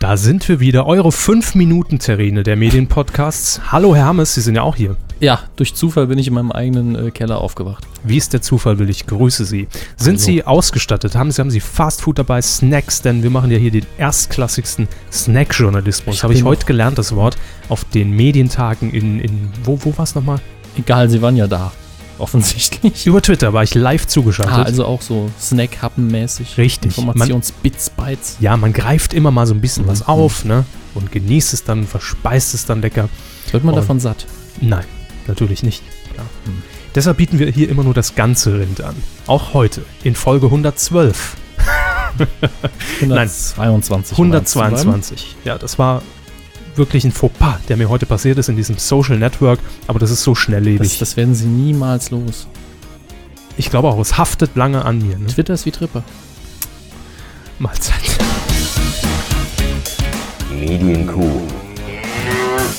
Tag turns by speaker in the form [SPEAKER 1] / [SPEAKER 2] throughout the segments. [SPEAKER 1] Da sind wir wieder, eure 5-Minuten-Terrine der Medienpodcasts. Hallo Hermes, Sie sind ja auch hier.
[SPEAKER 2] Ja, durch Zufall bin ich in meinem eigenen äh, Keller aufgewacht.
[SPEAKER 1] Wie es der Zufall will, ich grüße Sie. Sind
[SPEAKER 2] Hallo.
[SPEAKER 1] Sie ausgestattet? Haben Sie, haben Sie Fastfood dabei, Snacks? Denn wir machen ja hier den erstklassigsten Snack-Journalismus.
[SPEAKER 2] Ich
[SPEAKER 1] Habe ich
[SPEAKER 2] bin-
[SPEAKER 1] heute gelernt, das Wort, auf den Medientagen in, in wo, wo war es nochmal?
[SPEAKER 2] Egal, sie waren ja da. Offensichtlich.
[SPEAKER 1] Über Twitter war ich live zugeschaltet.
[SPEAKER 2] Ah, also auch so Snack-Happen-mäßig.
[SPEAKER 1] Richtig.
[SPEAKER 2] Informations-Bits-Bytes.
[SPEAKER 1] ja, man greift immer mal so ein bisschen was
[SPEAKER 2] Mhm.
[SPEAKER 1] auf, ne? Und genießt es dann, verspeist es dann lecker.
[SPEAKER 2] Wird man
[SPEAKER 1] Oh.
[SPEAKER 2] davon satt?
[SPEAKER 1] Nein, natürlich nicht. Klar.
[SPEAKER 2] Hm.
[SPEAKER 1] Deshalb bieten wir hier immer nur das ganze Rind an. Auch heute, in Folge 112.
[SPEAKER 2] 122. um eins zu bleiben.
[SPEAKER 1] 122. Ja, das war wirklich ein Fauxpas, der mir heute passiert ist in diesem Social Network, aber das ist so
[SPEAKER 2] Das,
[SPEAKER 1] schnelllebig.
[SPEAKER 2] das werden sie niemals los.
[SPEAKER 1] ich glaube auch, es haftet lange an mir. Ne?
[SPEAKER 2] Twitter ist wie Tripper.
[SPEAKER 1] Mahlzeit.
[SPEAKER 3] Medienkuh.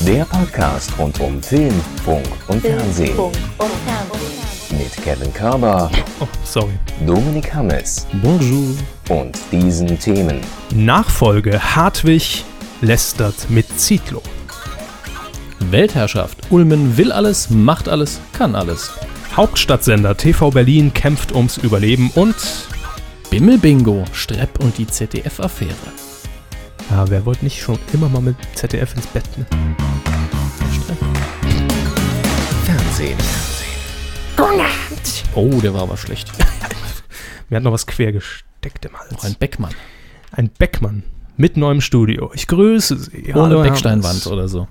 [SPEAKER 3] Der Podcast rund um Film, Funk und Fernsehen.
[SPEAKER 4] Funk und Fernsehen.
[SPEAKER 3] Mit Kevin Körber,
[SPEAKER 1] Oh, sorry.
[SPEAKER 3] Dominik Hammes
[SPEAKER 2] Bonjour.
[SPEAKER 3] und diesen Themen.
[SPEAKER 1] Nachfolge Hartwig lästert mit Zietlow.
[SPEAKER 2] Weltherrschaft. Ulmen will alles, macht alles, kann alles.
[SPEAKER 1] Hauptstadtsender TV Berlin kämpft ums Überleben und
[SPEAKER 2] Bimmelbingo. Strepp und die ZDF-Affäre.
[SPEAKER 1] ja, wer wollte nicht schon immer mal mit ZDF ins Bett? Ne?
[SPEAKER 3] Fernsehen.
[SPEAKER 2] Oh, der war aber schlecht.
[SPEAKER 1] Mir hat noch was quer gesteckt im Hals.
[SPEAKER 2] Noch ein Beckmann.
[SPEAKER 1] Ein Beckmann mit neuem Studio. Ich grüße Sie.
[SPEAKER 2] Ohne
[SPEAKER 1] Hallo, Herr
[SPEAKER 2] Becksteinwand
[SPEAKER 1] Hammes.
[SPEAKER 2] oder so.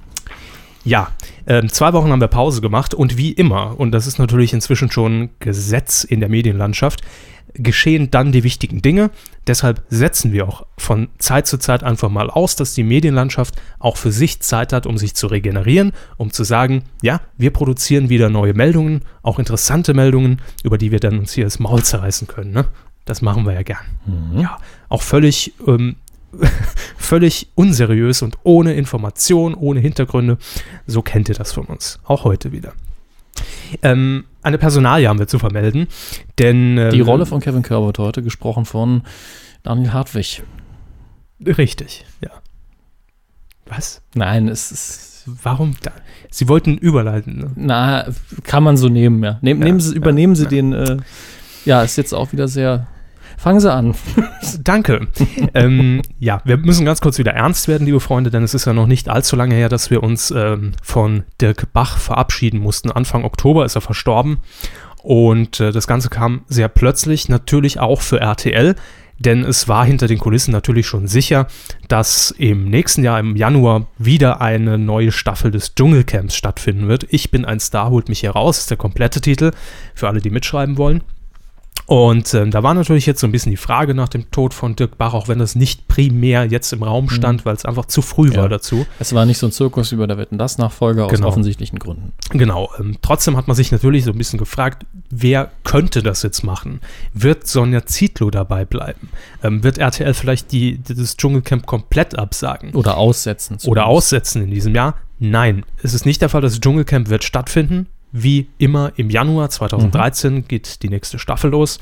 [SPEAKER 1] Ja, ähm, zwei Wochen haben wir Pause gemacht und wie immer, und das ist natürlich inzwischen schon Gesetz in der Medienlandschaft, geschehen dann die wichtigen Dinge. Deshalb setzen wir auch von Zeit zu Zeit einfach mal aus, dass die Medienlandschaft auch für sich Zeit hat, um sich zu regenerieren, um zu sagen, ja, wir produzieren wieder neue Meldungen, auch interessante Meldungen, über die wir dann uns hier das Maul zerreißen können. Ne? Das machen wir ja gern.
[SPEAKER 2] Mhm.
[SPEAKER 1] Ja, auch völlig ähm, völlig unseriös und ohne Information, ohne Hintergründe. So kennt ihr das von uns. Auch heute wieder. Ähm, eine Personalie haben wir zu vermelden, denn ähm,
[SPEAKER 2] Die Rolle von Kevin Körber wird heute gesprochen von Daniel Hartwig.
[SPEAKER 1] richtig, ja. Was?
[SPEAKER 2] Nein, es ist.
[SPEAKER 1] Warum? Da? Sie wollten überleiten. Ne?
[SPEAKER 2] Na, kann man so nehmen, ja. Nehm,
[SPEAKER 1] Ja,
[SPEAKER 2] nehmen Sie,
[SPEAKER 1] ja,
[SPEAKER 2] übernehmen Sie
[SPEAKER 1] ja.
[SPEAKER 2] den. Äh, ja, ist jetzt auch wieder sehr. Fangen Sie an.
[SPEAKER 1] Danke. ähm, ja, wir müssen ganz kurz wieder ernst werden, liebe Freunde, denn es ist ja noch nicht allzu lange her, dass wir uns ähm, von Dirk Bach verabschieden mussten. Anfang Oktober ist er verstorben und äh, das Ganze kam sehr plötzlich, natürlich auch für RTL, denn es war hinter den Kulissen natürlich schon sicher, dass im nächsten Jahr, im Januar, wieder eine neue Staffel des Dschungelcamps stattfinden wird. Ich bin ein Star, holt mich hier raus, ist der komplette Titel für alle, die mitschreiben wollen. Und ähm, da war natürlich jetzt so ein bisschen die Frage nach dem Tod von Dirk Bach, auch wenn das nicht primär jetzt im Raum stand, weil es einfach zu früh
[SPEAKER 2] Ja.
[SPEAKER 1] war dazu.
[SPEAKER 2] Es war nicht so ein Zirkus über der Wetten das Nachfolger
[SPEAKER 1] Genau.
[SPEAKER 2] aus offensichtlichen Gründen.
[SPEAKER 1] Genau. Ähm, trotzdem hat man sich natürlich so ein bisschen gefragt, wer könnte das jetzt machen? Wird Sonja Zietlow dabei bleiben? Ähm, wird RTL vielleicht die, das Dschungelcamp komplett absagen?
[SPEAKER 2] Oder aussetzen. zumindest.
[SPEAKER 1] Oder aussetzen in diesem Jahr? Nein, es ist nicht der Fall. Das Dschungelcamp wird stattfinden. Wie immer im Januar 2013
[SPEAKER 2] Mhm.
[SPEAKER 1] geht die nächste Staffel los.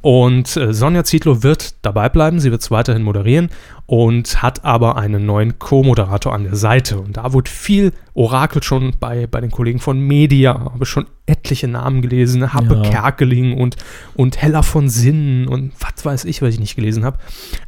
[SPEAKER 1] Und äh, Sonja Zietlow wird dabei bleiben. Sie wird es weiterhin moderieren und hat aber einen neuen Co-Moderator an der Seite. Und da wurde viel Orakel schon bei, bei den Kollegen von Media. Habe schon etliche Namen gelesen. Happe
[SPEAKER 2] Ja.
[SPEAKER 1] Kerkeling und, und Hella von Sinnen und was weiß ich, was ich nicht gelesen habe.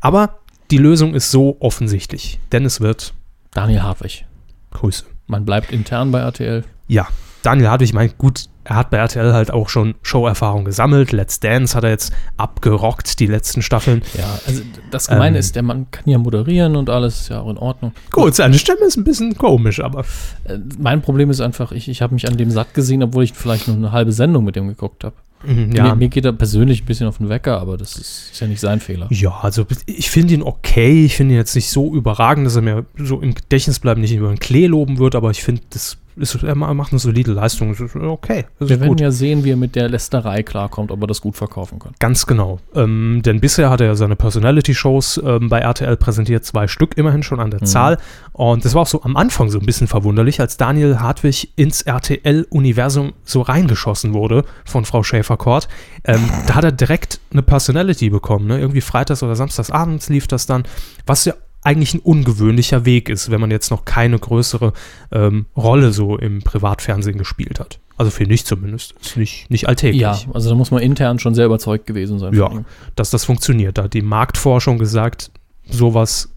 [SPEAKER 1] Aber die Lösung ist so offensichtlich, denn es wird
[SPEAKER 2] Daniel Hartwig.
[SPEAKER 1] Grüße.
[SPEAKER 2] Man bleibt intern bei RTL.
[SPEAKER 1] Ja, Daniel Hartwig, ich meine, gut, er hat bei RTL halt auch schon Showerfahrung gesammelt. Let's Dance hat er jetzt abgerockt, die letzten Staffeln.
[SPEAKER 2] Ja, also das Gemeine
[SPEAKER 1] Ähm.
[SPEAKER 2] ist, der Mann kann ja moderieren und alles, ist ja auch in Ordnung.
[SPEAKER 1] Gut, seine Stimme ist ein bisschen komisch, aber
[SPEAKER 2] Äh, Mein Problem ist einfach, ich, ich habe mich an dem satt gesehen, obwohl ich vielleicht nur eine halbe Sendung mit dem geguckt habe.
[SPEAKER 1] mhm, ja.
[SPEAKER 2] Mir, mir geht er persönlich ein bisschen auf den Wecker, aber das ist, ist ja nicht sein Fehler.
[SPEAKER 1] Ja, also ich finde ihn okay. Ich finde ihn jetzt nicht so überragend, dass er mir so im Gedächtnis bleibt, nicht über den Klee loben wird, aber ich finde, das ist, er macht eine solide Leistung. Das ist okay, das
[SPEAKER 2] Wir
[SPEAKER 1] ist
[SPEAKER 2] werden
[SPEAKER 1] gut.
[SPEAKER 2] ja sehen, wie er mit der Lästerei klarkommt, ob er das gut verkaufen kann.
[SPEAKER 1] Ganz genau. Ähm, denn bisher hat er ja seine Personality-Shows ähm, bei RTL präsentiert, zwei Stück immerhin schon an der Zahl. Und das war auch so am Anfang so ein bisschen verwunderlich, als Daniel Hartwig ins RTL-Universum so reingeschossen wurde von Frau Schäfer-Kort. Ähm, da hat er direkt eine Personality bekommen. Ne? Irgendwie freitags oder samstags abends lief das dann, was ja eigentlich ein ungewöhnlicher Weg ist, wenn man jetzt noch keine größere ähm, Rolle so im Privatfernsehen gespielt hat. Also für mich zumindest. Ist nicht, nicht alltäglich.
[SPEAKER 2] Ja, also da muss man intern schon sehr überzeugt gewesen sein. von
[SPEAKER 1] Ja.
[SPEAKER 2] ihm.
[SPEAKER 1] Dass das funktioniert. Da hat die Marktforschung gesagt, sowas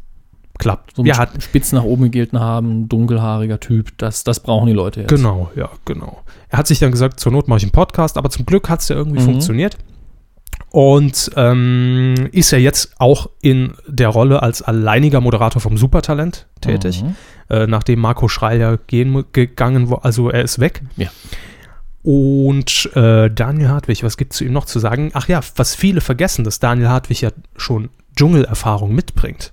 [SPEAKER 1] klappt.
[SPEAKER 2] So einen
[SPEAKER 1] ja, hat,
[SPEAKER 2] spitz nach oben gegelten haben, dunkelhaariger Typ, das, das brauchen die Leute jetzt.
[SPEAKER 1] Genau, ja, genau. Er hat sich dann gesagt, zur Not mache ich einen Podcast, aber zum Glück hat es ja irgendwie
[SPEAKER 2] Mhm.
[SPEAKER 1] funktioniert. Und ähm, ist ja jetzt auch in der Rolle als alleiniger Moderator vom Supertalent tätig,
[SPEAKER 2] Mhm.
[SPEAKER 1] äh, nachdem Marco Schreil ja gehen, mu- gegangen war, also er ist weg.
[SPEAKER 2] Ja.
[SPEAKER 1] Und äh, Daniel Hartwig, was gibt es zu ihm noch zu sagen? Ach ja, was viele vergessen, dass Daniel Hartwig ja schon Dschungelerfahrung mitbringt.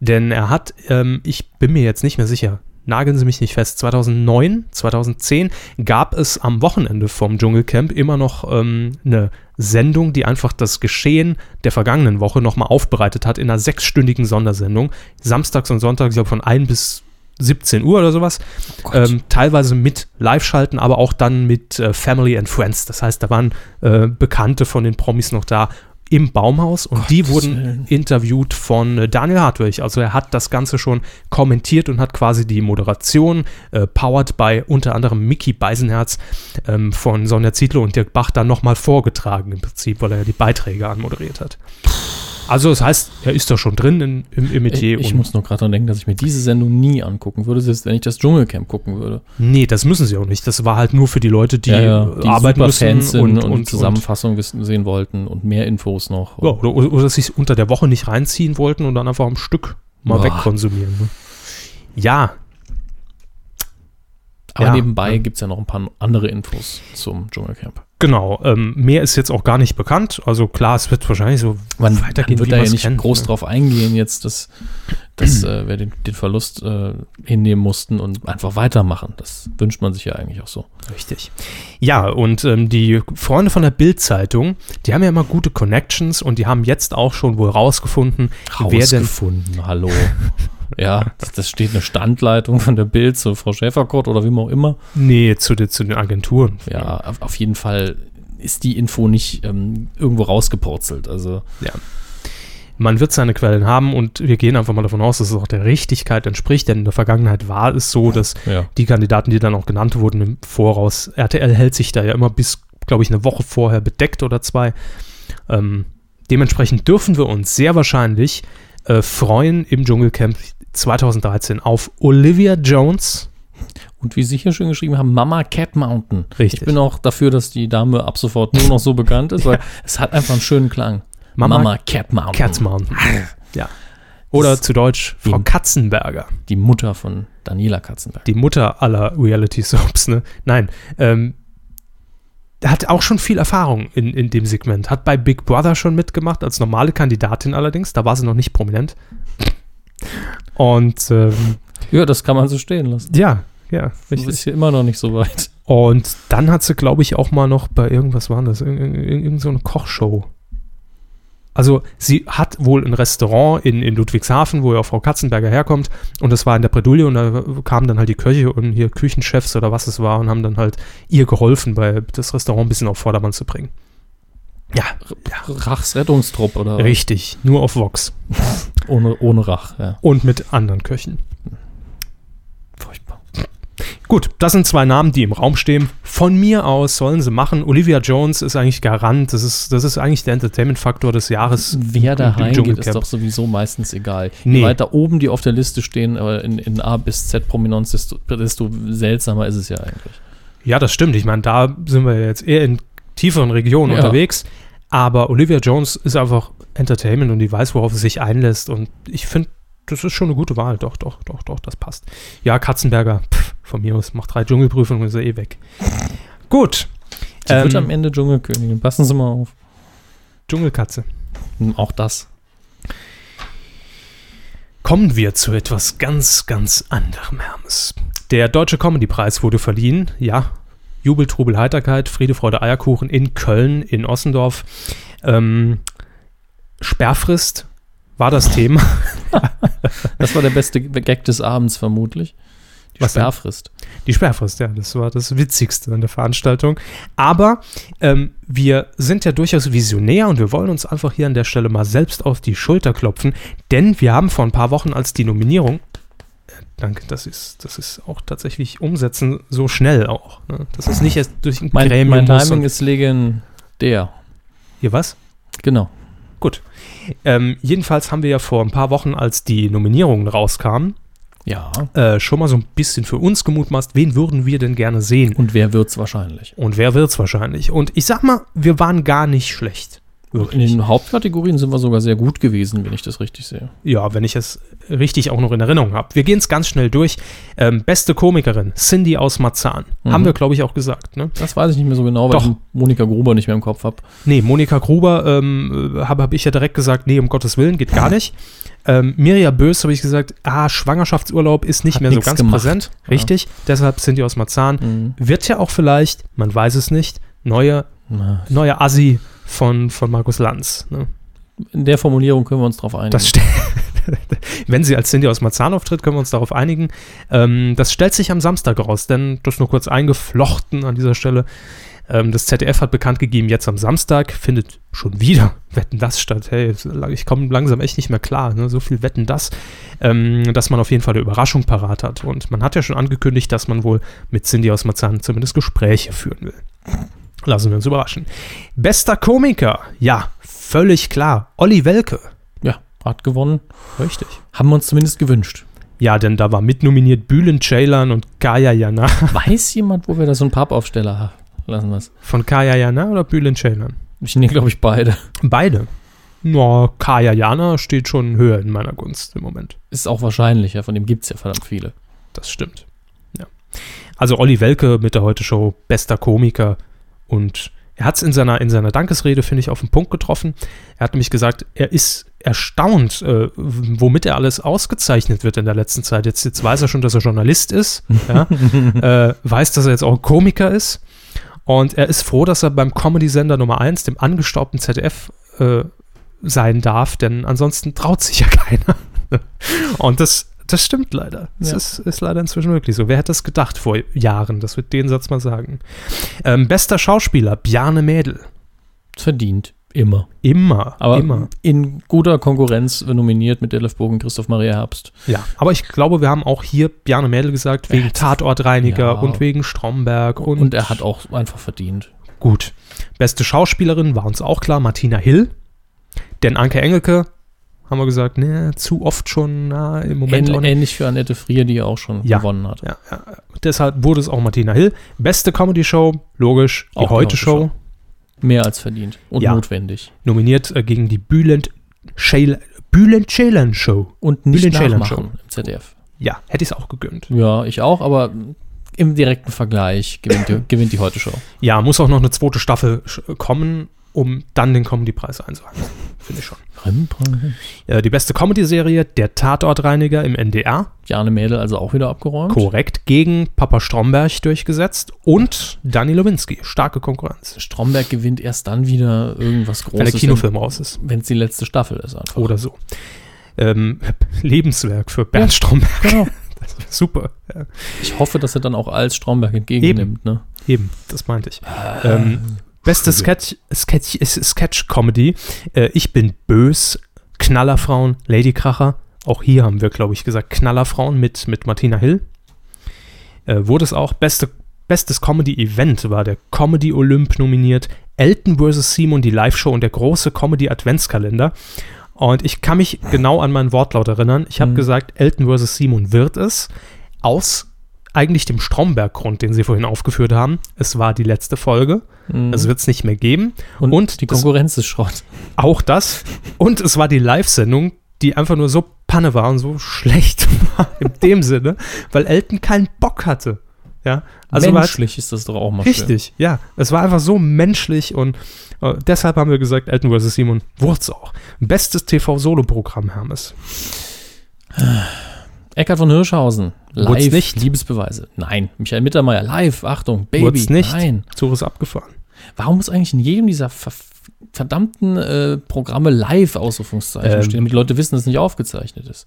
[SPEAKER 1] Denn er hat, ähm, ich bin mir jetzt nicht mehr sicher, nageln Sie mich nicht fest, 2009, 2010 gab es am Wochenende vom Dschungelcamp immer noch ähm, eine Sendung, die einfach das Geschehen der vergangenen Woche nochmal aufbereitet hat in einer sechsstündigen Sondersendung. Samstags und Sonntags, ich glaube von 1 bis 17 Uhr oder sowas. ähm, teilweise mit Live-Schalten, aber auch dann mit äh, Family and Friends. Das heißt, da waren äh, Bekannte von den Promis noch da im Baumhaus und die
[SPEAKER 2] Gottes
[SPEAKER 1] wurden
[SPEAKER 2] Willen.
[SPEAKER 1] interviewt von äh, Daniel Hartwig. Also er hat das Ganze schon kommentiert und hat quasi die Moderation, äh, powered by unter anderem Mickey Beisenherz ähm, von Sonja Zietlow und Dirk Bach, dann nochmal vorgetragen im Prinzip, weil er ja die Beiträge anmoderiert hat. Also das heißt, er ist da schon drin in, im, im
[SPEAKER 2] Ich,
[SPEAKER 1] Metier.
[SPEAKER 2] ich
[SPEAKER 1] und-
[SPEAKER 2] muss noch gerade dran denken, dass ich mir diese Sendung nie angucken würde, selbst wenn ich das Dschungelcamp gucken würde.
[SPEAKER 1] nee, das müssen sie auch nicht. Das war halt nur für die Leute, die, äh, arbeiten müssen
[SPEAKER 2] Superfans sind und,
[SPEAKER 1] zusammen.
[SPEAKER 2] Zusammenfassung wissen, sehen wollten und mehr Infos noch.
[SPEAKER 1] Ja, oder, oder, oder sich unter der Woche nicht reinziehen wollten und dann einfach am Stück mal
[SPEAKER 2] Boah.
[SPEAKER 1] wegkonsumieren. Ne? Ja,
[SPEAKER 2] Aber
[SPEAKER 1] ja.
[SPEAKER 2] nebenbei gibt's gibt es ja noch ein paar andere Infos zum Dschungelcamp.
[SPEAKER 1] Genau, ähm, mehr ist jetzt auch gar nicht bekannt. Also klar, es wird wahrscheinlich so
[SPEAKER 2] Man,
[SPEAKER 1] weitergehen,
[SPEAKER 2] man wird
[SPEAKER 1] wie
[SPEAKER 2] da ja
[SPEAKER 1] man's
[SPEAKER 2] nicht
[SPEAKER 1] kennt,
[SPEAKER 2] groß
[SPEAKER 1] ne?
[SPEAKER 2] drauf eingehen jetzt, dass, dass äh, wir den, den Verlust äh, hinnehmen mussten und einfach weitermachen. Das wünscht man sich ja eigentlich auch so.
[SPEAKER 1] Richtig. Ja, und ähm, die Freunde von der Bild-Zeitung, die haben ja immer gute Connections und die haben jetzt auch schon wohl rausgefunden, wer denn.
[SPEAKER 2] Rausgefunden, hallo. ja, das, das steht eine Standleitung von der Bild zu Frau Schäferkort oder wem auch immer.
[SPEAKER 1] Nee, zu, den- zu den Agenturen.
[SPEAKER 2] Ja, auf, auf jeden Fall ist die Info nicht ähm, irgendwo rausgepurzelt. Also
[SPEAKER 1] Man wird seine Quellen haben und wir gehen einfach mal davon aus, dass es auch der Richtigkeit entspricht, denn in der Vergangenheit war es so, dass
[SPEAKER 2] ja.
[SPEAKER 1] die Kandidaten, die dann auch genannt wurden im Voraus. RTL hält sich da ja immer bis, glaube ich, eine Woche vorher bedeckt oder zwei. Ähm, dementsprechend dürfen wir uns sehr wahrscheinlich äh, freuen im Dschungelcamp 2013 auf Olivia Jones.
[SPEAKER 2] Und wie Sie hier schön geschrieben haben, Mama Cat Mountain.
[SPEAKER 1] Richtig.
[SPEAKER 2] Ich bin auch dafür, dass die Dame ab sofort nur noch so bekannt ist, weil es hat einfach einen schönen Klang.
[SPEAKER 1] Mama
[SPEAKER 2] Cat Mountain.
[SPEAKER 1] Katzmann.
[SPEAKER 2] Ah.
[SPEAKER 1] ja. Oder
[SPEAKER 2] Das-
[SPEAKER 1] zu Deutsch Frau
[SPEAKER 2] Die-
[SPEAKER 1] Katzenberger,
[SPEAKER 2] Die Mutter von Daniela Katzenberg.
[SPEAKER 1] die Mutter aller Reality Soaps. Ne? Nein, ähm, hat auch schon viel Erfahrung in, in dem Segment. Hat bei Big Brother schon mitgemacht, als normale Kandidatin allerdings. Da war sie noch nicht prominent. Und ähm,
[SPEAKER 2] Ja, das kann man so stehen lassen.
[SPEAKER 1] ja, ja,
[SPEAKER 2] Ich
[SPEAKER 1] richtig.
[SPEAKER 2] ist hier immer noch nicht so weit.
[SPEAKER 1] Und dann hat sie, glaube ich, auch mal noch bei irgendwas waren das, irgend, irgend, irgend so eine Kochshow. Also sie hat wohl ein Restaurant in, in Ludwigshafen, wo ja auch Frau Katzenberger herkommt. Und das war in der Bredouille und da kamen dann halt die Köche und hier Küchenchefs oder was es war und haben dann halt ihr geholfen, bei das Restaurant ein bisschen auf Vordermann zu bringen. Ja,
[SPEAKER 2] Rachs Rettungstrupp oder
[SPEAKER 1] richtig. Nur auf Vox.
[SPEAKER 2] ohne, ohne Rach. Ja,
[SPEAKER 1] Und mit anderen Köchen.
[SPEAKER 2] furchtbar.
[SPEAKER 1] Gut, das sind zwei Namen, die im Raum stehen. Von mir aus sollen sie machen. Olivia Jones ist eigentlich Garant. Das ist, das ist eigentlich der Entertainment-Faktor des Jahres.
[SPEAKER 2] Wer da
[SPEAKER 1] Im
[SPEAKER 2] reingeht, ist
[SPEAKER 1] Dschungelcamp.
[SPEAKER 2] doch sowieso meistens egal.
[SPEAKER 1] Nee.
[SPEAKER 2] Je weiter oben die auf der Liste stehen, aber in, in A bis Z Prominenz, desto, desto seltsamer ist es ja eigentlich.
[SPEAKER 1] Ja, das stimmt. Ich meine, da sind wir jetzt eher in tieferen Regionen
[SPEAKER 2] Ja.
[SPEAKER 1] unterwegs. Aber Olivia Jones ist einfach Entertainment und die weiß, worauf sie sich einlässt. Und ich finde, das ist schon eine gute Wahl. Doch, doch, doch, doch, das passt. Ja, Katzenberger, pff, von mir aus, macht drei Dschungelprüfungen und ist er eh weg. Gut.
[SPEAKER 2] Sie wird
[SPEAKER 1] Ähm,
[SPEAKER 2] am Ende Dschungelkönigin. Passen Sie mal auf. Hm,
[SPEAKER 1] Dschungelkatze.
[SPEAKER 2] Auch das.
[SPEAKER 1] Kommen wir zu etwas ganz, ganz anderem, Hermes. Der Deutsche Comedy-Preis wurde verliehen, ja. Jubel, Trubel, Heiterkeit, Friede, Freude, Eierkuchen in Köln, in Ossendorf. Ähm, Sperrfrist war das Thema.
[SPEAKER 2] Das war der beste Gag des Abends vermutlich.
[SPEAKER 1] Was denn?
[SPEAKER 2] Sperrfrist.
[SPEAKER 1] Die Sperrfrist, ja, das war das Witzigste an der Veranstaltung. Aber ähm, wir sind ja durchaus visionär und wir wollen uns einfach hier an der Stelle mal selbst auf die Schulter klopfen, denn wir haben vor ein paar Wochen als die Nominierung, äh, danke, das ist, das ist auch tatsächlich umsetzen, so schnell auch. Ne? Das ist nicht erst durch ein
[SPEAKER 2] Mein,
[SPEAKER 1] Gremium
[SPEAKER 2] mein
[SPEAKER 1] muss
[SPEAKER 2] Timing
[SPEAKER 1] und-
[SPEAKER 2] ist legendär.
[SPEAKER 1] Hier was?
[SPEAKER 2] Genau.
[SPEAKER 1] Ähm, jedenfalls haben wir ja vor ein paar Wochen, als die Nominierungen rauskamen,
[SPEAKER 2] Ja.
[SPEAKER 1] äh, schon mal so ein bisschen für uns gemutmaßt, wen würden wir denn gerne sehen?
[SPEAKER 2] Und wer wird's wahrscheinlich?
[SPEAKER 1] Und wer wird's wahrscheinlich? Und ich sag mal, wir waren gar nicht schlecht.
[SPEAKER 2] In den Hauptkategorien sind wir sogar sehr gut gewesen, wenn ich das richtig sehe.
[SPEAKER 1] Ja, wenn ich es richtig auch noch in Erinnerung habe. Wir gehen es ganz schnell durch. Ähm, beste Komikerin, Cindy aus Marzahn.
[SPEAKER 2] Mhm.
[SPEAKER 1] Haben wir, glaube ich, auch gesagt. Ne,
[SPEAKER 2] Das weiß ich nicht mehr so genau,
[SPEAKER 1] Doch.
[SPEAKER 2] weil ich Monika Gruber nicht mehr im Kopf habe.
[SPEAKER 1] nee Monika Gruber ähm, habe hab ich ja direkt gesagt, nee, um Gottes Willen, geht gar nicht. Ähm, Mirja Bös habe ich gesagt, ah, Schwangerschaftsurlaub ist nicht
[SPEAKER 2] Hat
[SPEAKER 1] mehr so
[SPEAKER 2] nix
[SPEAKER 1] ganz
[SPEAKER 2] gemacht.
[SPEAKER 1] präsent. Richtig, deshalb Cindy aus Marzahn. Wird ja auch vielleicht, man weiß es nicht, neue,
[SPEAKER 2] Na,
[SPEAKER 1] neue Assi von, von Markus Lanz. Ne?
[SPEAKER 2] In der Formulierung können wir uns drauf einigen.
[SPEAKER 1] Das ste- Wenn sie als Cindy aus Marzahn auftritt, können wir uns darauf einigen. Ähm, das stellt sich am Samstag raus, denn das nur kurz eingeflochten an dieser Stelle. Ähm, das ZDF hat bekannt gegeben, jetzt am Samstag findet schon wieder Wetten das statt. Hey, jetzt lang- ich komme langsam echt nicht mehr klar. Ne? So viel Wetten das, ähm, dass man auf jeden Fall eine Überraschung parat hat. Und man hat ja schon angekündigt, dass man wohl mit Cindy aus Marzahn zumindest Gespräche führen will. Lassen wir uns überraschen. Bester Komiker, ja, völlig klar. Olli Welke.
[SPEAKER 2] ja, hat gewonnen.
[SPEAKER 1] Richtig.
[SPEAKER 2] Haben wir uns zumindest gewünscht.
[SPEAKER 1] Ja, denn da war mitnominiert Bülent Ceylan und Kaya Jana.
[SPEAKER 2] Weiß jemand, wo wir da so einen Pappaufsteller haben? Lassen wir es.
[SPEAKER 1] Von Kaya Jana oder Bülent Ceylan?
[SPEAKER 2] Ich nehme, glaube ich, beide.
[SPEAKER 1] Beide. No, Kaya Jana steht schon höher in meiner Gunst im Moment.
[SPEAKER 2] Ist auch wahrscheinlicher, von dem gibt es ja verdammt viele.
[SPEAKER 1] Das stimmt. Ja. Also Olli Welke mit der Heute-Show, bester Komiker. Und er hat es in seiner, in seiner Dankesrede, finde ich, auf den Punkt getroffen. Er hat nämlich gesagt, er ist erstaunt, äh, w- womit er alles ausgezeichnet wird in der letzten Zeit. Jetzt, jetzt weiß er schon, dass er Journalist ist. Ja? äh, weiß, dass er jetzt auch ein Komiker ist. Und er ist froh, dass er beim Comedy-Sender Nummer 1, dem angestaubten ZDF, äh, sein darf, denn ansonsten traut sich ja keiner. Und das, das stimmt leider. Das
[SPEAKER 2] Ja.
[SPEAKER 1] ist, ist leider inzwischen wirklich so. Wer hätte das gedacht vor Jahren? Das wird den Satz mal sagen. Ähm, bester Schauspieler, Bjarne Mädel.
[SPEAKER 2] Verdient. Immer.
[SPEAKER 1] Immer,
[SPEAKER 2] Aber
[SPEAKER 1] immer.
[SPEAKER 2] in guter Konkurrenz nominiert mit Delef Bogen, Christoph Maria Herbst.
[SPEAKER 1] Ja. Aber ich glaube, wir haben auch hier Bjarne Mädel gesagt, wegen Tatortreiniger
[SPEAKER 2] Ja.
[SPEAKER 1] und wegen Stromberg. Und,
[SPEAKER 2] Und, er hat auch einfach verdient.
[SPEAKER 1] Gut. Beste Schauspielerin war uns auch klar, Martina Hill. Denn Anke Engelke, haben wir gesagt, ne, zu oft schon, na, im Moment auch
[SPEAKER 2] Ähn,
[SPEAKER 1] nicht.
[SPEAKER 2] ähnlich für Annette Frier, die ja auch schon
[SPEAKER 1] Ja.
[SPEAKER 2] gewonnen hat.
[SPEAKER 1] Ja, ja, deshalb wurde es auch Martina Hill. Beste Comedy-Show, logisch, die
[SPEAKER 2] Auch die
[SPEAKER 1] Heute-Show.
[SPEAKER 2] Heute-Show. Mehr als verdient und
[SPEAKER 1] Ja.
[SPEAKER 2] notwendig.
[SPEAKER 1] Nominiert äh, gegen die Bülent Schäl- Bülent Ceylan Show.
[SPEAKER 2] Und nicht
[SPEAKER 1] Julian Ceylan
[SPEAKER 2] nachmachen im ZDF.
[SPEAKER 1] Ja, hätte ich es auch gegönnt.
[SPEAKER 2] Ja, ich auch, aber im direkten Vergleich gewinnt die, gewinnt die Heute-Show.
[SPEAKER 1] Ja, muss auch noch eine zweite Staffel sch- kommen, um dann den Comedy-Preis einzuhalten. Finde ich schon. Äh, die beste Comedy-Serie, der Tatortreiniger im NDR.
[SPEAKER 2] Jane Mädel also auch wieder abgeräumt.
[SPEAKER 1] Korrekt, gegen Papa Stromberg durchgesetzt und Dani Lowinski. Starke Konkurrenz.
[SPEAKER 2] Stromberg gewinnt erst dann wieder irgendwas Großes,
[SPEAKER 1] Wenn der Kinofilm raus ist.
[SPEAKER 2] wenn es die letzte Staffel ist einfach.
[SPEAKER 1] Oder so. Ähm, Lebenswerk für Bernd Stromberg.
[SPEAKER 2] Genau.
[SPEAKER 1] Super. Ja,
[SPEAKER 2] Ich hoffe, dass er dann auch als Stromberg entgegennimmt. Ne?
[SPEAKER 1] eben, das meinte ich. Ähm, beste Sketch, Sketch, Sketch Comedy. Äh, ich bin bös. Knallerfrauen, Ladykracher. Auch hier haben wir, glaube ich, gesagt, Knallerfrauen mit, mit Martina Hill. äh, wurde es auch beste, bestes Comedy-Event, war der Comedy Olymp nominiert, Elton vs. Simon, die Live-Show und der große Comedy-Adventskalender. Und ich kann mich genau an meinen Wortlaut erinnern. Ich habe
[SPEAKER 2] Mhm.
[SPEAKER 1] gesagt, Elton vs. Simon wird es, aus eigentlich dem Stromberg-Grund, den sie vorhin aufgeführt haben. Es war die letzte Folge,
[SPEAKER 2] Mhm.
[SPEAKER 1] also wird es nicht mehr geben.
[SPEAKER 2] und,
[SPEAKER 1] und
[SPEAKER 2] die
[SPEAKER 1] das-
[SPEAKER 2] Konkurrenz ist Schrott.
[SPEAKER 1] Auch das. Und es war die Live-Sendung, die einfach nur so Panne war und so schlecht war, in dem Sinne, weil Elton keinen Bock hatte. Ja, also war
[SPEAKER 2] Menschlich ist das doch auch mal schön.
[SPEAKER 1] Richtig, ja. Es war einfach so menschlich und äh, deshalb haben wir gesagt, Elton vs. Simon wurd's auch. Bestes TV-Solo-Programm, Hermes.
[SPEAKER 2] Eckart von Hirschhausen.
[SPEAKER 1] Wurd's
[SPEAKER 2] Live.
[SPEAKER 1] nicht?
[SPEAKER 2] Liebesbeweise. Nein. Michael Mittermeier. Live. Achtung. Baby.
[SPEAKER 1] Wurd's nicht?
[SPEAKER 2] Nein.
[SPEAKER 1] Zug ist abgefahren.
[SPEAKER 2] Warum muss eigentlich in jedem dieser ver verdammten äh, Programme live Ausrufungszeichen
[SPEAKER 1] Ähm.
[SPEAKER 2] stehen, damit die Leute wissen, dass es nicht aufgezeichnet ist?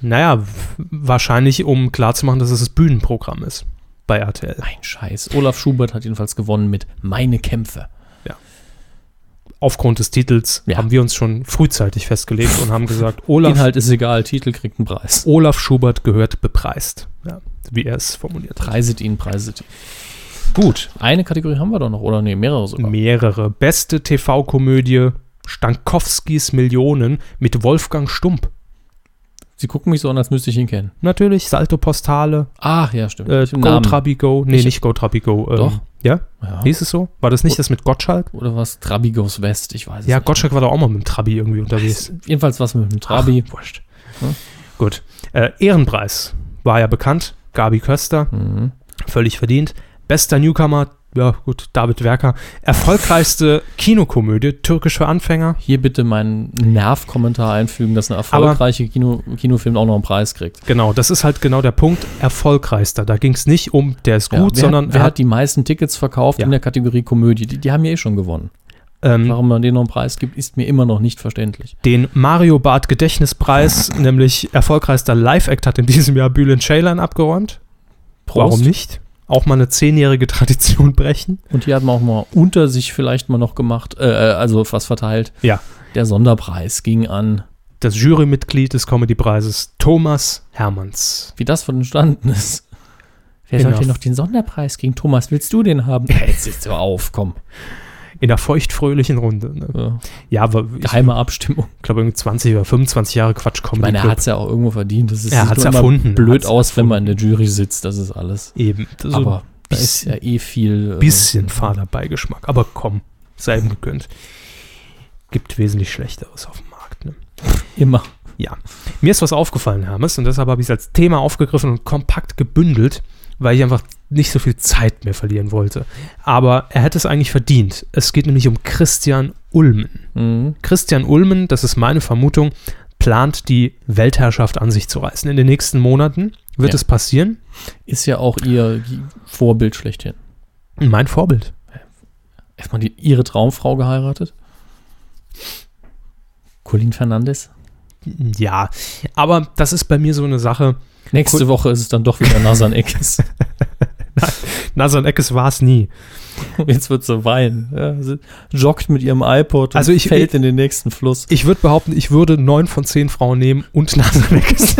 [SPEAKER 1] Naja, w- wahrscheinlich, um klarzumachen, dass es das Bühnenprogramm ist bei RTL.
[SPEAKER 2] Ein Scheiß. Olaf Schubert hat jedenfalls gewonnen mit Meine Kämpfe.
[SPEAKER 1] Aufgrund des Titels
[SPEAKER 2] Ja.
[SPEAKER 1] haben wir uns schon frühzeitig festgelegt und haben gesagt, Olaf,
[SPEAKER 2] Inhalt ist egal, Titel kriegt einen Preis.
[SPEAKER 1] Olaf Schubert gehört bepreist. Ja, wie er es formuliert hat.
[SPEAKER 2] Preiset ihn, preiset ihn.
[SPEAKER 1] Gut,
[SPEAKER 2] Eine Kategorie haben wir doch noch, oder? Nee, mehrere sogar.
[SPEAKER 1] mehrere. Beste TV-Komödie Stankowskis Millionen mit Wolfgang Stump.
[SPEAKER 2] Sie gucken mich so an, als müsste ich ihn kennen.
[SPEAKER 1] Natürlich, Salto Postale,
[SPEAKER 2] Ach ja, stimmt.
[SPEAKER 1] äh,
[SPEAKER 2] Ich hab einen Namen.
[SPEAKER 1] GoTrabigo. Nee,
[SPEAKER 2] Ich-
[SPEAKER 1] nicht GoTrabigo. Ähm,
[SPEAKER 2] Doch.
[SPEAKER 1] Ja,
[SPEAKER 2] Ja.
[SPEAKER 1] hieß es so? War das nicht das mit Gottschalk?
[SPEAKER 2] Oder was? Trabi Goes West, ich weiß es
[SPEAKER 1] Ja,
[SPEAKER 2] nicht.
[SPEAKER 1] Gottschalk war doch auch mal mit dem Trabi irgendwie unterwegs.
[SPEAKER 2] Jedenfalls was mit dem Trabi.
[SPEAKER 1] Ach, wurscht.
[SPEAKER 2] Hm?
[SPEAKER 1] Gut. Äh, Ehrenpreis war ja bekannt. Gabi Köster,
[SPEAKER 2] Mhm.
[SPEAKER 1] völlig verdient. Bester Newcomer, ja gut, David Werker. Erfolgreichste Kinokomödie, türkisch für Anfänger.
[SPEAKER 2] Hier bitte meinen Nervkommentar einfügen, dass ein erfolgreicher Kino, Kinofilm auch noch einen Preis kriegt.
[SPEAKER 1] Genau, das ist halt genau der Punkt. Erfolgreichster. Da ging es nicht um, der ist
[SPEAKER 2] Ja,
[SPEAKER 1] gut,
[SPEAKER 2] wer
[SPEAKER 1] sondern
[SPEAKER 2] hat, wer hat die meisten Tickets verkauft
[SPEAKER 1] Ja.
[SPEAKER 2] in der Kategorie Komödie? Die, die haben ja eh schon gewonnen.
[SPEAKER 1] ähm,
[SPEAKER 2] Warum man denen noch einen Preis gibt, ist mir immer noch nicht verständlich.
[SPEAKER 1] den Mario Barth Gedächtnispreis, nämlich erfolgreichster Live-Act, hat in diesem Jahr Bülent Ceylan abgeräumt. Warum nicht? Auch mal eine zehnjährige Tradition brechen.
[SPEAKER 2] Und hier hat man auch mal unter sich vielleicht mal noch gemacht, äh, also was verteilt.
[SPEAKER 1] Ja.
[SPEAKER 2] Der Sonderpreis ging an,
[SPEAKER 1] das Jurymitglied des Comedy-Preises, Thomas Hermanns.
[SPEAKER 2] wie das entstanden ist. Wer
[SPEAKER 1] Enough.
[SPEAKER 2] sollte noch den Sonderpreis gegen Thomas? Willst du den haben? Ja, jetzt ist so auf, komm.
[SPEAKER 1] In der feuchtfröhlichen Runde. Ne?
[SPEAKER 2] Ja.
[SPEAKER 1] Ja, aber ich
[SPEAKER 2] Geheime Abstimmung.
[SPEAKER 1] glaube, irgendwie 20 oder 25 Jahre Quatsch
[SPEAKER 2] Ich
[SPEAKER 1] kommen.
[SPEAKER 2] meine, er hat es ja auch irgendwo verdient. Das ist,
[SPEAKER 1] Um Er
[SPEAKER 2] sieht
[SPEAKER 1] hat's
[SPEAKER 2] nur immer
[SPEAKER 1] erfunden.
[SPEAKER 2] blöd
[SPEAKER 1] Hat's
[SPEAKER 2] aus, wenn man in der Jury sitzt. Das ist alles.
[SPEAKER 1] Eben. So
[SPEAKER 2] Aber da ist
[SPEAKER 1] bisschen-
[SPEAKER 2] ja eh viel. äh,
[SPEAKER 1] ein bisschen fader Beigeschmack. Aber komm, sei ihm gegönnt. Gibt wesentlich Schlechteres auf dem Markt. Ne?
[SPEAKER 2] Immer.
[SPEAKER 1] Mir ist was aufgefallen, Hermes, und deshalb habe ich es als Thema aufgegriffen und kompakt gebündelt, weil ich einfach nicht so viel Zeit mehr verlieren wollte. Aber er hätte es eigentlich verdient. Es geht nämlich um Christian Ulmen.
[SPEAKER 2] Mhm.
[SPEAKER 1] Christian Ulmen, das ist meine Vermutung, plant die Weltherrschaft an sich zu reißen. In den nächsten Monaten wird
[SPEAKER 2] Ja.
[SPEAKER 1] es passieren.
[SPEAKER 2] Ist ja auch ihr Vorbild schlechthin.
[SPEAKER 1] Mein Vorbild.
[SPEAKER 2] Erstmal die, ihre Traumfrau geheiratet. Colin Fernandes.
[SPEAKER 1] Ja, aber das ist bei mir so eine Sache.
[SPEAKER 2] Nächste Woche ist es dann doch wieder Nasan Eckes.
[SPEAKER 1] Nasan Eckes war es nie.
[SPEAKER 2] Jetzt wird sie weinen. Ja, sie joggt mit ihrem iPod und
[SPEAKER 1] Also ich-
[SPEAKER 2] fällt in den nächsten Fluss.
[SPEAKER 1] Ich würde behaupten, ich würde neun von zehn Frauen nehmen und Nasan Eckes.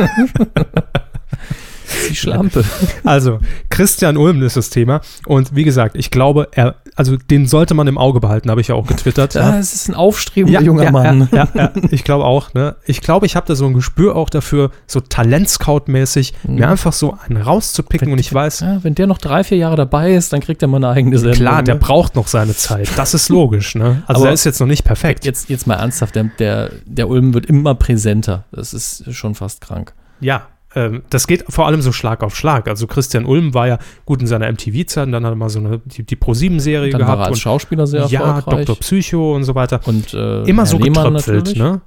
[SPEAKER 2] Die Schlampe.
[SPEAKER 1] Also, Christian Ulmen ist das Thema. Und wie gesagt, ich glaube, er, also den sollte man im Auge behalten, habe ich ja auch getwittert. ja.
[SPEAKER 2] Ah, es ist ein aufstrebender junger
[SPEAKER 1] ja,
[SPEAKER 2] Mann.
[SPEAKER 1] Ja, ja, ja. ich glaube auch. Ne? Ich glaube, ich habe da so ein Gespür auch dafür, so Talentscout-mäßig,
[SPEAKER 2] Mhm.
[SPEAKER 1] mir einfach so einen rauszupicken und ich weiß,
[SPEAKER 2] Ja, wenn der noch drei, vier Jahre dabei ist, dann kriegt er mal eine eigene Sendung.
[SPEAKER 1] klar, der
[SPEAKER 2] ne?
[SPEAKER 1] braucht noch seine Zeit. Das ist logisch. Ne? Also
[SPEAKER 2] Aber-
[SPEAKER 1] er ist jetzt noch nicht perfekt.
[SPEAKER 2] Jetzt, jetzt mal ernsthaft, der, der, der Ulm wird immer präsenter. Das ist schon fast krank.
[SPEAKER 1] Ja. ähm, Das geht vor allem so Schlag auf Schlag. Also Christian Ulm war ja gut in seiner MTV-Zeit, und dann hat er mal so eine die, die Pro-7-Serie
[SPEAKER 2] Dann war er
[SPEAKER 1] gehabt
[SPEAKER 2] als
[SPEAKER 1] und
[SPEAKER 2] Schauspieler sehr
[SPEAKER 1] ja,
[SPEAKER 2] erfolgreich.
[SPEAKER 1] Dr. Psycho und so weiter.
[SPEAKER 2] Und äh,
[SPEAKER 1] Immer
[SPEAKER 2] Herr
[SPEAKER 1] so
[SPEAKER 2] Lehmann
[SPEAKER 1] getröpfelt,
[SPEAKER 2] natürlich.
[SPEAKER 1] ne?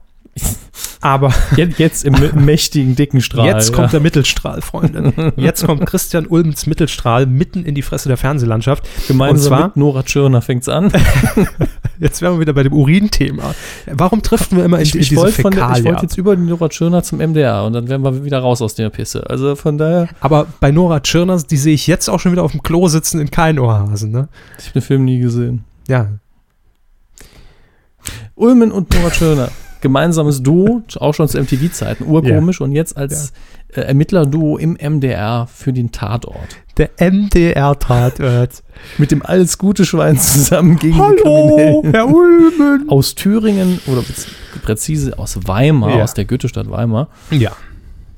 [SPEAKER 1] Aber
[SPEAKER 2] Jetzt, jetzt im mä- mächtigen, dicken Strahl.
[SPEAKER 1] Jetzt
[SPEAKER 2] ja.
[SPEAKER 1] kommt der Mittelstrahl, Freunde. Jetzt kommt Christian Ulms Mittelstrahl mitten in die Fresse der Fernsehlandschaft.
[SPEAKER 2] Gemeinsam
[SPEAKER 1] und zwar-
[SPEAKER 2] mit Nora Tschirner fängt's an.
[SPEAKER 1] Jetzt wären wir wieder bei dem Urin-Thema. Warum driften wir immer in, in diese
[SPEAKER 2] wollte von der- ich
[SPEAKER 1] Fäkalien?
[SPEAKER 2] wollte jetzt über die Nora Tschirner zum MDR und dann wären wir wieder raus aus der Pisse. Also von daher,
[SPEAKER 1] Aber bei Nora Tschirners, die sehe ich jetzt auch schon wieder auf dem Klo sitzen in kein Ohrhasen, ne?
[SPEAKER 2] ich habe den Film nie gesehen.
[SPEAKER 1] Ja.
[SPEAKER 2] Ulmen und Nora Tschirner. Gemeinsames Duo, auch schon zu MTV-Zeiten, urkomisch und jetzt als äh, Ermittlerduo im MDR für den Tatort.
[SPEAKER 1] Der MDR-Tatort.
[SPEAKER 2] mit dem alles gute Schwein zusammen gegen
[SPEAKER 1] Hallo, Herr Ulmen.
[SPEAKER 2] aus Thüringen oder bez- präzise aus Weimar,
[SPEAKER 1] Ja.
[SPEAKER 2] aus der Goethestadt Weimar,
[SPEAKER 1] Ja.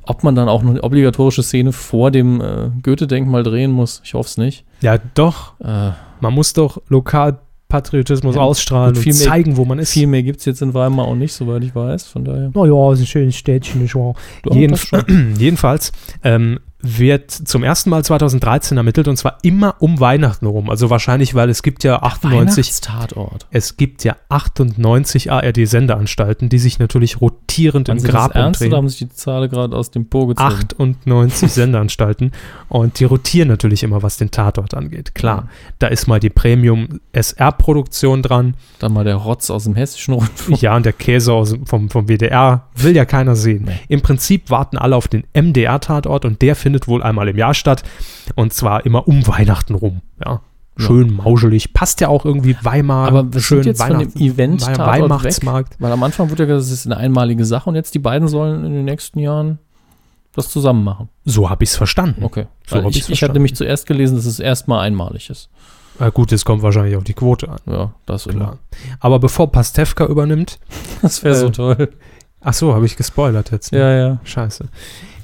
[SPEAKER 2] ob man dann auch noch eine obligatorische Szene vor dem äh, Goethe-Denkmal drehen muss. Ich hoffe es nicht.
[SPEAKER 1] Ja, doch.
[SPEAKER 2] Äh,
[SPEAKER 1] Man muss doch Lokalpatriotismus
[SPEAKER 2] Ja,
[SPEAKER 1] ausstrahlen
[SPEAKER 2] gut,
[SPEAKER 1] und
[SPEAKER 2] viel mehr-
[SPEAKER 1] zeigen, wo man ist.
[SPEAKER 2] viel mehr gibt es jetzt in Weimar auch nicht, soweit ich weiß. Von daher.
[SPEAKER 1] Naja, ist ein schönes Städtchen, nicht wahr?
[SPEAKER 2] Doch,
[SPEAKER 1] Jeden,
[SPEAKER 2] das schon.
[SPEAKER 1] jedenfalls ähm, wird zum ersten Mal 2013 ermittelt und zwar immer um Weihnachten rum. Also wahrscheinlich, weil es gibt ja 98
[SPEAKER 2] Tatort.
[SPEAKER 1] es gibt ja 98 ARD-Sendeanstalten, die sich natürlich rotierend im Grab
[SPEAKER 2] ernst oder
[SPEAKER 1] umdrehen.
[SPEAKER 2] haben sich die Zahlen gerade aus dem Po gezogen?
[SPEAKER 1] 98 Sendeanstalten und die rotieren natürlich immer, was den Tatort angeht. Klar, da ist mal die Premium-SR-Produktion dran,
[SPEAKER 2] Dann mal der Rotz aus dem hessischen Rundfunk.
[SPEAKER 1] ja, und der Käse aus, dem- vom, vom WDR, will ja keiner sehen.
[SPEAKER 2] Nee.
[SPEAKER 1] Im Prinzip warten alle auf den MDR-Tatort und der findet wohl einmal im Jahr statt und zwar immer um Weihnachten rum, ja. Schön mauschelig, passt ja auch irgendwie Weimar,
[SPEAKER 2] Aber wir
[SPEAKER 1] schön
[SPEAKER 2] sind jetzt von dem
[SPEAKER 1] Weihnachten-
[SPEAKER 2] Event-Tatort
[SPEAKER 1] Wei- Weihnachtsmarkt.
[SPEAKER 2] Weil am Anfang wurde ja gesagt, es ist eine einmalige Sache und jetzt die beiden sollen in den nächsten Jahren das zusammen machen.
[SPEAKER 1] So habe ich es verstanden.
[SPEAKER 2] Okay.
[SPEAKER 1] Hm. So
[SPEAKER 2] Weil
[SPEAKER 1] hab ich's
[SPEAKER 2] ich, ich hatte
[SPEAKER 1] verstanden.
[SPEAKER 2] nämlich zuerst gelesen, dass es erstmal einmalig ist.
[SPEAKER 1] Äh, gut, es kommt wahrscheinlich auf die Quote an.
[SPEAKER 2] Ja, das
[SPEAKER 1] Klar. Aber bevor Pastewka übernimmt,
[SPEAKER 2] immer. Das wäre so
[SPEAKER 1] Äh,
[SPEAKER 2] toll.
[SPEAKER 1] ach so, habe ich gespoilert jetzt. ne?
[SPEAKER 2] ja.
[SPEAKER 1] Scheiße.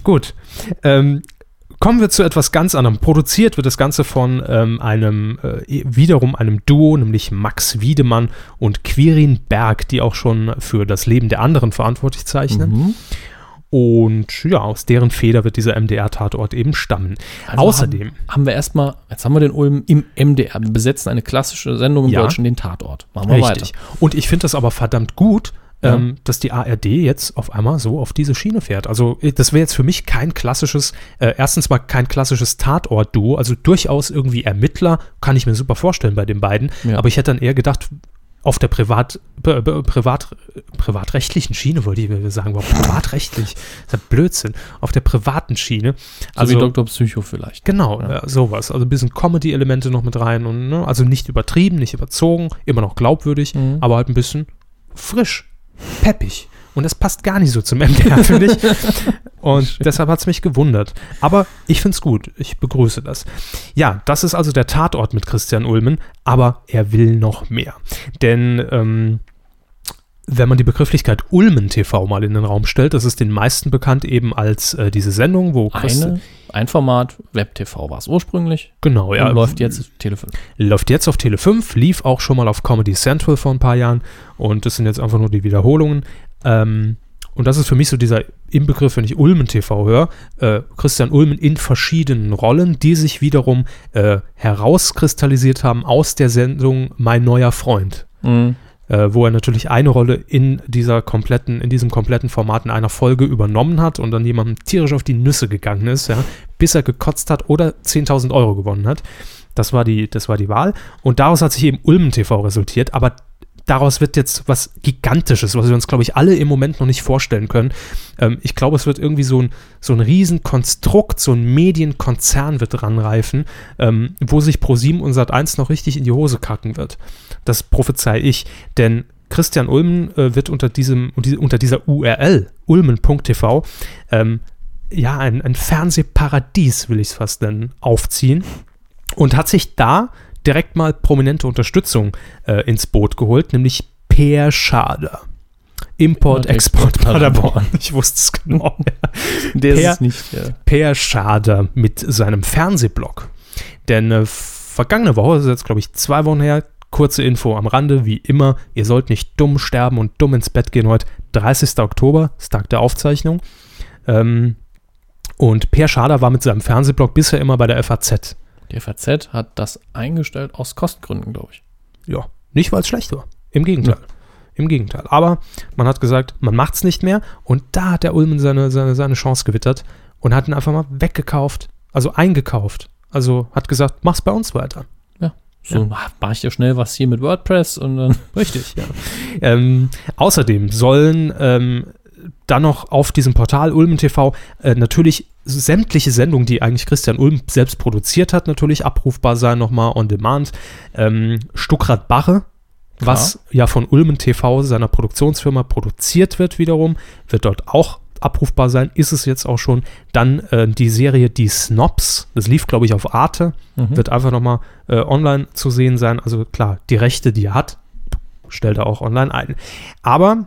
[SPEAKER 1] Gut. Ähm, kommen wir zu etwas ganz anderem. Produziert wird das Ganze von ähm, einem, äh, wiederum einem Duo, nämlich Max Wiedemann und Quirin Berg, die auch schon für das Leben der anderen verantwortlich zeichnen.
[SPEAKER 2] Mhm.
[SPEAKER 1] Und ja, aus deren Feder wird dieser MDR-Tatort eben stammen.
[SPEAKER 2] Also
[SPEAKER 1] Außerdem.
[SPEAKER 2] Haben, haben wir erstmal, jetzt haben wir den Ulm im MDR. Wir besetzen eine klassische Sendung im
[SPEAKER 1] Ja.
[SPEAKER 2] Deutschen, den Tatort. Machen wir
[SPEAKER 1] Richtig.
[SPEAKER 2] weiter.
[SPEAKER 1] Und ich finde das aber verdammt gut,
[SPEAKER 2] Ja.
[SPEAKER 1] ähm, dass die ARD jetzt auf einmal so auf diese Schiene fährt. Also eh, das wäre jetzt für mich kein klassisches, äh, erstens mal kein klassisches Tatort-Duo, also durchaus irgendwie Ermittler, kann ich mir super vorstellen bei den beiden.
[SPEAKER 2] Ja.
[SPEAKER 1] Aber ich hätte dann eher gedacht, auf der privat, p- p- privat, privatrechtlichen Schiene wollte ich sagen, warum privatrechtlich? Das ist ja Blödsinn. Auf der privaten Schiene.
[SPEAKER 2] Also, wie Dr. Psycho vielleicht.
[SPEAKER 1] Genau,
[SPEAKER 2] Ja.
[SPEAKER 1] äh, sowas. Also ein bisschen Comedy-Elemente noch mit rein und ne? also nicht übertrieben, nicht überzogen, immer noch glaubwürdig,
[SPEAKER 2] Mhm.
[SPEAKER 1] aber halt ein bisschen frisch, peppig. Und das passt gar nicht so zum MDR, finde ich. Und deshalb hat es mich gewundert. Aber ich finde es gut. Ich begrüße das. Ja, das ist also der Tatort mit Christian Ulmen, aber er will noch mehr. Denn ähm, wenn man die Begrifflichkeit Ulmen TV mal in den Raum stellt, das ist den meisten bekannt eben als äh, diese Sendung, wo Christi-
[SPEAKER 2] Eine, ein Format, Web-TV war es ursprünglich
[SPEAKER 1] genau, ja,
[SPEAKER 2] und läuft jetzt Telefon.
[SPEAKER 1] Läuft jetzt auf Tele 5, lief auch schon mal auf Comedy Central vor ein paar Jahren und das sind jetzt einfach nur die Wiederholungen. Ähm, und das ist für mich so dieser Inbegriff, wenn ich Ulmen TV höre, äh, Christian Ulmen in verschiedenen Rollen, die sich wiederum äh, herauskristallisiert haben aus der Sendung Mein neuer Freund,
[SPEAKER 2] Mhm.
[SPEAKER 1] äh, wo er natürlich eine Rolle in dieser kompletten, in diesem kompletten Format in einer Folge übernommen hat und dann jemandem tierisch auf die Nüsse gegangen ist, ja, bis er gekotzt hat oder 10.000 Euro gewonnen hat. Das war die, das war die Wahl. Und daraus hat sich eben Ulmen TV resultiert, aber daraus wird jetzt was Gigantisches, was wir uns, glaube ich, alle im Moment noch nicht vorstellen können. Ähm, ich glaube, es wird irgendwie so ein, so ein Riesenkonstrukt, so ein Medienkonzern wird ranreifen, ähm, wo sich ProSieben und Sat1 noch richtig in die Hose kacken wird. Das prophezei ich, denn Christian Ulmen äh, wird unter, diesem, unter dieser URL, ulmen.tv, ähm, ja, ein, ein Fernsehparadies, will ich es fast nennen, aufziehen und hat sich da direkt mal prominente Unterstützung äh, ins Boot geholt, nämlich Per Schader. Import, Export, Paderborn. Ich wusste es genau.
[SPEAKER 2] Der
[SPEAKER 1] Per-
[SPEAKER 2] nicht. Ja.
[SPEAKER 1] Per Schader mit seinem Fernsehblog. Denn äh, vergangene Woche, das ist jetzt glaube ich zwei Wochen her, kurze Info am Rande, wie immer, ihr sollt nicht dumm sterben und dumm ins Bett gehen heute, 30. Oktober, ist Tag der Aufzeichnung. Ähm, und Per Schader war mit seinem Fernsehblog bisher immer bei der FAZ.
[SPEAKER 2] Der FAZ hat das eingestellt aus Kostengründen, glaube ich.
[SPEAKER 1] Ja, nicht weil es schlecht war. Im Gegenteil. Im Gegenteil. Aber man hat gesagt, man macht es nicht mehr. Und da hat der Ulmen seine, seine, seine Chance gewittert und hat ihn einfach mal weggekauft. Also eingekauft. Also hat gesagt, mach's bei uns weiter.
[SPEAKER 2] So, ah, mach ich ja schnell was hier mit WordPress und dann.
[SPEAKER 1] Richtig, ja. ähm, außerdem sollen ähm, dann noch auf diesem Portal Ulmen TV äh, natürlich sämtliche Sendungen, die eigentlich Christian Ulm selbst produziert hat, natürlich abrufbar sein, nochmal on demand. Ähm, Stuckrad Barre, was ja von Ulmen TV, seiner Produktionsfirma, produziert wird wiederum, wird dort auch abrufbar sein, ist es jetzt auch schon. Dann äh, die Serie Die Snobs, das lief, glaube ich, auf Arte, wird einfach nochmal äh, online zu sehen sein. Also klar, die Rechte, die er hat, stellt er auch online ein. Aber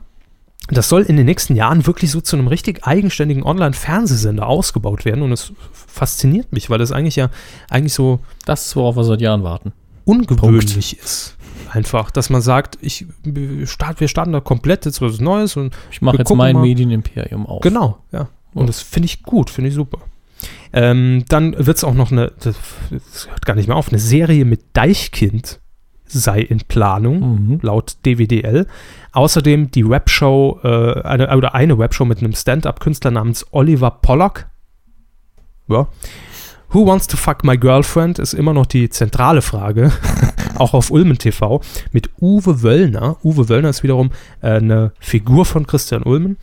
[SPEAKER 1] das soll in den nächsten Jahren wirklich so zu einem richtig eigenständigen Online-Fernsehsender ausgebaut werden und es fasziniert mich, weil das eigentlich ja eigentlich so
[SPEAKER 2] Das ist, worauf wir seit Jahren warten.
[SPEAKER 1] ungewöhnlich ist. Einfach, dass man sagt, ich, wir starten- wir starten da komplett jetzt was Neues und genau,
[SPEAKER 2] Ich mache
[SPEAKER 1] Wir
[SPEAKER 2] jetzt
[SPEAKER 1] gucken
[SPEAKER 2] mein
[SPEAKER 1] mal.
[SPEAKER 2] Medienimperium auf.
[SPEAKER 1] Genau, ja. Und das finde ich gut, finde ich super. Ähm, dann wird es auch noch eine, das, das hört gar nicht mehr auf, eine Serie mit Deichkind sei in Planung,
[SPEAKER 2] Mhm.
[SPEAKER 1] laut DWDL. Außerdem die Webshow, äh, eine, oder eine Webshow mit einem Stand-Up-Künstler namens Oliver Pollock. Ja. Who Wants to Fuck My Girlfriend ist immer noch die zentrale Frage, auch auf Ulmen TV, mit Uwe Wöllner. Uwe Wöllner ist wiederum äh, eine Figur von Christian Ulmen.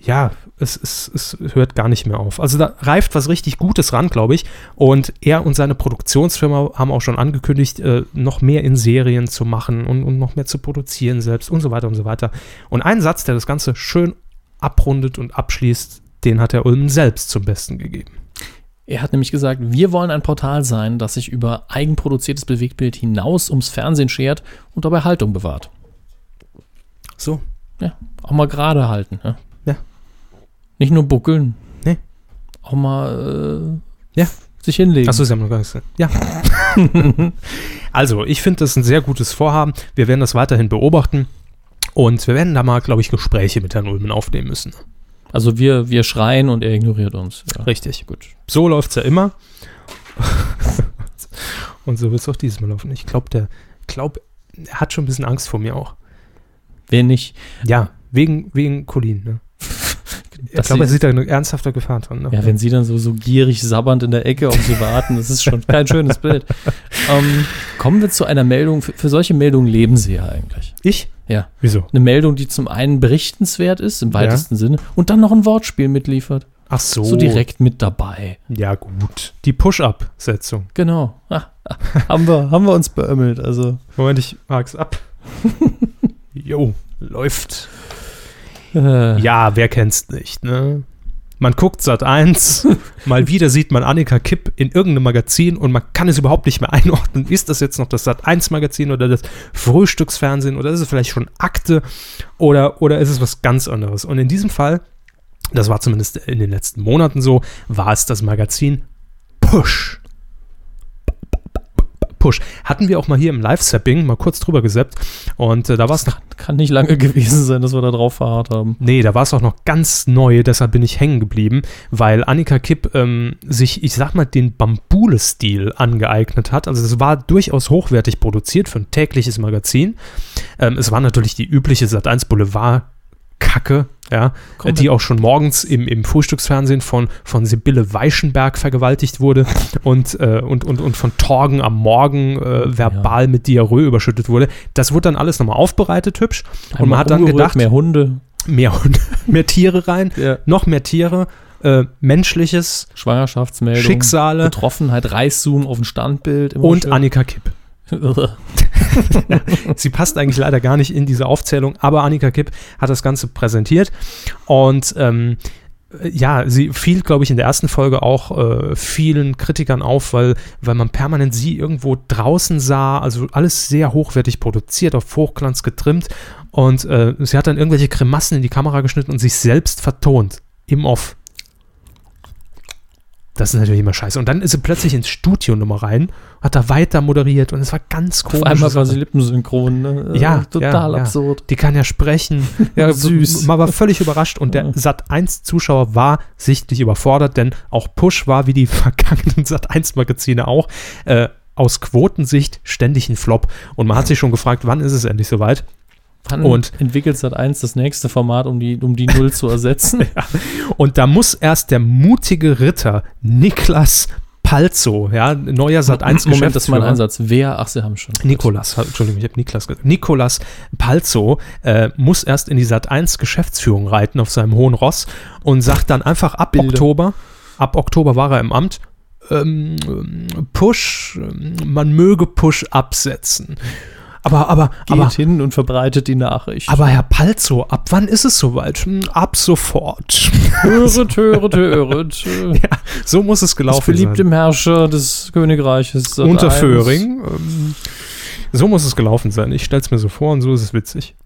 [SPEAKER 1] Ja, es, es, es hört gar nicht mehr auf. Also da reift was richtig Gutes ran, glaube ich. Und er und seine Produktionsfirma haben auch schon angekündigt, äh, noch mehr in Serien zu machen und, und noch mehr zu produzieren selbst und so weiter und so weiter. Und einen Satz, der das Ganze schön abrundet und abschließt, den hat der Ulmen selbst zum Besten gegeben.
[SPEAKER 2] Er hat nämlich gesagt, wir wollen ein Portal sein, das sich über eigenproduziertes Bewegtbild hinaus ums Fernsehen schert und dabei Haltung bewahrt.
[SPEAKER 1] So,
[SPEAKER 2] Ja, auch mal gerade halten. Ja.
[SPEAKER 1] Ja.
[SPEAKER 2] Nicht nur buckeln.
[SPEAKER 1] Nee.
[SPEAKER 2] Auch mal äh,
[SPEAKER 1] Ja.
[SPEAKER 2] sich hinlegen.
[SPEAKER 1] Achso, Sie haben noch gar nichts gesagt. Ja. also, ich finde das ein sehr gutes Vorhaben. Wir werden das weiterhin beobachten. Und wir werden da mal, glaube ich, Gespräche mit Herrn Ulmen aufnehmen müssen.
[SPEAKER 2] Also wir, wir schreien und er ignoriert uns. Ja.
[SPEAKER 1] Richtig. Gut. So läuft es ja immer. Und so wird es auch dieses Mal laufen. Ich glaube, der glaub, er hat schon ein bisschen Angst vor mir auch.
[SPEAKER 2] Wer nicht.
[SPEAKER 1] Ja, wegen, wegen Colin. Ne? Ich
[SPEAKER 2] Dass
[SPEAKER 1] glaube, er
[SPEAKER 2] sie,
[SPEAKER 1] sieht da eine ernsthafte Gefahr dran. Ne?
[SPEAKER 2] ja, wenn sie dann so, so gierig sabbernd in der Ecke auf sie warten, das ist schon kein schönes Bild. Ähm, kommen wir zu einer Meldung. Für, für solche Meldungen leben sie ja eigentlich.
[SPEAKER 1] ich?
[SPEAKER 2] Ja.
[SPEAKER 1] Wieso?
[SPEAKER 2] Eine Meldung, die zum einen berichtenswert ist, im weitesten Sinne, und dann noch ein Wortspiel mitliefert.
[SPEAKER 1] Ach so.
[SPEAKER 2] So direkt mit dabei.
[SPEAKER 1] Ja, gut. Die Push-Up-Setzung.
[SPEAKER 2] Genau. Ah, ah, haben, wir, haben wir uns beömmelt. Also.
[SPEAKER 1] Moment, ich mag's ab. jo, läuft.
[SPEAKER 2] Äh,
[SPEAKER 1] Ja, wer kennt's nicht, ne? Man guckt Sat 1, mal wieder sieht man Annika Kipp in irgendeinem Magazin und man kann es überhaupt nicht mehr einordnen. Ist das jetzt noch das Sat 1 Magazin oder das Frühstücksfernsehen oder ist es vielleicht schon Akte oder, oder ist es was ganz anderes? Und in diesem Fall, das war zumindest in den letzten Monaten so, war es das Magazin Push. Push. Hatten wir auch mal hier im Live-Sapping mal kurz drüber gesappt und äh, da war es noch
[SPEAKER 2] Kann, kann nicht lange gewesen sein, dass wir da drauf verharrt haben.
[SPEAKER 1] Nee, da war es auch noch ganz neu, deshalb bin ich hängen geblieben, weil Annika Kipp ähm, sich, ich sag mal, den Bambule-Stil angeeignet hat. Also es war durchaus hochwertig produziert für ein tägliches Magazin. Ähm, es war natürlich die übliche Sat1 Boulevard-Kacke, ja,
[SPEAKER 2] Komplett.
[SPEAKER 1] die auch schon morgens im, im Frühstücksfernsehen von, von Sibylle Weichenberg vergewaltigt wurde und, äh, und, und, und von Torgen am Morgen äh, verbal mit Diarrhoe überschüttet wurde. Das wurde dann alles nochmal aufbereitet, hübsch. Und man
[SPEAKER 2] Einmal
[SPEAKER 1] hat dann
[SPEAKER 2] umgerührt,
[SPEAKER 1] gedacht,
[SPEAKER 2] mehr Hunde,
[SPEAKER 1] mehr Hunde, mehr Tiere rein, noch mehr Tiere, äh, menschliches
[SPEAKER 2] Schwangerschaftsmeldung,
[SPEAKER 1] Schicksale
[SPEAKER 2] Betroffenheit, Reißzoom auf ein Standbild. immer
[SPEAKER 1] und
[SPEAKER 2] schön.
[SPEAKER 1] Annika Kipp. Sie passt eigentlich leider gar nicht in diese Aufzählung, aber Annika Kipp hat das Ganze präsentiert und ähm, ja, sie fiel, glaube ich, in der ersten Folge auch äh, vielen Kritikern auf, weil, weil man permanent sie irgendwo draußen sah. Also alles sehr hochwertig produziert, auf Hochglanz getrimmt. Und äh, sie hat dann irgendwelche Grimassen in die Kamera geschnitten und sich selbst vertont. Im Off. Das ist natürlich immer scheiße. Und dann ist sie plötzlich ins Studio nochmal rein, hat da weiter moderiert und es war ganz komisch.
[SPEAKER 2] Auf einmal war sie lippensynchron. Ne? Äh,
[SPEAKER 1] Ja,
[SPEAKER 2] Total
[SPEAKER 1] ja, ja.
[SPEAKER 2] absurd.
[SPEAKER 1] Die kann ja sprechen. Ja,
[SPEAKER 2] Süß.
[SPEAKER 1] süß. Man war völlig überrascht und der Sat1-Zuschauer war sichtlich überfordert, denn auch Push war wie die vergangenen Sat1-Magazine auch äh, aus Quotensicht ständig ein Flop. Und man hat sich schon gefragt, wann ist es endlich soweit?
[SPEAKER 2] Wann
[SPEAKER 1] Und-
[SPEAKER 2] entwickelt Sat 1 das nächste Format, um die, um die Null zu ersetzen?
[SPEAKER 1] Und da muss erst der mutige Ritter Niklas Palzo, ja, neuer Sat1
[SPEAKER 2] Moment, das ist mein Einsatz. Wer? Ach, sie haben schon.
[SPEAKER 1] Nikolas, ha- Entschuldigung, ich habe Niklas gesagt. Nikolas Palzo äh, muss erst in die Sat1 Geschäftsführung reiten auf seinem hohen Ross und sagt dann einfach ab
[SPEAKER 2] Bilder.
[SPEAKER 1] Oktober, ab Oktober war er im Amt, ähm, ähm, Push, ähm, man möge Push absetzen. Aber, aber,
[SPEAKER 2] Geht
[SPEAKER 1] aber,
[SPEAKER 2] hin und verbreitet die Nachricht.
[SPEAKER 1] aber Herr Palzo, ab wann ist es soweit? Hm, Ab sofort.
[SPEAKER 2] höret, höret, höret. äh,
[SPEAKER 1] so muss es
[SPEAKER 2] Das
[SPEAKER 1] gelaufen sein.
[SPEAKER 2] beliebte Herrscher des Königreiches. Sat.1.
[SPEAKER 1] Unterföhring. Ähm, so muss es gelaufen sein. Ich stell's mir so vor und so ist es witzig.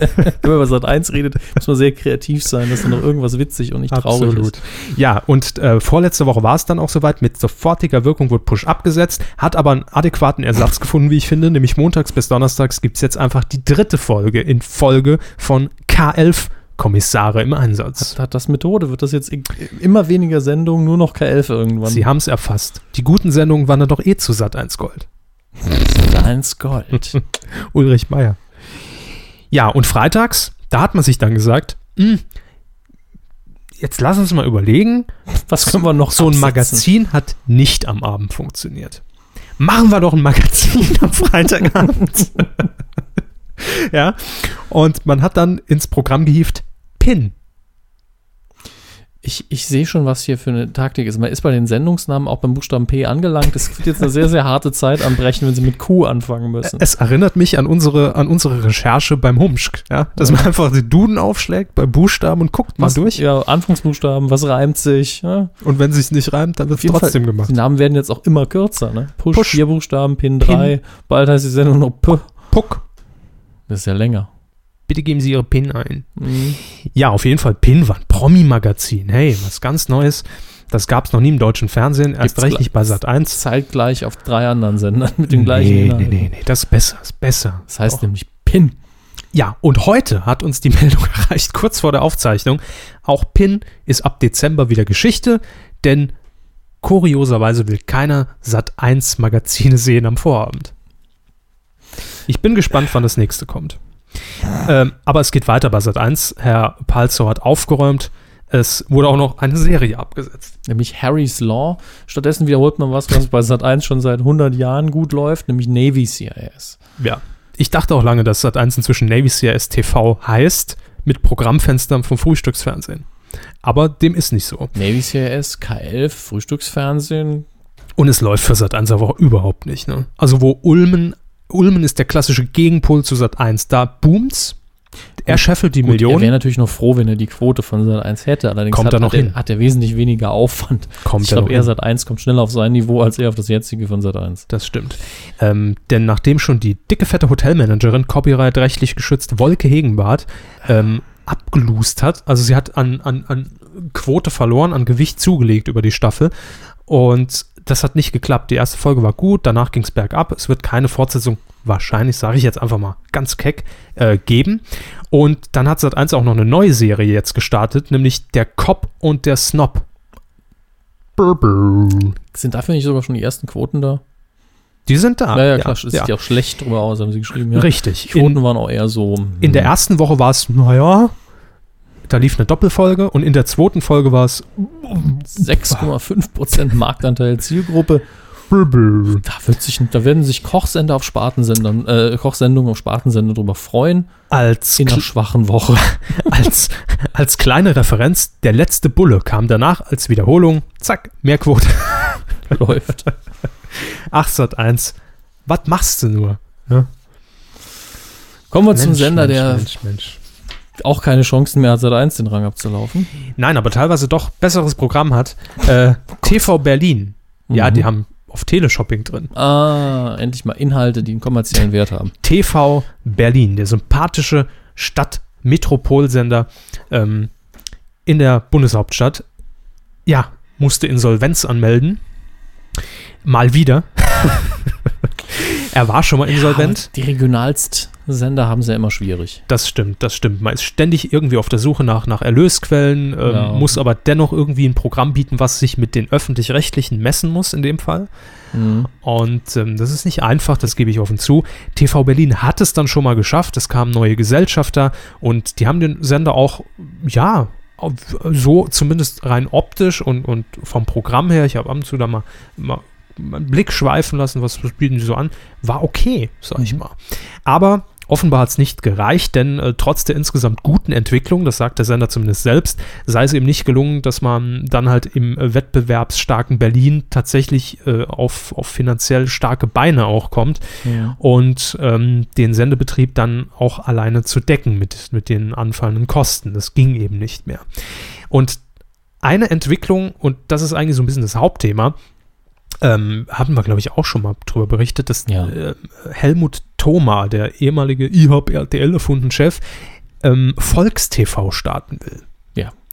[SPEAKER 2] Wenn man über Sat 1 redet, muss man sehr kreativ sein, dass da noch irgendwas witzig und nicht traurig ist.
[SPEAKER 1] Ja, und äh, vorletzte Woche war es dann auch soweit. Mit sofortiger Wirkung wurde Push abgesetzt, hat aber einen adäquaten Ersatz gefunden, wie ich finde. Nämlich montags bis donnerstags gibt es jetzt einfach die dritte Folge in Folge von K11 Kommissare im Einsatz.
[SPEAKER 2] Hat, hat das Methode? Wird das jetzt i- immer weniger Sendungen, nur noch K11 irgendwann?
[SPEAKER 1] Sie haben es erfasst. Die guten Sendungen waren dann doch eh zu satt 1 Gold.
[SPEAKER 2] eins Gold.
[SPEAKER 1] Ulrich Meier. Ja, und freitags, da hat man sich dann gesagt, "Hm, jetzt lass uns mal überlegen,
[SPEAKER 2] Was können wir noch
[SPEAKER 1] so ein
[SPEAKER 2] absetzen?
[SPEAKER 1] Magazin hat nicht am Abend funktioniert. Machen wir doch ein Magazin am Freitagabend. ja, und man hat dann ins Programm gehievt, Pin.
[SPEAKER 2] Ich, ich sehe schon, was hier für eine Taktik ist. Man ist bei den Sendungsnamen auch beim Buchstaben P angelangt. Es wird jetzt eine sehr, sehr harte Zeit anbrechen, wenn sie mit Q anfangen müssen.
[SPEAKER 1] Es erinnert mich an unsere, an unsere Recherche beim Humschk, ja? dass man einfach den Duden aufschlägt bei Buchstaben und guckt mal
[SPEAKER 2] was,
[SPEAKER 1] durch.
[SPEAKER 2] Ja, Anfangsbuchstaben, was reimt sich? Ja?
[SPEAKER 1] Und wenn es sich nicht reimt, dann wird
[SPEAKER 2] Auf
[SPEAKER 1] es
[SPEAKER 2] jeden
[SPEAKER 1] trotzdem
[SPEAKER 2] Fall,
[SPEAKER 1] gemacht.
[SPEAKER 2] Die Namen werden jetzt auch immer kürzer, ne? Push,
[SPEAKER 1] Push.
[SPEAKER 2] vier Buchstaben, Pin 3. Bald heißt die Sendung noch P.
[SPEAKER 1] Puck,
[SPEAKER 2] Das ist ja länger.
[SPEAKER 1] bitte geben Sie Ihre Pin ein.
[SPEAKER 2] Mhm.
[SPEAKER 1] Ja, auf jeden Fall Pin war ein Promi-Magazin. Hey, was ganz Neues. Das gab es noch nie im deutschen Fernsehen, erst
[SPEAKER 2] Gibt's
[SPEAKER 1] recht
[SPEAKER 2] gleich-
[SPEAKER 1] nicht bei Sat 1.
[SPEAKER 2] Zeitgleich auf drei anderen Sendern mit dem gleichen
[SPEAKER 1] nee,
[SPEAKER 2] Inhalt.
[SPEAKER 1] nee, nee, nee, das ist besser, ist besser.
[SPEAKER 2] Das heißt
[SPEAKER 1] Doch.
[SPEAKER 2] nämlich Pin.
[SPEAKER 1] Ja, und heute hat uns die Meldung erreicht, kurz vor der Aufzeichnung. Auch PIN ist ab Dezember wieder Geschichte, denn kurioserweise will keiner Sat1 Magazine sehen am Vorabend. Ich bin gespannt, wann das nächste kommt. Ähm, aber es geht weiter bei Sat1. Herr Palzow hat aufgeräumt. Es wurde auch noch eine Serie abgesetzt.
[SPEAKER 2] Nämlich Harry's Law. Stattdessen wiederholt man was, was bei Sat 1 schon seit 100 Jahren gut läuft, nämlich Navy CIS.
[SPEAKER 1] Ja. Ich dachte auch lange, dass Sat1 inzwischen Navy CRS TV heißt, mit Programmfenstern vom Frühstücksfernsehen. Aber dem ist nicht so.
[SPEAKER 2] Navy CIS, K11, Frühstücksfernsehen.
[SPEAKER 1] Und es läuft für Sat 1 aber auch überhaupt nicht. Ne? Also wo Ulmen, Ulmen ist der klassische Gegenpol zu Sat 1, da boomt's. Er scheffelt die
[SPEAKER 2] Gut, er wäre
[SPEAKER 1] Millionen.
[SPEAKER 2] natürlich noch froh, wenn er die Quote von Sat 1 hätte. Allerdings
[SPEAKER 1] Kommt
[SPEAKER 2] hat,
[SPEAKER 1] er noch
[SPEAKER 2] hat, er,
[SPEAKER 1] hin.
[SPEAKER 2] hat er wesentlich weniger Aufwand.
[SPEAKER 1] Kommt
[SPEAKER 2] ich
[SPEAKER 1] er
[SPEAKER 2] glaube,
[SPEAKER 1] noch
[SPEAKER 2] er
[SPEAKER 1] hin.
[SPEAKER 2] Sat 1 kommt schneller auf sein Niveau als er auf das jetzige von Sat 1.
[SPEAKER 1] Das stimmt. Ähm, denn nachdem schon die dicke, fette Hotelmanagerin copyright-rechtlich geschützt Wolke Hegenbart ähm, abgelust hat, also sie hat an, an, an Quote verloren, an Gewicht zugelegt über die Staffel und das hat nicht geklappt. Die erste Folge war gut, danach ging es bergab. Es wird keine Fortsetzung, wahrscheinlich, sage ich jetzt einfach mal ganz keck, äh, geben. Und dann hat Sat1 auch noch eine neue Serie jetzt gestartet, nämlich Der Cop und der Snob.
[SPEAKER 2] Sind dafür nicht sogar schon die ersten Quoten da?
[SPEAKER 1] Die sind da.
[SPEAKER 2] ja, Ah, ja, klar. Es sieht ja auch schlecht drüber aus, haben sie geschrieben. Ja. Die
[SPEAKER 1] Richtig.
[SPEAKER 2] Quoten waren auch eher so. hm.
[SPEAKER 1] In der ersten Woche war es, naja, da lief eine Doppelfolge und in der zweiten Folge war es
[SPEAKER 2] 6,5% Marktanteil Zielgruppe. Da, wird sich, da werden sich Kochsender auf Spartensendern, äh, Kochsendungen auf Spartensender drüber freuen.
[SPEAKER 1] als,
[SPEAKER 2] In einer schwachen Woche.
[SPEAKER 1] als, als kleine Referenz, der letzte Bulle kam danach als Wiederholung, zack, mehr Quote.
[SPEAKER 2] läuft.
[SPEAKER 1] Ach, Sat 1, was machst du nur?
[SPEAKER 2] Kommen wir zum Sender,
[SPEAKER 1] Mensch,
[SPEAKER 2] der
[SPEAKER 1] Mensch, Mensch.
[SPEAKER 2] auch keine Chancen mehr hat, seit 1 den Rang abzulaufen.
[SPEAKER 1] Nein, aber teilweise doch besseres Programm hat. Äh, TV Berlin. Ja,
[SPEAKER 2] Mhm.
[SPEAKER 1] die haben auf Teleshopping drin.
[SPEAKER 2] Ah, endlich mal Inhalte, die einen kommerziellen Wert haben.
[SPEAKER 1] TV Berlin, der sympathische Stadt-Metropolsender ähm, in der Bundeshauptstadt, ja, musste Insolvenz anmelden. Mal wieder. er war schon mal insolvent.
[SPEAKER 2] Aber Die regionalst Sender haben sie ja immer schwierig.
[SPEAKER 1] Das stimmt, das stimmt. Man ist ständig irgendwie auf der Suche nach, nach Erlösquellen, ähm,
[SPEAKER 2] Ja.
[SPEAKER 1] muss aber dennoch irgendwie ein Programm bieten, was sich mit den öffentlich-rechtlichen messen muss in dem Fall.
[SPEAKER 2] Mhm.
[SPEAKER 1] Und ähm, das ist nicht einfach, das gebe ich offen zu. TV Berlin hat es dann schon mal geschafft. Es kamen neue Gesellschafter und die haben den Sender auch, ja, auf- so zumindest rein optisch und, und vom Programm her, ich habe ab und zu da mal, mal meinen Blick schweifen lassen, was, was bieten sie so an, war okay, sag ich
[SPEAKER 2] Mhm.
[SPEAKER 1] mal. Aber offenbar hat es nicht gereicht, denn äh, trotz der insgesamt guten Entwicklung, das sagt der Sender zumindest selbst, sei es ihm nicht gelungen, dass man dann halt im äh, wettbewerbsstarken Berlin tatsächlich äh, auf, auf finanziell starke Beine auch kommt
[SPEAKER 2] Ja.
[SPEAKER 1] und ähm, den Sendebetrieb dann auch alleine zu decken mit, mit den anfallenden Kosten. Das ging eben nicht mehr. Und eine Entwicklung, und das ist eigentlich so ein bisschen das Hauptthema, ähm, haben wir, glaube ich, auch schon mal drüber berichtet, dass
[SPEAKER 2] Ja.
[SPEAKER 1] äh, Helmut Thoma, der ehemalige IHOP RTL erfunden Chef, ähm, Volkstv starten will.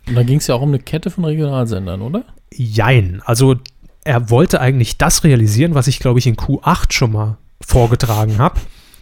[SPEAKER 2] Und da ging es ja auch um eine Kette von Regionalsendern, oder?
[SPEAKER 1] Jein. Also er wollte eigentlich das realisieren, was ich, glaube ich, in Q8 schon mal vorgetragen habe.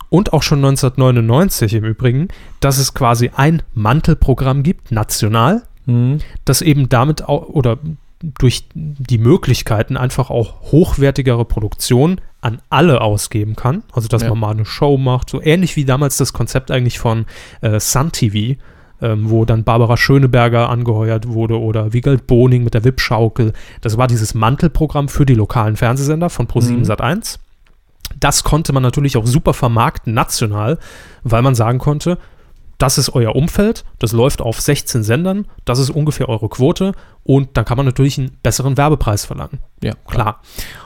[SPEAKER 1] und auch schon 1999 im Übrigen, dass es quasi ein Mantelprogramm gibt, national,
[SPEAKER 2] Mhm.
[SPEAKER 1] das eben damit auch, oder durch die Möglichkeiten einfach auch hochwertigere Produktion an alle ausgeben kann. Also, dass
[SPEAKER 2] Ja.
[SPEAKER 1] man mal eine Show macht, so ähnlich wie damals das Konzept eigentlich von äh, Sun TV, ähm, wo dann Barbara Schöneberger angeheuert wurde oder Wiegald Boning mit der Wippschaukel. Das war dieses Mantelprogramm für die lokalen Fernsehsender von Pro7
[SPEAKER 2] Mhm.
[SPEAKER 1] Sat1. Das konnte man natürlich auch super vermarkten, national, weil man sagen konnte, das ist euer Umfeld, das läuft auf 16 Sendern, das ist ungefähr eure Quote und dann kann man natürlich einen besseren Werbepreis verlangen.
[SPEAKER 2] Ja,
[SPEAKER 1] Klar.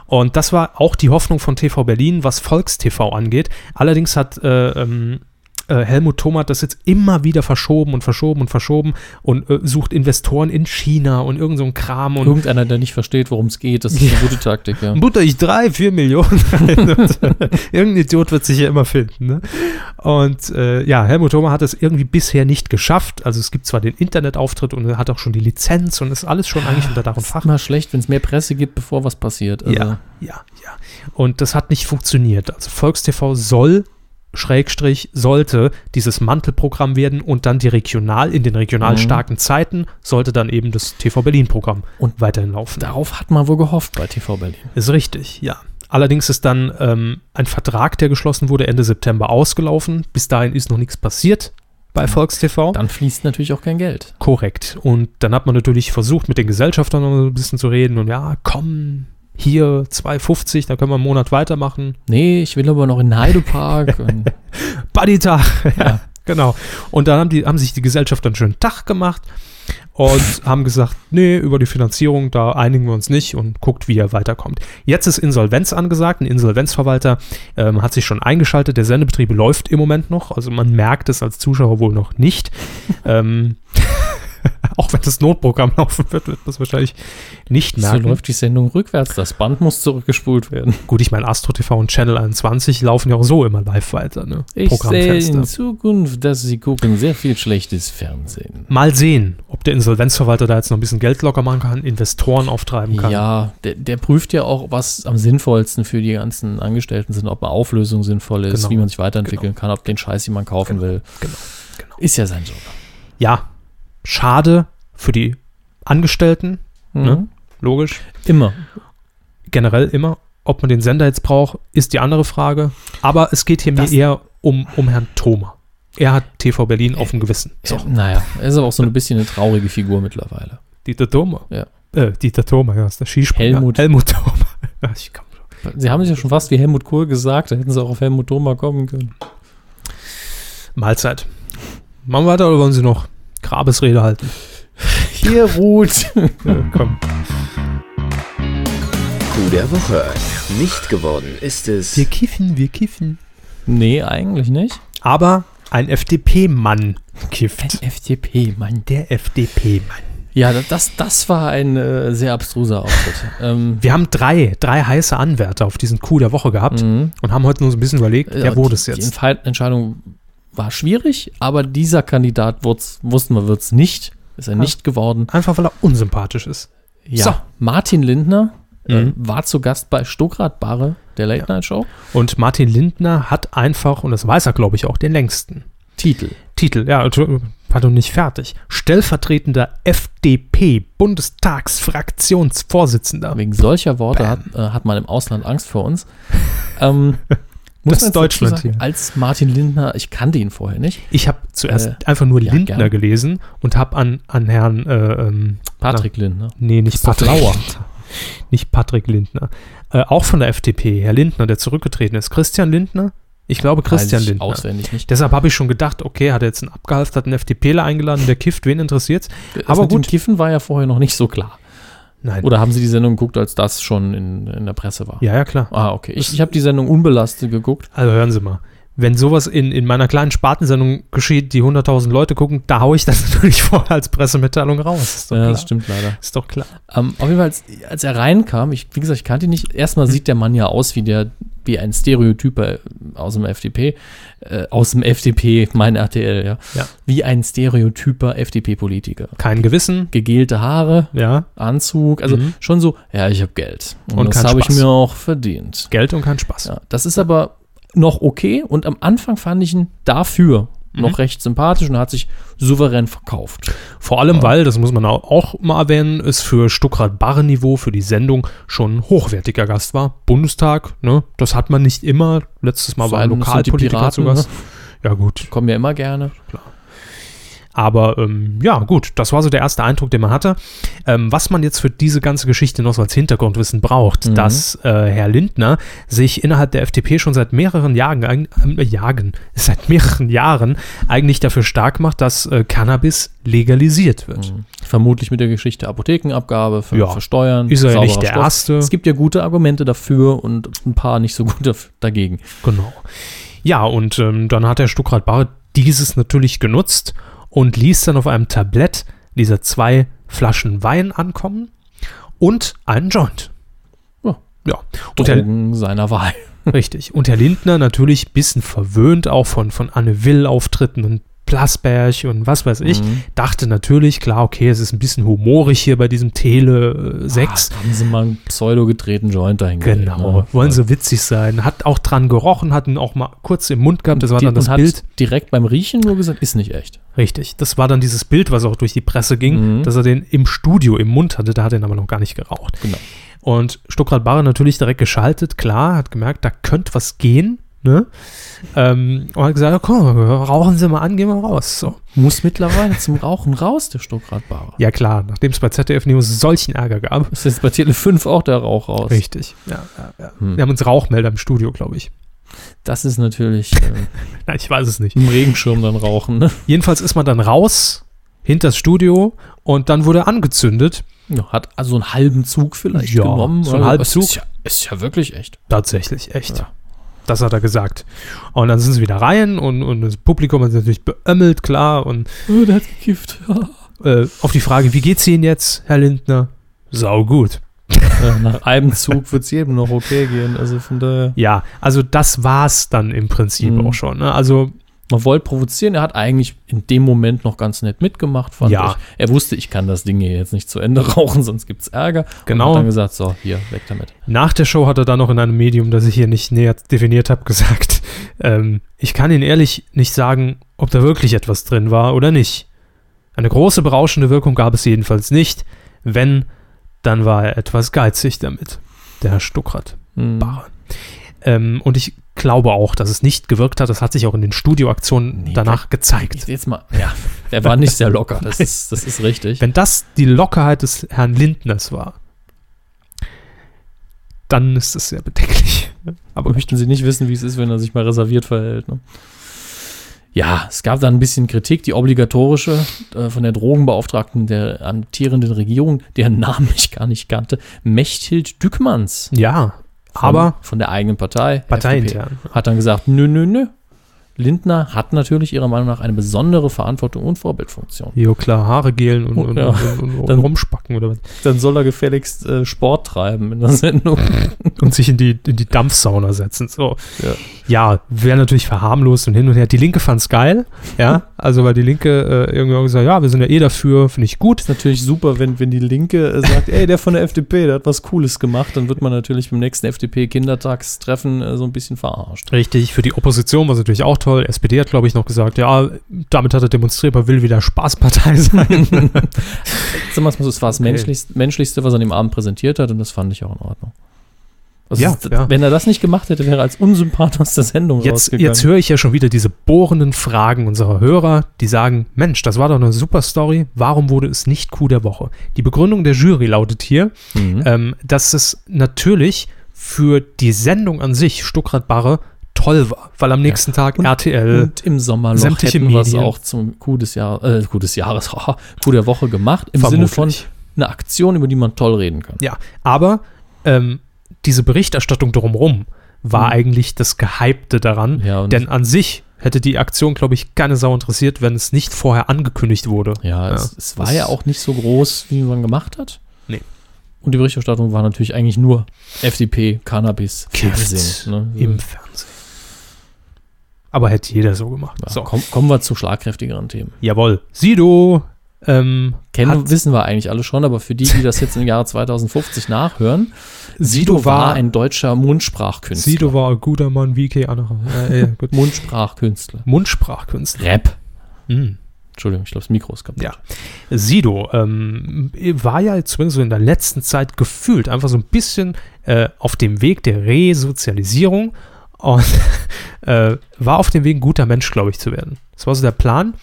[SPEAKER 1] Und das war auch die Hoffnung von TV Berlin, was Volkstv angeht. Allerdings hat äh, ähm, äh, Helmut Thomath das jetzt immer wieder verschoben und verschoben und verschoben und äh, sucht Investoren in China und irgend so ein Kram und
[SPEAKER 2] Irgendeiner, der nicht versteht, worum es geht, das ist eine gute Taktik, ja.
[SPEAKER 1] Butter ich drei, vier Millionen. Irgendein Idiot wird sich ja immer finden. Ne? Und äh, ja, Helmut Thoma hat es irgendwie bisher nicht geschafft. Also es gibt zwar den Internetauftritt und er hat auch schon die Lizenz und ist alles schon eigentlich unter Dach und Fach.
[SPEAKER 2] Immer schlecht, wenn es mehr Presse gibt, bevor was passiert. Also,
[SPEAKER 1] Ja, ja, ja. Und das hat nicht funktioniert. Also Volkstv soll, Schrägstrich, sollte dieses Mantelprogramm werden und dann die regional, in den regional
[SPEAKER 2] Mhm.
[SPEAKER 1] starken Zeiten sollte dann eben das TV Berlin-Programm
[SPEAKER 2] Und
[SPEAKER 1] weiterhin laufen.
[SPEAKER 2] Darauf hat man wohl gehofft bei TV Berlin.
[SPEAKER 1] Ist richtig, ja. Allerdings ist dann ähm, ein Vertrag, der geschlossen wurde, Ende September ausgelaufen. Bis dahin ist noch nichts passiert bei VolksTV.
[SPEAKER 2] Dann fließt natürlich auch kein Geld.
[SPEAKER 1] Mhm. Korrekt. Und dann hat man natürlich versucht, mit den Gesellschaftern noch ein bisschen zu reden und ja, komm, hier 2,50, dann können wir einen Monat weitermachen.
[SPEAKER 2] Nee, ich will aber noch in den Heidepark. und,
[SPEAKER 1] Buddy-Tag.
[SPEAKER 2] Ja.
[SPEAKER 1] Ja, genau. Und dann haben, die, haben sich die Gesellschafter einen schönen Tag gemacht und haben gesagt, nee, über die Finanzierung, da einigen wir uns nicht und guckt, wie ihr weiterkommt. Jetzt ist Insolvenz angesagt. Ein Insolvenzverwalter ähm, hat sich schon eingeschaltet. Der Sendebetrieb läuft im Moment noch. Also man merkt es als Zuschauer wohl noch nicht. ähm, auch wenn das Notprogramm laufen wird, wird man es wahrscheinlich nicht
[SPEAKER 2] so
[SPEAKER 1] merken.
[SPEAKER 2] läuft die Sendung rückwärts. Das Band muss zurückgespult werden.
[SPEAKER 1] Gut, ich meine, Astro TV und Channel 21 laufen ja auch so immer live weiter. Ne?
[SPEAKER 2] Ich sehe
[SPEAKER 1] Programmfenster.
[SPEAKER 2] in Zukunft, dass Sie gucken sehr viel schlechtes Fernsehen.
[SPEAKER 1] Mal sehen, ob der Insolvenzverwalter da jetzt noch ein bisschen Geld locker machen kann, Investoren auftreiben kann.
[SPEAKER 2] Ja, der, der prüft ja auch, was am sinnvollsten für die ganzen Angestellten sind, ob eine Auflösung sinnvoll ist,
[SPEAKER 1] Genau.
[SPEAKER 2] wie man sich weiterentwickeln kann, ob den Scheiß jemand kaufen will.
[SPEAKER 1] genau, genau.
[SPEAKER 2] Ist ja sein Job.
[SPEAKER 1] Ja, schade für die Angestellten,
[SPEAKER 2] Mhm.
[SPEAKER 1] Ne? logisch.
[SPEAKER 2] Immer.
[SPEAKER 1] Generell immer. Ob man den Sender jetzt braucht, ist die andere Frage. Aber es geht hier
[SPEAKER 2] Das-
[SPEAKER 1] mir eher um, um Herrn Thoma. Er hat TV Berlin auf dem Gewissen.
[SPEAKER 2] So. Naja, er ist aber auch so ein bisschen eine traurige Figur mittlerweile.
[SPEAKER 1] Dieter Thoma.
[SPEAKER 2] Ja.
[SPEAKER 1] Äh, Dieter Thoma, ja, ist der Skispringer.
[SPEAKER 2] Helmut.
[SPEAKER 1] Helmut Thoma. Ja, ich komm.
[SPEAKER 2] Sie haben es ja schon fast wie Helmut Kohl gesagt, da hätten sie auch auf Helmut Thoma kommen können.
[SPEAKER 1] Mahlzeit. Machen wir weiter oder wollen Sie noch Grabesrede halten?
[SPEAKER 2] Hier ruht.
[SPEAKER 1] Ja, komm.
[SPEAKER 3] Coup der Woche. Nicht geworden ist es.
[SPEAKER 1] kiffen, wir kiffen.
[SPEAKER 2] nee, eigentlich nicht.
[SPEAKER 1] aber ein FDP-Mann kifft.
[SPEAKER 2] FDP, Mann.
[SPEAKER 1] Der FDP-Mann.
[SPEAKER 2] Ja, das, das war ein äh, sehr abstruser Auftritt. ähm,
[SPEAKER 1] Wir haben drei, drei heiße Anwärter auf diesen Coup der Woche gehabt
[SPEAKER 2] mhm.
[SPEAKER 1] und haben heute nur so ein bisschen überlegt,
[SPEAKER 2] Ja,
[SPEAKER 1] wer wurde es
[SPEAKER 2] die- Die
[SPEAKER 1] jetzt?
[SPEAKER 2] Entfei- Entscheidung war schwierig, aber dieser Kandidat wurd's, wussten wir, wird es nicht. Ist er nicht geworden.
[SPEAKER 1] Einfach weil er unsympathisch ist.
[SPEAKER 2] Ja.
[SPEAKER 1] So.
[SPEAKER 2] Martin Lindner äh,
[SPEAKER 1] Mhm.
[SPEAKER 2] war zu Gast bei Stuckrad Barre, der Late Night Show.
[SPEAKER 1] Und Martin Lindner hat einfach, und das weiß er, glaube ich, auch, den längsten
[SPEAKER 2] Titel.
[SPEAKER 1] Titel. Ja, Entschuldigung, war doch nicht fertig. Stellvertretender FDP-Bundestagsfraktionsvorsitzender.
[SPEAKER 2] Wegen solcher Worte hat, äh, hat man im Ausland Angst vor uns. ähm,
[SPEAKER 1] Das ist
[SPEAKER 2] dazu
[SPEAKER 1] Deutschland hier.
[SPEAKER 2] Als Martin Lindner, ich kannte ihn vorher nicht.
[SPEAKER 1] Ich habe zuerst
[SPEAKER 2] Äh,
[SPEAKER 1] einfach nur
[SPEAKER 2] ja,
[SPEAKER 1] Lindner
[SPEAKER 2] gern.
[SPEAKER 1] gelesen und habe an, an Herrn äh, ähm,
[SPEAKER 2] Patrick Lindner.
[SPEAKER 1] Nee, nicht
[SPEAKER 2] Christoph
[SPEAKER 1] Patrick
[SPEAKER 2] Lauer.
[SPEAKER 1] Lindner. Nicht Patrick Lindner. Äh, auch von der FDP, Herr Lindner, der zurückgetreten ist. Christian Lindner? Ich glaube Christian
[SPEAKER 2] Weiß ich
[SPEAKER 1] Lindner.
[SPEAKER 2] Auswendig nicht.
[SPEAKER 1] Deshalb habe ich schon gedacht, okay, hat er jetzt einen abgehalfterten FDPler eingeladen, der kifft, wen interessiert's?
[SPEAKER 2] Das
[SPEAKER 1] aber
[SPEAKER 2] mit dem
[SPEAKER 1] gut.
[SPEAKER 2] Kiffen war ja vorher noch nicht so klar.
[SPEAKER 1] Nein.
[SPEAKER 2] Oder haben Sie die Sendung geguckt, als das schon in, in der Presse war?
[SPEAKER 1] ja, ja, klar.
[SPEAKER 2] Ah, okay. Ich, ich habe die Sendung unbelastet geguckt.
[SPEAKER 1] Also hören Sie mal. Wenn sowas in, in meiner kleinen Spartensendung geschieht, die 100.000 Leute gucken, da haue ich das natürlich vorher als Pressemitteilung raus. Ist doch
[SPEAKER 2] Ja,
[SPEAKER 1] klar.
[SPEAKER 2] das stimmt leider.
[SPEAKER 1] Ist doch klar.
[SPEAKER 2] Ähm, auf jeden Fall, als, als er reinkam, ich, wie gesagt, ich kannte ihn nicht.
[SPEAKER 1] Hm.
[SPEAKER 2] Erstmal sieht der Mann ja aus wie der, wie ein Stereotyper aus dem FDP, äh, aus dem FDP, mein RTL, ja.
[SPEAKER 1] Ja.
[SPEAKER 2] Wie ein Stereotyper FDP-Politiker.
[SPEAKER 1] Kein Gewissen,
[SPEAKER 2] Gegelte Haare,
[SPEAKER 1] ja,
[SPEAKER 2] Anzug, also
[SPEAKER 1] Mhm.
[SPEAKER 2] schon so, ja, ich habe Geld. Und,
[SPEAKER 1] Und
[SPEAKER 2] das
[SPEAKER 1] keinen
[SPEAKER 2] habe ich
[SPEAKER 1] Spaß.
[SPEAKER 2] mir auch verdient.
[SPEAKER 1] Geld und kein Spaß.
[SPEAKER 2] Ja, das ist aber noch okay und am Anfang fand ich ihn dafür
[SPEAKER 1] Mhm.
[SPEAKER 2] noch recht sympathisch und hat sich souverän verkauft.
[SPEAKER 1] Vor allem, weil, das muss man au- auch mal erwähnen, es für Stuckrad Barreniveau für die Sendung schon ein hochwertiger Gast war. Bundestag, ne? Das hat man nicht immer. Letztes Mal
[SPEAKER 2] Vor
[SPEAKER 1] war
[SPEAKER 2] allem sind die
[SPEAKER 1] Lokalpolitiker zu
[SPEAKER 2] Piraten, ne?
[SPEAKER 1] Gast. Ja, gut.
[SPEAKER 2] Kommen ja immer gerne.
[SPEAKER 1] Aber ähm, ja, gut, das war so der erste Eindruck, den man hatte. Ähm, was man jetzt für diese ganze Geschichte noch so als Hintergrundwissen
[SPEAKER 2] Mhm.
[SPEAKER 1] braucht, dass äh, Herr Lindner sich innerhalb der FDP schon seit mehreren Jahren, ein- äh, Jahren seit mehreren Jahren eigentlich dafür stark macht, dass äh, Cannabis legalisiert wird.
[SPEAKER 2] Vermutlich mit der Geschichte Apothekenabgabe, ver
[SPEAKER 1] Ja.
[SPEAKER 2] versteuern.
[SPEAKER 1] Ist er ja
[SPEAKER 2] sauberer
[SPEAKER 1] nicht der Erste.
[SPEAKER 2] Es gibt ja gute Argumente dafür und ein paar nicht so gute f- dagegen.
[SPEAKER 1] Genau. Ja, und ähm, dann hat der Stuckrad Barre dieses natürlich genutzt und ließ dann auf einem Tablett diese zwei Flaschen Wein ankommen und einen Joint.
[SPEAKER 2] Ja.
[SPEAKER 1] ja. Und der,
[SPEAKER 2] Drogen seiner Wahl.
[SPEAKER 1] richtig. Und Herr Lindner natürlich ein bisschen verwöhnt auch von, von Anne Will-Auftritten und Plasberg und was weiß ich.
[SPEAKER 2] Mhm.
[SPEAKER 1] Dachte natürlich, klar, okay, es ist ein bisschen humorig hier bei diesem äh, Tele-6.
[SPEAKER 2] Ah, haben sie mal einen pseudo getretenen Joint dahin ne?
[SPEAKER 1] Genau, wollen sie witzig sein. Hat auch dran gerochen, hatten auch mal kurz im Mund gehabt, das war
[SPEAKER 2] Die,
[SPEAKER 1] dann das
[SPEAKER 2] und hat
[SPEAKER 1] Bild.
[SPEAKER 2] direkt beim Riechen nur gesagt, ist nicht echt.
[SPEAKER 1] Richtig. Das war dann dieses Bild, was auch durch die Presse ging,
[SPEAKER 2] Mhm.
[SPEAKER 1] dass er den im Studio im Mund hatte. Da hat er ihn aber noch gar nicht geraucht.
[SPEAKER 2] Genau.
[SPEAKER 1] Und Stuckrad Barre natürlich direkt geschaltet, klar, hat gemerkt, da könnte was gehen. Ne? Ähm, und hat gesagt: ja, Komm, rauchen Sie mal an, gehen wir raus. So.
[SPEAKER 2] Muss mittlerweile zum Rauchen raus, der Stuckradbarer.
[SPEAKER 1] Ja, klar, nachdem es bei ZDF News solchen Ärger gab.
[SPEAKER 2] Ist jetzt bei Tele 5 auch der Rauch raus.
[SPEAKER 1] Richtig. Ja, ja, ja.
[SPEAKER 2] Hm.
[SPEAKER 1] Wir haben uns Rauchmelder im Studio, glaube ich.
[SPEAKER 2] Das ist natürlich äh,
[SPEAKER 1] Nein, ich weiß es nicht.
[SPEAKER 2] im Regenschirm dann rauchen. Ne?
[SPEAKER 1] Jedenfalls ist man dann raus, hinters Studio, und dann wurde er angezündet.
[SPEAKER 2] Ja, Hat also einen halben Zug vielleicht
[SPEAKER 1] Ja,
[SPEAKER 2] genommen.
[SPEAKER 1] so einen
[SPEAKER 2] oder?
[SPEAKER 1] halben
[SPEAKER 2] Es
[SPEAKER 1] Zug.
[SPEAKER 2] Ist ja, ist ja wirklich echt.
[SPEAKER 1] Tatsächlich, echt. Das hat er gesagt. Und dann sind sie wieder rein und, und das Publikum hat sich natürlich beömmelt, klar. Und
[SPEAKER 2] Oh, der hat gekifft.
[SPEAKER 1] äh, auf die Frage, wie geht's Ihnen jetzt, Herr Lindner? Sau gut.
[SPEAKER 2] Ja, Äh, Nach einem Zug wird es jedem noch okay gehen. Also von daher.
[SPEAKER 1] Ja, also das war's dann im Prinzip
[SPEAKER 2] Mhm.
[SPEAKER 1] auch schon. Ne? Also,
[SPEAKER 2] Man wollte provozieren. Er hat eigentlich in dem Moment noch ganz nett mitgemacht, fand
[SPEAKER 1] Ja.
[SPEAKER 2] ich. Er wusste, ich kann das Ding hier jetzt nicht zu Ende rauchen, sonst gibt es Ärger.
[SPEAKER 1] Genau.
[SPEAKER 2] Und hat dann gesagt, so, hier, weg damit.
[SPEAKER 1] nach der Show hat er dann noch in einem Medium, das ich hier nicht näher definiert habe, gesagt, ähm, ich kann Ihnen ehrlich nicht sagen, ob da wirklich etwas drin war oder nicht. Eine große berauschende Wirkung gab es jedenfalls nicht. Wenn, dann war er etwas geizig damit. Der Herr Stuckrad.
[SPEAKER 2] Hm.
[SPEAKER 1] Barren. Ähm, und ich glaube auch, dass es nicht gewirkt hat. Das hat sich auch in den Studioaktionen
[SPEAKER 2] Nee,
[SPEAKER 1] danach gezeigt.
[SPEAKER 2] Ich jetzt mal. Ja, er war nicht sehr locker. Das ist, das ist richtig.
[SPEAKER 1] Wenn das die Lockerheit des Herrn Lindners war, dann ist es sehr bedenklich.
[SPEAKER 2] Aber möchten Sie nicht wissen, wie es ist, wenn er sich mal reserviert verhält. Ne? Ja, es gab da ein bisschen Kritik, die obligatorische äh, von der Drogenbeauftragten der amtierenden Regierung, deren Namen ich gar nicht kannte, Mechthild Dückmanns.
[SPEAKER 1] Ja,
[SPEAKER 2] Von,
[SPEAKER 1] aber
[SPEAKER 2] Von der eigenen Partei. FDP,
[SPEAKER 1] parteiintern.
[SPEAKER 2] Hat dann gesagt, nö, nö, nö. Lindner hat natürlich ihrer Meinung nach eine besondere Verantwortung und Vorbildfunktion.
[SPEAKER 1] Jo, klar, Haare gelen und, und,
[SPEAKER 2] Oh, Ja.
[SPEAKER 1] und, und, und
[SPEAKER 2] Dann-
[SPEAKER 1] rumspacken oder was.
[SPEAKER 2] Dann soll er gefälligst äh, Sport treiben in der Sendung.
[SPEAKER 1] Und sich in die, in die Dampfsauna setzen. So.
[SPEAKER 2] Ja.
[SPEAKER 1] Ja, wäre natürlich verharmlost und hin und her. Die Linke fand's geil. Ja, also weil die Linke äh, irgendwie gesagt ja, wir sind ja eh dafür, finde ich gut.
[SPEAKER 2] Ist natürlich super, wenn, wenn die Linke äh, sagt, ey, der von der FDP, der hat was Cooles gemacht, dann wird man natürlich beim nächsten FDP-Kindertagstreffen äh, so ein bisschen verarscht.
[SPEAKER 1] Richtig, für die Opposition war es natürlich auch toll. SPD hat, glaube ich, noch gesagt, ja, damit hat er demonstriert, er will wieder Spaßpartei sein.
[SPEAKER 2] Sagen wir es mal so, es war das menschlichst, Menschlichste, was er an dem Abend präsentiert hat und das fand ich auch in Ordnung. Also
[SPEAKER 1] Ja,
[SPEAKER 2] es ist,
[SPEAKER 1] ja.
[SPEAKER 2] Wenn er das nicht gemacht hätte, wäre er als unsympath aus der Sendung
[SPEAKER 1] Jetzt,
[SPEAKER 2] rausgegangen.
[SPEAKER 1] jetzt höre ich ja schon wieder diese bohrenden Fragen unserer Hörer, die sagen, Mensch, das war doch eine super Story, warum wurde es nicht Coup der Woche? Die Begründung der Jury lautet hier,
[SPEAKER 2] Mhm.
[SPEAKER 1] ähm, dass es natürlich für die Sendung an sich, Stuckrad Barre, toll war, weil am nächsten Tag RTL
[SPEAKER 2] und im Sommerloch
[SPEAKER 1] Äh, sämtliche
[SPEAKER 2] hätten wir es
[SPEAKER 1] Medien.
[SPEAKER 2] auch zum Coup des Jahres, äh, Coup des Jahres, haha, Coup der Woche gemacht, im Sinne
[SPEAKER 1] Vermutlich.
[SPEAKER 2] von einer Aktion, über die man toll reden kann.
[SPEAKER 1] Ja, aber ähm, diese Berichterstattung drumherum war eigentlich das Gehypte daran.
[SPEAKER 2] Mhm. Ja, und-
[SPEAKER 1] denn an sich hätte die Aktion, glaube ich, keine Sau interessiert, wenn es nicht vorher angekündigt wurde.
[SPEAKER 2] Ja, Es, es war
[SPEAKER 1] das-
[SPEAKER 2] ja auch nicht so groß, wie man gemacht hat.
[SPEAKER 1] Nee.
[SPEAKER 2] Und die Berichterstattung war natürlich eigentlich nur FDP, Cannabis,
[SPEAKER 1] Gift
[SPEAKER 2] Fernsehen, ne?
[SPEAKER 1] im Fernsehen. Aber hätte jeder so gemacht.
[SPEAKER 2] ja,
[SPEAKER 1] so.
[SPEAKER 2] komm, kommen wir zu schlagkräftigeren Themen.
[SPEAKER 1] Jawohl. Sido Ähm,
[SPEAKER 2] Kennen
[SPEAKER 1] hat,
[SPEAKER 2] wissen wir eigentlich alle schon, aber für die, die das jetzt im Jahre 2050 nachhören, Sido war ein deutscher Mundsprachkünstler.
[SPEAKER 1] Sido war ein guter Mann wie kein anderer. Äh, äh, gut.
[SPEAKER 2] Mundsprachkünstler.
[SPEAKER 1] Mundsprachkünstler.
[SPEAKER 2] Rap.
[SPEAKER 1] Mhm.
[SPEAKER 2] Entschuldigung, ich glaube, das Mikro ist kaputt.
[SPEAKER 1] Ja. Sido ähm, war ja zumindest so in der letzten Zeit gefühlt einfach so ein bisschen äh, auf dem Weg der Resozialisierung und äh, war auf dem Weg, ein guter Mensch, glaube ich, zu werden. Das war so der Plan.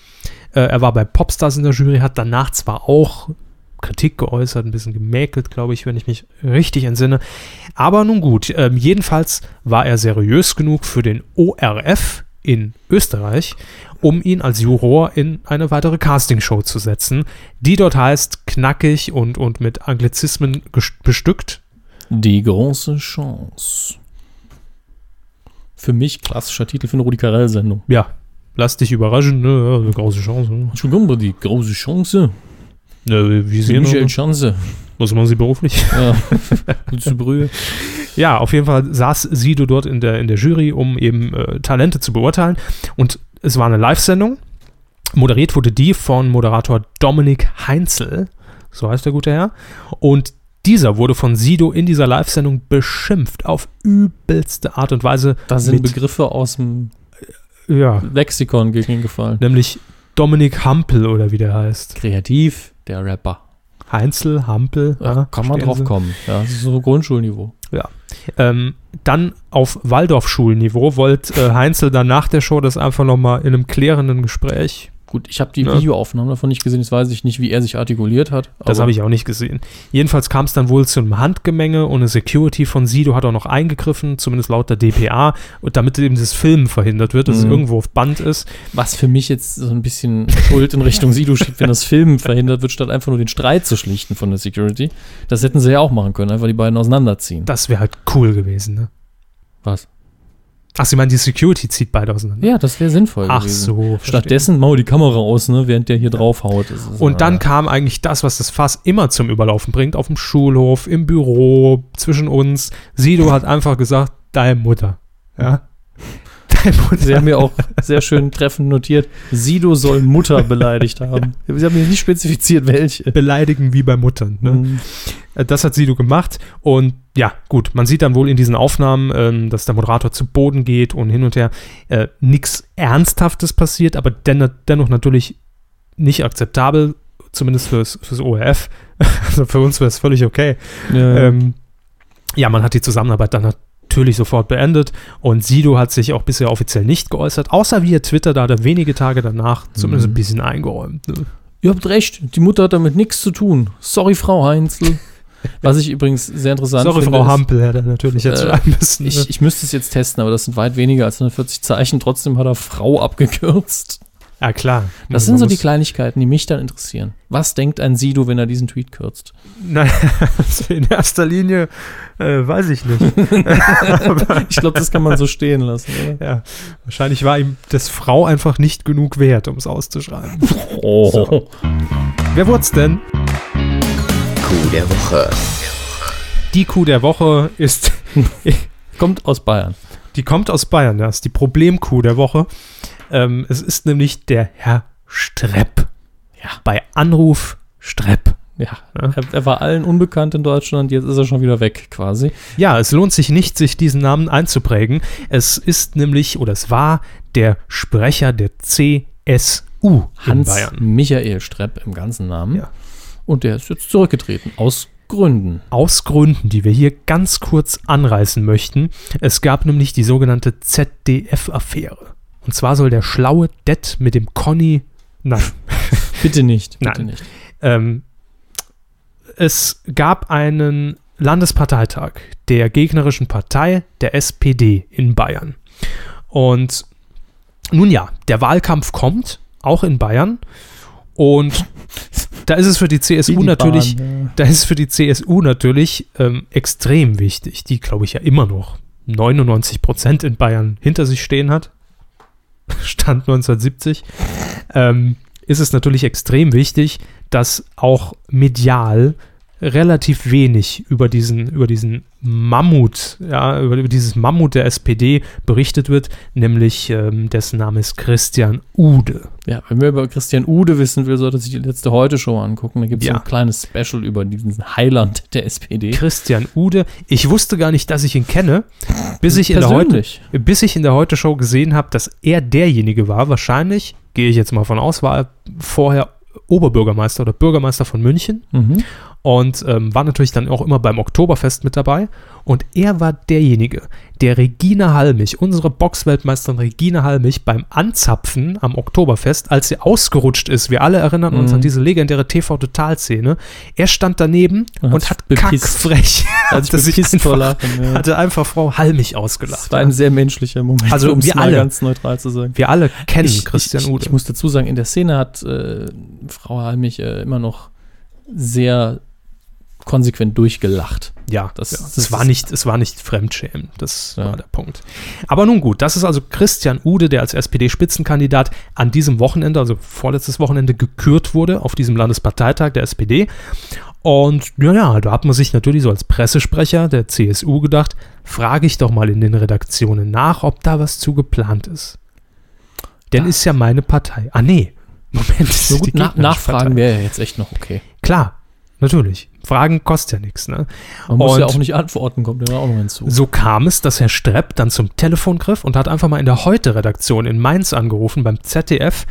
[SPEAKER 1] Äh, er war bei Popstars in der Jury, hat danach zwar auch Kritik geäußert, ein bisschen gemäkelt, glaube ich, wenn ich mich richtig entsinne. Aber nun gut, ähm, jedenfalls war er seriös genug für den ORF in Österreich, um ihn als Juror in eine weitere Castingshow zu setzen, die dort heißt knackig und, und mit Anglizismen gest- bestückt.
[SPEAKER 2] Die große Chance. Für mich klassischer Titel für eine Rudi Carell-Sendung.
[SPEAKER 1] Ja, lass dich überraschen, ne, ja, eine große Chance. Ne,
[SPEAKER 2] Entschuldigung, die große Chance.
[SPEAKER 1] Ne, wie
[SPEAKER 2] Die
[SPEAKER 1] sehen wir
[SPEAKER 2] Michael
[SPEAKER 1] uns?
[SPEAKER 2] Chance.
[SPEAKER 1] Was machen sie beruflich?
[SPEAKER 2] Ja. Zu Brühe.
[SPEAKER 1] Ja, auf jeden Fall saß Sido dort in der, in der Jury, um eben äh, Talente zu beurteilen. Und es war eine Live-Sendung. Moderiert wurde die von Moderator Dominik Heinzel, so heißt der gute Herr. Und dieser wurde von Sido in dieser Live-Sendung beschimpft, auf übelste Art und Weise.
[SPEAKER 2] Da sind
[SPEAKER 1] Mit-
[SPEAKER 2] Begriffe aus dem
[SPEAKER 1] Ja.
[SPEAKER 2] Lexikon gegen ihn gefallen.
[SPEAKER 1] Nämlich Dominik Hampel oder wie der heißt.
[SPEAKER 2] Kreativ, der Rapper.
[SPEAKER 1] Heinzel, Hampel. ja,
[SPEAKER 2] kann man
[SPEAKER 1] stehen
[SPEAKER 2] drauf
[SPEAKER 1] Sie.
[SPEAKER 2] kommen. Ja, das ist so Grundschulniveau.
[SPEAKER 1] Ähm, dann auf Waldorfschulniveau wollte äh, Heinzel dann nach der Show das einfach nochmal in einem klärenden Gespräch
[SPEAKER 2] Gut, ich habe die
[SPEAKER 1] Ja.
[SPEAKER 2] Videoaufnahmen davon nicht gesehen, jetzt weiß ich nicht, wie er sich artikuliert hat.
[SPEAKER 1] Das habe ich auch nicht gesehen. Jedenfalls kam es dann wohl zu einem Handgemenge und eine Security von Sido hat auch noch eingegriffen, zumindest laut der DPA, und damit eben das Filmen verhindert wird, dass es
[SPEAKER 2] Mhm.
[SPEAKER 1] irgendwo auf Band ist.
[SPEAKER 2] Was für mich jetzt so ein bisschen Schuld in Richtung Sido schiebt, wenn das Filmen verhindert wird, statt einfach nur den Streit zu schlichten von der Security. Das hätten sie ja auch machen können, einfach die beiden auseinanderziehen.
[SPEAKER 1] Das wäre halt cool gewesen, ne?
[SPEAKER 2] Was?
[SPEAKER 1] Ach, Sie meinen, die Security zieht beide auseinander.
[SPEAKER 2] Ja, das wäre sinnvoll
[SPEAKER 1] Ach
[SPEAKER 2] gewesen.
[SPEAKER 1] so. verstehe.
[SPEAKER 2] Stattdessen mau die Kamera aus, ne, während der hier draufhaut. Das ist-
[SPEAKER 1] Und dann
[SPEAKER 2] Ah.
[SPEAKER 1] kam eigentlich das, was das Fass immer zum Überlaufen bringt, auf dem Schulhof, im Büro, zwischen uns. Sido hat einfach gesagt, deine Mutter. Ja? Deine Mutter.
[SPEAKER 2] Sie haben ja auch sehr schön treffend notiert, Sido soll Mutter beleidigt haben. Sie haben hier nicht spezifiziert, welche.
[SPEAKER 1] beleidigen wie bei Muttern, ne?
[SPEAKER 2] Mhm.
[SPEAKER 1] Äh, Das hat Sido gemacht. Und ja, gut, man sieht dann wohl in diesen Aufnahmen, ähm, dass der Moderator zu Boden geht und hin und her äh, nichts Ernsthaftes passiert, aber den, dennoch natürlich nicht akzeptabel, zumindest fürs, fürs ORF. Also für uns wäre es völlig okay.
[SPEAKER 2] Ja.
[SPEAKER 1] Ähm, ja, man hat die Zusammenarbeit dann natürlich sofort beendet und Sido hat sich auch bisher offiziell nicht geäußert, außer via Twitter, da hat er wenige Tage danach
[SPEAKER 2] Mhm.
[SPEAKER 1] zumindest ein bisschen eingeräumt. Ne?
[SPEAKER 2] Ihr habt recht, die Mutter hat damit nichts zu tun. Sorry, Frau Heinzel. Was ich übrigens sehr interessant
[SPEAKER 1] Sorry,
[SPEAKER 2] finde.
[SPEAKER 1] Frau
[SPEAKER 2] ist,
[SPEAKER 1] Hampel, hätte er natürlich jetzt
[SPEAKER 2] Äh,
[SPEAKER 1] schreiben müssen. ne?
[SPEAKER 2] Ich, ich müsste es jetzt testen, aber das sind weit weniger als 140 Zeichen. Trotzdem hat er Frau abgekürzt.
[SPEAKER 1] Ja, klar.
[SPEAKER 2] Das
[SPEAKER 1] Ja,
[SPEAKER 2] sind
[SPEAKER 1] man
[SPEAKER 2] so die
[SPEAKER 1] muss-
[SPEAKER 2] Kleinigkeiten, die mich dann interessieren. Was denkt ein Sido, wenn er diesen Tweet kürzt?
[SPEAKER 1] Nein, also in erster Linie äh, weiß ich nicht.
[SPEAKER 2] Ich glaube, das kann man so stehen lassen. Oder?
[SPEAKER 1] ja, wahrscheinlich war ihm das Frau einfach nicht genug wert, um es auszuschreiben.
[SPEAKER 2] Oh.
[SPEAKER 1] Wer wurd's denn?
[SPEAKER 3] Kuh der Woche.
[SPEAKER 1] Die Kuh der Woche ist,
[SPEAKER 2] Kommt aus Bayern.
[SPEAKER 1] die kommt aus Bayern, das ist die Problemkuh der Woche. Ähm, es ist nämlich der Herr Strepp.
[SPEAKER 2] Ja.
[SPEAKER 1] Bei Anruf Strepp.
[SPEAKER 2] Ja.
[SPEAKER 1] Ja.
[SPEAKER 2] Er, er war allen unbekannt in Deutschland, jetzt ist er schon wieder weg quasi.
[SPEAKER 1] Ja, es lohnt sich nicht, sich diesen Namen einzuprägen. Es ist nämlich, oder es war, der Sprecher der CSU in
[SPEAKER 2] Hans
[SPEAKER 1] Bayern.
[SPEAKER 2] Michael Strepp im ganzen Namen.
[SPEAKER 1] Ja.
[SPEAKER 2] Und der ist jetzt zurückgetreten. Aus Gründen.
[SPEAKER 1] aus Gründen, die wir hier ganz kurz anreißen möchten. Es gab nämlich die sogenannte ZDF-Affäre. Und zwar soll der schlaue Det mit dem Conny. Nein.
[SPEAKER 2] Bitte nicht. Bitte
[SPEAKER 1] Nein.
[SPEAKER 2] nicht.
[SPEAKER 1] Ähm, es gab einen Landesparteitag der gegnerischen Partei, der SPD in Bayern. Und nun ja, der Wahlkampf kommt, auch in Bayern. Und da ist es für die CSU natürlich da ist für die CSU natürlich ähm, extrem wichtig, die, glaube ich, ja immer noch 99 Prozent in Bayern hinter sich stehen hat. Stand 1970. Ähm, ist es natürlich extrem wichtig, dass auch medial relativ wenig über diesen, über diesen Mammut, ja, über, über dieses Mammut der SPD berichtet wird, nämlich ähm, dessen Name ist Christian Ude.
[SPEAKER 2] Ja, wenn wir über Christian Ude wissen will, sollte sich die letzte Heute-Show angucken. Da gibt es
[SPEAKER 1] Ja.
[SPEAKER 2] so ein kleines Special über diesen Heiland der SPD.
[SPEAKER 1] Christian Ude. Ich wusste gar nicht, dass ich ihn kenne, bis ich in der Heute
[SPEAKER 2] Persönlich.
[SPEAKER 1] bis ich in der Heute-Show gesehen habe, dass er derjenige war, wahrscheinlich, gehe ich jetzt mal von aus, war er vorher Oberbürgermeister oder Bürgermeister von München
[SPEAKER 2] Mhm.
[SPEAKER 1] und ähm, war natürlich dann auch immer beim Oktoberfest mit dabei. Und er war derjenige, der Regina Halmich, unsere Boxweltmeisterin Regina Halmich, beim Anzapfen am Oktoberfest, als sie ausgerutscht ist, wir alle erinnern uns
[SPEAKER 2] Mhm.
[SPEAKER 1] an diese legendäre TV-Total-Szene, er stand daneben
[SPEAKER 2] Und
[SPEAKER 1] und,
[SPEAKER 2] hat
[SPEAKER 1] hat
[SPEAKER 2] bepisst.
[SPEAKER 1] kackfrech,
[SPEAKER 2] Als
[SPEAKER 1] hatte sich
[SPEAKER 2] bepisst vor
[SPEAKER 1] einfach,
[SPEAKER 2] Lachen, ja.
[SPEAKER 1] hatte einfach Frau Halmich ausgelacht.
[SPEAKER 2] Das war ein sehr menschlicher Moment,
[SPEAKER 1] Also
[SPEAKER 2] um es
[SPEAKER 1] wir
[SPEAKER 2] mal
[SPEAKER 1] alle.
[SPEAKER 2] ganz neutral zu sagen.
[SPEAKER 1] Wir alle kennen
[SPEAKER 2] ich,
[SPEAKER 1] Christian
[SPEAKER 2] ich,
[SPEAKER 1] Ude.
[SPEAKER 2] Ich muss dazu sagen, in der Szene hat äh, Frau Halmich äh, immer noch sehr konsequent durchgelacht.
[SPEAKER 1] ja,
[SPEAKER 2] das-
[SPEAKER 1] das,
[SPEAKER 2] das
[SPEAKER 1] es
[SPEAKER 2] ist-
[SPEAKER 1] war nicht, es war nicht Fremdschämen. Das
[SPEAKER 2] Ja.
[SPEAKER 1] war der Punkt. Aber nun gut, das ist also Christian Ude, der als SPD-Spitzenkandidat an diesem Wochenende, also vorletztes Wochenende, gekürt wurde auf diesem Landesparteitag der SPD. Und ja, ja, da hat man sich natürlich so als Pressesprecher der CSU gedacht, frage ich doch mal in den Redaktionen nach, ob da was zu geplant ist. Denn ist ja meine Partei. Ah, nee. Moment, das
[SPEAKER 2] So
[SPEAKER 1] ist die
[SPEAKER 2] gut, na,
[SPEAKER 1] gegnerische
[SPEAKER 2] nachfragen
[SPEAKER 1] Partei.
[SPEAKER 2] wäre ja jetzt echt noch okay.
[SPEAKER 1] Klar, natürlich. Fragen kostet ja nichts, ne?
[SPEAKER 2] Man muss
[SPEAKER 1] Und-
[SPEAKER 2] ja auch nicht antworten, kommt ja auch noch hinzu.
[SPEAKER 1] So kam es, dass Herr Strepp dann zum Telefon griff und hat einfach mal in der Heute-Redaktion in Mainz angerufen beim ZDF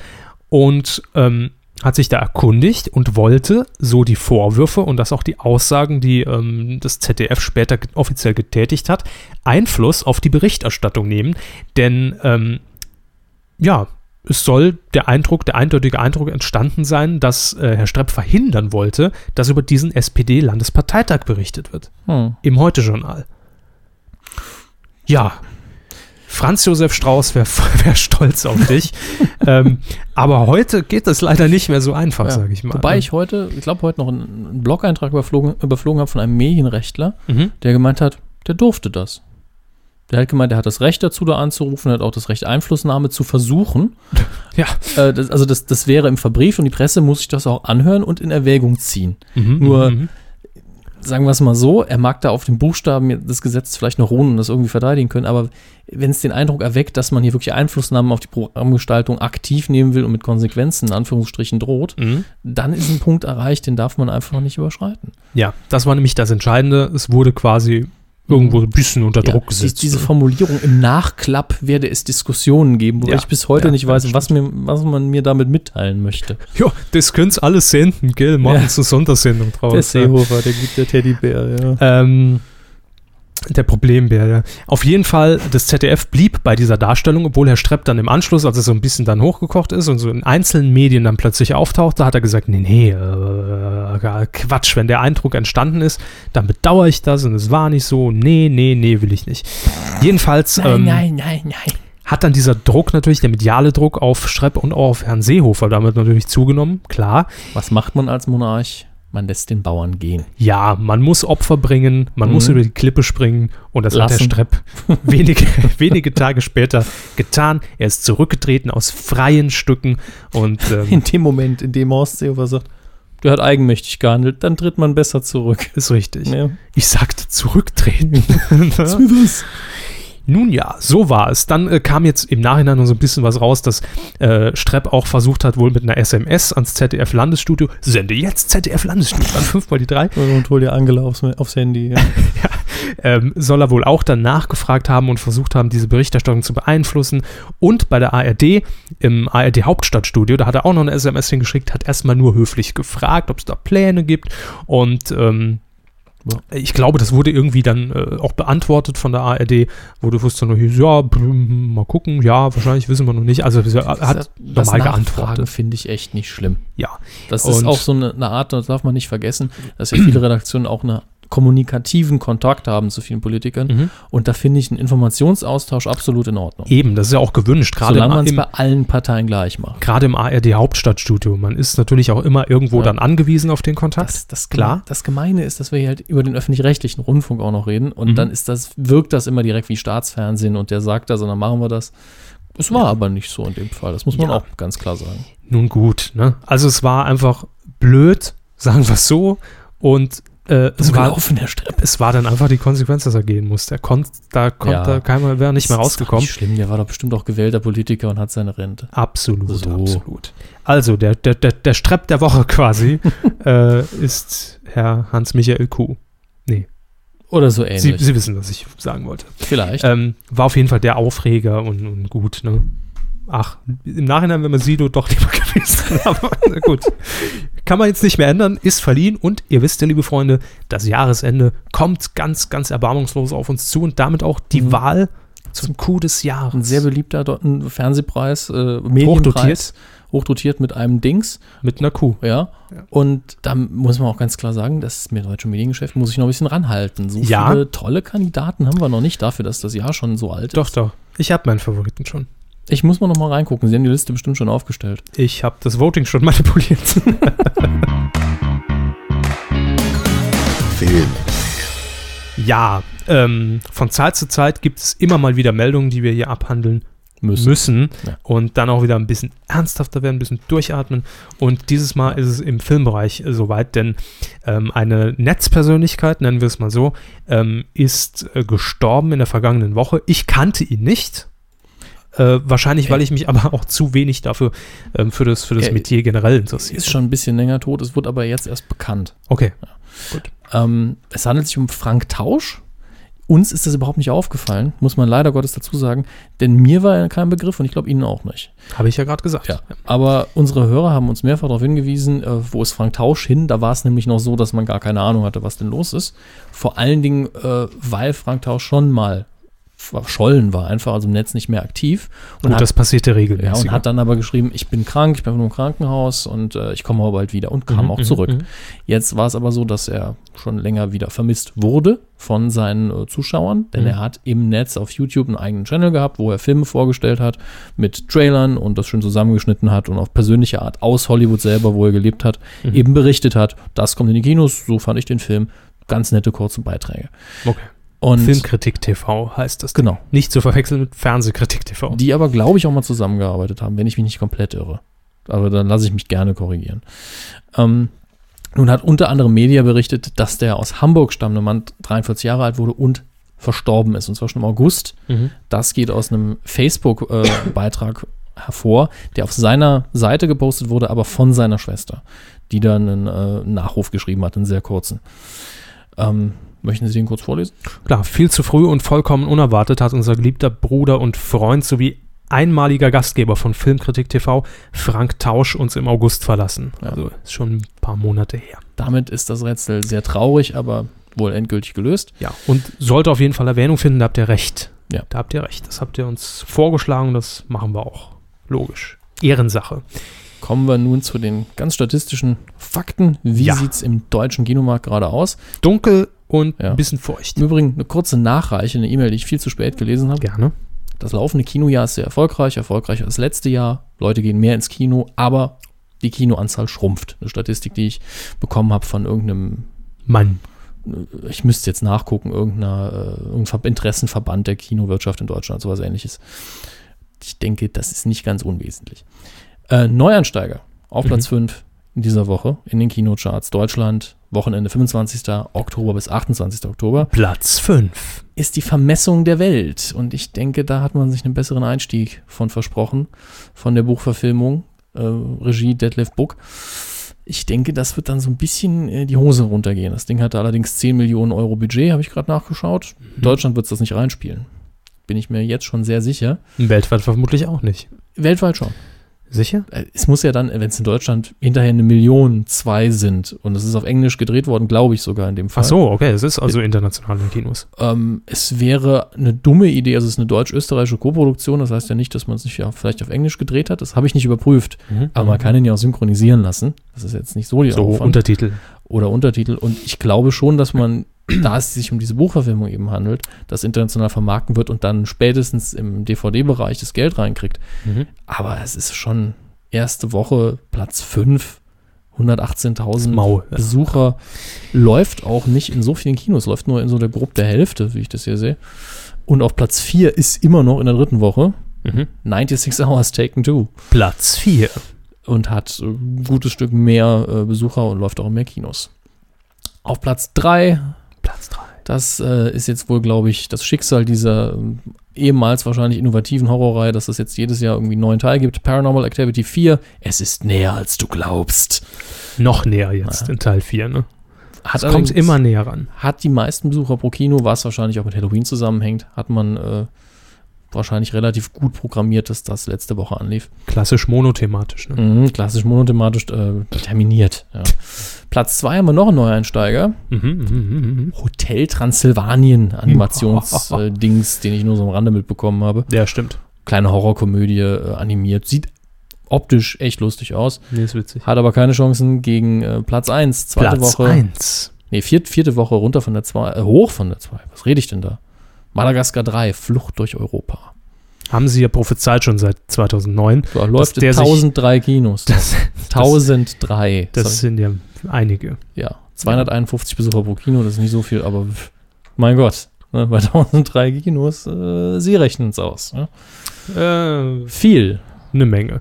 [SPEAKER 1] und ähm, hat sich da erkundigt und wollte so die Vorwürfe und das auch die Aussagen, die ähm, das ZDF später ge- offiziell getätigt hat, Einfluss auf die Berichterstattung nehmen. Denn ähm, ja, es soll der Eindruck, der eindeutige Eindruck entstanden sein, dass äh, Herr Strepp verhindern wollte, dass über diesen SPD-Landesparteitag berichtet wird
[SPEAKER 2] Hm.
[SPEAKER 1] im Heute-Journal. Ja, Franz Josef Strauß wäre wär stolz auf dich. ähm, aber heute geht das leider nicht mehr so einfach,
[SPEAKER 2] Ja.
[SPEAKER 1] sage ich mal.
[SPEAKER 2] Wobei ich heute, ich glaube, heute noch einen, einen Blog-Eintrag überflogen, überflogen habe von einem Medienrechtler,
[SPEAKER 1] Mhm.
[SPEAKER 2] der gemeint hat, der durfte das. Der hat gemeint, er hat das Recht dazu, da anzurufen, er hat auch das Recht, Einflussnahme zu versuchen.
[SPEAKER 1] Ja.
[SPEAKER 2] Äh, das, also das, das wäre im Verbrief und die Presse muss sich das auch anhören und in Erwägung ziehen.
[SPEAKER 1] Mhm,
[SPEAKER 2] Nur-
[SPEAKER 1] mhm.
[SPEAKER 2] Sagen wir es mal so, er mag da auf den Buchstaben des Gesetzes vielleicht noch ruhen und das irgendwie verteidigen können, aber wenn es den Eindruck erweckt, dass man hier wirklich Einflussnahmen auf die Programmgestaltung aktiv nehmen will und mit Konsequenzen in Anführungsstrichen droht,
[SPEAKER 1] Mhm.
[SPEAKER 2] dann ist ein Punkt erreicht, den darf man einfach nicht überschreiten.
[SPEAKER 1] Ja, das war nämlich das Entscheidende. Es wurde quasi irgendwo ein bisschen unter Druck
[SPEAKER 2] ja, die,
[SPEAKER 1] gesetzt.
[SPEAKER 2] diese Formulierung im Nachklapp werde es Diskussionen geben, wo
[SPEAKER 1] Ja,
[SPEAKER 2] ich bis heute
[SPEAKER 1] ja,
[SPEAKER 2] nicht
[SPEAKER 1] das
[SPEAKER 2] weiß, was, mir, was man mir damit mitteilen möchte.
[SPEAKER 1] jo, das können's alles senden, gell? Machen zur Sondersendung draus. ja.
[SPEAKER 2] der gibt der Teddybär, ja.
[SPEAKER 1] Ähm, der Problembär, ja. Auf jeden Fall, das ZDF blieb bei dieser Darstellung, obwohl Herr Strepp dann im Anschluss, als er so ein bisschen dann hochgekocht ist und so in einzelnen Medien dann plötzlich auftauchte, hat er gesagt, nee, nee, äh, Quatsch, wenn der Eindruck entstanden ist, dann bedauere ich das und es war nicht so, nee, nee, nee, will ich nicht. Jedenfalls ähm,
[SPEAKER 2] nein, nein.
[SPEAKER 1] hat dann dieser Druck natürlich, der mediale Druck auf Strepp und auch auf Herrn Seehofer damit natürlich zugenommen, klar.
[SPEAKER 2] Was macht man als Monarch? Man lässt den Bauern gehen.
[SPEAKER 1] ja, man muss Opfer bringen, man
[SPEAKER 2] Mhm.
[SPEAKER 1] muss über die Klippe springen und das
[SPEAKER 2] Lassen.
[SPEAKER 1] hat Herr Strepp wenige, wenige Tage später getan. Er ist zurückgetreten aus freien Stücken und ähm,
[SPEAKER 2] dem Moment, in dem Horst Seehofer sagt, der hat eigenmächtig gehandelt, dann tritt man besser zurück.
[SPEAKER 1] ist richtig.
[SPEAKER 2] Ja.
[SPEAKER 1] Ich sagte zurücktreten. Nun ja, so war es. Dann äh, kam jetzt im Nachhinein noch so ein bisschen was raus, dass äh, Strepp auch versucht hat, wohl mit einer SMS ans ZDF-Landesstudio, sende jetzt ZDF-Landesstudio an 5 mal die 3,
[SPEAKER 2] Und hol dir Angela aufs, aufs Handy. Ja.
[SPEAKER 1] ähm, soll er wohl auch dann nachgefragt haben und versucht haben, diese Berichterstattung zu beeinflussen. Und bei der ARD, im ARD Hauptstadtstudio, da hat er auch noch eine SMS hingeschickt, hat erstmal nur höflich gefragt, ob es da Pläne gibt. Und ähm,
[SPEAKER 2] Ja.
[SPEAKER 1] ich glaube, das wurde irgendwie dann äh, auch beantwortet von der ARD, wo du wusstest, noch, hieß, ja, pr- mal gucken, ja, wahrscheinlich wissen wir noch nicht. Also er hat
[SPEAKER 2] Das
[SPEAKER 1] normal
[SPEAKER 2] Nachfragen
[SPEAKER 1] geantwortet.
[SPEAKER 2] finde ich echt nicht schlimm.
[SPEAKER 1] Ja.
[SPEAKER 2] Das ist
[SPEAKER 1] Und-
[SPEAKER 2] auch so eine, eine Art, das darf man nicht vergessen, dass ja viele Redaktionen auch einen kommunikativen Kontakt haben zu vielen Politikern.
[SPEAKER 1] Mhm.
[SPEAKER 2] Und da finde ich einen Informationsaustausch absolut in Ordnung.
[SPEAKER 1] Eben, das ist ja auch gewünscht, gerade
[SPEAKER 2] Solange
[SPEAKER 1] im,
[SPEAKER 2] man es
[SPEAKER 1] im
[SPEAKER 2] bei allen Parteien gleich macht.
[SPEAKER 1] gerade im ARD Hauptstadtstudio. Man ist natürlich auch immer irgendwo
[SPEAKER 2] Ja.
[SPEAKER 1] dann angewiesen auf den Kontakt.
[SPEAKER 2] Das, das,
[SPEAKER 1] Klar.
[SPEAKER 2] das Gemeine ist, dass wir hier halt über den öffentlich-rechtlichen Rundfunk auch noch reden und
[SPEAKER 1] Mhm.
[SPEAKER 2] dann ist das, wirkt das immer direkt wie Staatsfernsehen und der sagt das und dann machen wir das. Es war aber nicht so in dem Fall, das muss man
[SPEAKER 1] Ja.
[SPEAKER 2] auch ganz klar sagen.
[SPEAKER 1] Nun gut, ne? Also es war einfach blöd, sagen wir es so. Und äh, es, war,
[SPEAKER 2] gelaufen, Herr Strepp.
[SPEAKER 1] es war dann einfach die Konsequenz, dass er gehen musste. Er konnt, da
[SPEAKER 2] Ja.
[SPEAKER 1] konnte keiner, wäre nicht mehr
[SPEAKER 2] Das ist doch
[SPEAKER 1] rausgekommen.
[SPEAKER 2] Nicht schlimm, der war doch bestimmt auch gewählter Politiker und hat seine Rente.
[SPEAKER 1] Absolut,
[SPEAKER 2] So.
[SPEAKER 1] absolut. Also, der, der, der, der Strepp der Woche quasi äh, ist Herr Hans-Michael Kuh.
[SPEAKER 2] Oder so
[SPEAKER 1] Sie,
[SPEAKER 2] ähnlich.
[SPEAKER 1] Sie wissen, was ich sagen wollte.
[SPEAKER 2] Vielleicht.
[SPEAKER 1] Ähm, war auf jeden Fall der Aufreger und, und gut, ne? Ach, im Nachhinein, wenn man Sido doch lieber gewesen, aber na gut. Kann man jetzt nicht mehr ändern, ist verliehen und ihr wisst ja, liebe Freunde, das Jahresende kommt ganz, ganz erbarmungslos auf uns zu und damit auch die
[SPEAKER 2] Mhm.
[SPEAKER 1] Wahl zum Coup des Jahres.
[SPEAKER 2] ein sehr beliebter Do ein Fernsehpreis, äh, Medienpreis.
[SPEAKER 1] Hochdotiert.
[SPEAKER 2] Hochdotiert mit einem Dings,
[SPEAKER 1] Mit einer Kuh.
[SPEAKER 2] ja.
[SPEAKER 1] Ja.
[SPEAKER 2] Und da muss man auch ganz klar sagen, das ist mir deutsche Mediengeschäft, muss ich noch ein bisschen ranhalten. So
[SPEAKER 1] Ja.
[SPEAKER 2] viele tolle Kandidaten haben wir noch nicht dafür, dass das Jahr schon so alt ist.
[SPEAKER 1] Doch, doch. Ich habe meinen Favoriten schon.
[SPEAKER 2] Ich muss mal noch mal reingucken. Sie haben die Liste bestimmt schon aufgestellt.
[SPEAKER 1] Ich habe das Voting schon manipuliert.
[SPEAKER 5] Film.
[SPEAKER 1] ja, ähm, von Zeit zu Zeit gibt es immer mal wieder Meldungen, die wir hier abhandeln müssen,
[SPEAKER 2] Ja.
[SPEAKER 1] und dann auch wieder ein bisschen ernsthafter werden, ein bisschen durchatmen. Und dieses Mal ist es im Filmbereich äh, soweit, denn ähm, eine Netzpersönlichkeit, nennen wir es mal so, ähm, ist äh, gestorben in der vergangenen Woche. Ich kannte ihn nicht. Äh, wahrscheinlich, weil
[SPEAKER 2] Ey.
[SPEAKER 1] ich mich aber auch zu wenig dafür ähm, für das, für das
[SPEAKER 2] Ey.
[SPEAKER 1] Metier generell
[SPEAKER 2] Sie Äh, ist
[SPEAKER 1] interessiere.
[SPEAKER 2] schon ein bisschen länger tot, es wurde aber jetzt erst bekannt.
[SPEAKER 1] Okay.
[SPEAKER 2] Ähm, es handelt sich um Frank Tausch. Uns ist das überhaupt nicht aufgefallen, muss man leider Gottes dazu sagen, denn mir war er kein Begriff und ich glaube Ihnen auch nicht.
[SPEAKER 1] Habe ich ja gerade gesagt.
[SPEAKER 2] Ja, aber unsere Hörer haben uns mehrfach darauf hingewiesen, äh, wo ist Frank Tausch hin? Da war es nämlich noch so, dass man gar keine Ahnung hatte, was denn los ist. Vor allen Dingen, äh, weil Frank Tausch schon mal verschollen war, einfach also im Netz nicht mehr aktiv.
[SPEAKER 1] Gut, das passierte
[SPEAKER 2] Ja,
[SPEAKER 1] regelmäßig.
[SPEAKER 2] und hat dann aber geschrieben, ich bin krank, ich bin nur im Krankenhaus und äh, ich komme aber bald wieder und
[SPEAKER 1] Mhm,
[SPEAKER 2] kam auch zurück. Jetzt war es aber so, dass er schon länger wieder vermisst wurde von seinen äh, Zuschauern, denn
[SPEAKER 1] Mhm.
[SPEAKER 2] er hat im Netz auf YouTube einen eigenen Channel gehabt, wo er Filme vorgestellt hat mit Trailern und das schön zusammengeschnitten hat und auf persönliche Art aus Hollywood selber, wo er gelebt hat,
[SPEAKER 1] Mhm.
[SPEAKER 2] eben berichtet hat, das kommt in die Kinos, so fand ich den Film. Ganz nette kurze Beiträge.
[SPEAKER 1] okay.
[SPEAKER 2] Und
[SPEAKER 1] Filmkritik TV heißt das.
[SPEAKER 2] genau,
[SPEAKER 1] Nicht zu verwechseln mit Fernsehkritik TV.
[SPEAKER 2] die aber, glaube ich, auch mal zusammengearbeitet haben, wenn ich mich nicht komplett irre. Aber dann lasse ich mich gerne korrigieren. Ähm, nun hat unter anderem Media berichtet, dass der aus Hamburg stammende Mann 43 Jahre alt wurde und verstorben ist, und zwar schon im August.
[SPEAKER 1] Mhm.
[SPEAKER 2] Das geht aus einem Facebook-Beitrag hervor, der auf seiner Seite gepostet wurde, aber von seiner Schwester, die dann einen äh, Nachruf geschrieben hat, einen sehr kurzen. Ähm, möchten Sie den kurz vorlesen?
[SPEAKER 1] Klar, viel zu früh und vollkommen unerwartet hat unser geliebter Bruder und Freund sowie einmaliger Gastgeber von Filmkritik TV, Frank Tausch, uns im August verlassen.
[SPEAKER 2] Ja.
[SPEAKER 1] Also ist schon ein paar Monate her.
[SPEAKER 2] Damit ist das Rätsel sehr traurig, aber wohl endgültig gelöst.
[SPEAKER 1] Ja, und sollte auf jeden Fall Erwähnung finden, da habt ihr recht.
[SPEAKER 2] Ja.
[SPEAKER 1] Da habt ihr recht. Das habt ihr uns vorgeschlagen, das machen wir auch. Logisch. Ehrensache.
[SPEAKER 2] Kommen wir nun zu den ganz statistischen Fakten. Wie
[SPEAKER 1] Ja.
[SPEAKER 2] sieht's im deutschen Kinomarkt gerade aus?
[SPEAKER 1] Dunkel und
[SPEAKER 2] Ja.
[SPEAKER 1] ein bisschen feucht.
[SPEAKER 2] Im Übrigen eine kurze Nachreiche, eine E-Mail, die ich viel zu spät gelesen habe.
[SPEAKER 1] Gerne.
[SPEAKER 2] Das laufende Kinojahr ist sehr erfolgreich, erfolgreicher als das letzte Jahr. Leute gehen mehr ins Kino, aber die Kinoanzahl schrumpft. Eine Statistik, die ich bekommen habe von irgendeinem,
[SPEAKER 1] Mann.
[SPEAKER 2] äh, ich müsste jetzt nachgucken, irgendeiner, äh, irgendein Ver- Interessenverband der Kinowirtschaft in Deutschland, sowas ähnliches. Ich denke, das ist nicht ganz unwesentlich. Äh, Neuansteiger auf
[SPEAKER 1] Mhm.
[SPEAKER 2] Platz 5 in dieser Woche in den Kinocharts Deutschland, Wochenende 25. Oktober bis 28. Oktober,
[SPEAKER 1] Platz 5.
[SPEAKER 2] ist die Vermessung der Welt. Und ich denke, da hat man sich einen besseren Einstieg von versprochen, von der Buchverfilmung, äh, Regie Detlef Buck. Ich denke, das wird dann so ein bisschen äh, die Hose runtergehen. Das Ding hatte allerdings 10 Millionen Euro Budget, habe ich gerade nachgeschaut.
[SPEAKER 1] Mhm.
[SPEAKER 2] Deutschland wird das nicht reinspielen. Bin ich mir jetzt schon sehr sicher.
[SPEAKER 1] Weltweit vermutlich auch nicht.
[SPEAKER 2] Weltweit schon.
[SPEAKER 1] Sicher?
[SPEAKER 2] Äh, es muss ja dann, wenn es in Deutschland hinterher eine Million zwei sind und es ist auf Englisch gedreht worden, glaube ich sogar in dem Fall.
[SPEAKER 1] Ach so, okay, es ist also international in Kinos.
[SPEAKER 2] Ähm, es wäre eine dumme Idee, also es ist eine deutsch-österreichische Koproduktion, das heißt ja nicht, dass man es nicht ja vielleicht auf Englisch gedreht hat, das habe ich nicht überprüft, Mhm. aber man kann ihn ja auch synchronisieren lassen. Das ist jetzt nicht so die
[SPEAKER 1] Mhm. so Untertitel.
[SPEAKER 2] oder Untertitel und ich glaube schon, dass man, da es sich um diese Buchverfilmung eben handelt, das international vermarkten wird und dann spätestens im DVD-Bereich das Geld reinkriegt.
[SPEAKER 1] Mhm.
[SPEAKER 2] Aber es ist schon erste Woche Platz 5, 118.000
[SPEAKER 1] Maul.
[SPEAKER 2] Besucher läuft auch nicht in so vielen Kinos, läuft nur in so der grob der Hälfte, wie ich das hier sehe. Und auf Platz 4 ist immer noch in der dritten Woche
[SPEAKER 1] Mhm.
[SPEAKER 2] 96 Hours Taken 2
[SPEAKER 1] Platz 4.
[SPEAKER 2] und hat äh, ein gutes Stück mehr äh, Besucher und läuft auch in mehr Kinos. Auf Platz 3,
[SPEAKER 1] Platz 3.
[SPEAKER 2] das äh, ist jetzt wohl, glaube ich, das Schicksal dieser ähm, ehemals wahrscheinlich innovativen Horrorreihe, dass es jetzt jedes Jahr irgendwie einen neuen Teil gibt. Paranormal Activity 4, es ist näher, als du glaubst.
[SPEAKER 1] Noch näher jetzt in Teil 4, ne?
[SPEAKER 2] Hat
[SPEAKER 1] Es kommt
[SPEAKER 2] allerdings-
[SPEAKER 1] immer näher ran.
[SPEAKER 2] hat die meisten Besucher pro Kino, was wahrscheinlich auch mit Halloween zusammenhängt, hat man äh, wahrscheinlich relativ gut programmiert, dass das letzte Woche anlief.
[SPEAKER 1] Klassisch monothematisch, ne?
[SPEAKER 2] Mhm, klassisch monothematisch äh, terminiert. Ja. Platz 2 haben wir noch einen Neueinsteiger.
[SPEAKER 1] Mhm, mhm, mhm, mhm.
[SPEAKER 2] Hotel Transsilvanien Animationsdings, den ich nur so am Rande mitbekommen habe.
[SPEAKER 1] Ja, stimmt.
[SPEAKER 2] Kleine Horrorkomödie äh, animiert. Sieht optisch echt lustig aus.
[SPEAKER 1] Nee, ist witzig.
[SPEAKER 2] Hat aber keine Chancen gegen äh, Platz 1. Zweite
[SPEAKER 1] Platz
[SPEAKER 2] Woche.
[SPEAKER 1] 1.
[SPEAKER 2] Nee, viert, vierte Woche runter von der 2, äh, hoch von der 2. Was rede ich denn da? Madagaskar 3, Flucht durch Europa.
[SPEAKER 1] Haben sie ja prophezeit schon seit 2009.
[SPEAKER 2] Da läuft in
[SPEAKER 1] der sich-
[SPEAKER 2] 1003 Kinos.
[SPEAKER 1] Das,
[SPEAKER 2] 1003.
[SPEAKER 1] das
[SPEAKER 2] Sorry.
[SPEAKER 1] sind ja einige.
[SPEAKER 2] ja, 251 Besucher pro Kino, das ist nicht so viel, aber pff, mein Gott. Ne, bei 1003 Kinos, äh, sie rechnen es aus. Ne?
[SPEAKER 1] Äh,
[SPEAKER 2] Viel.
[SPEAKER 1] eine Menge.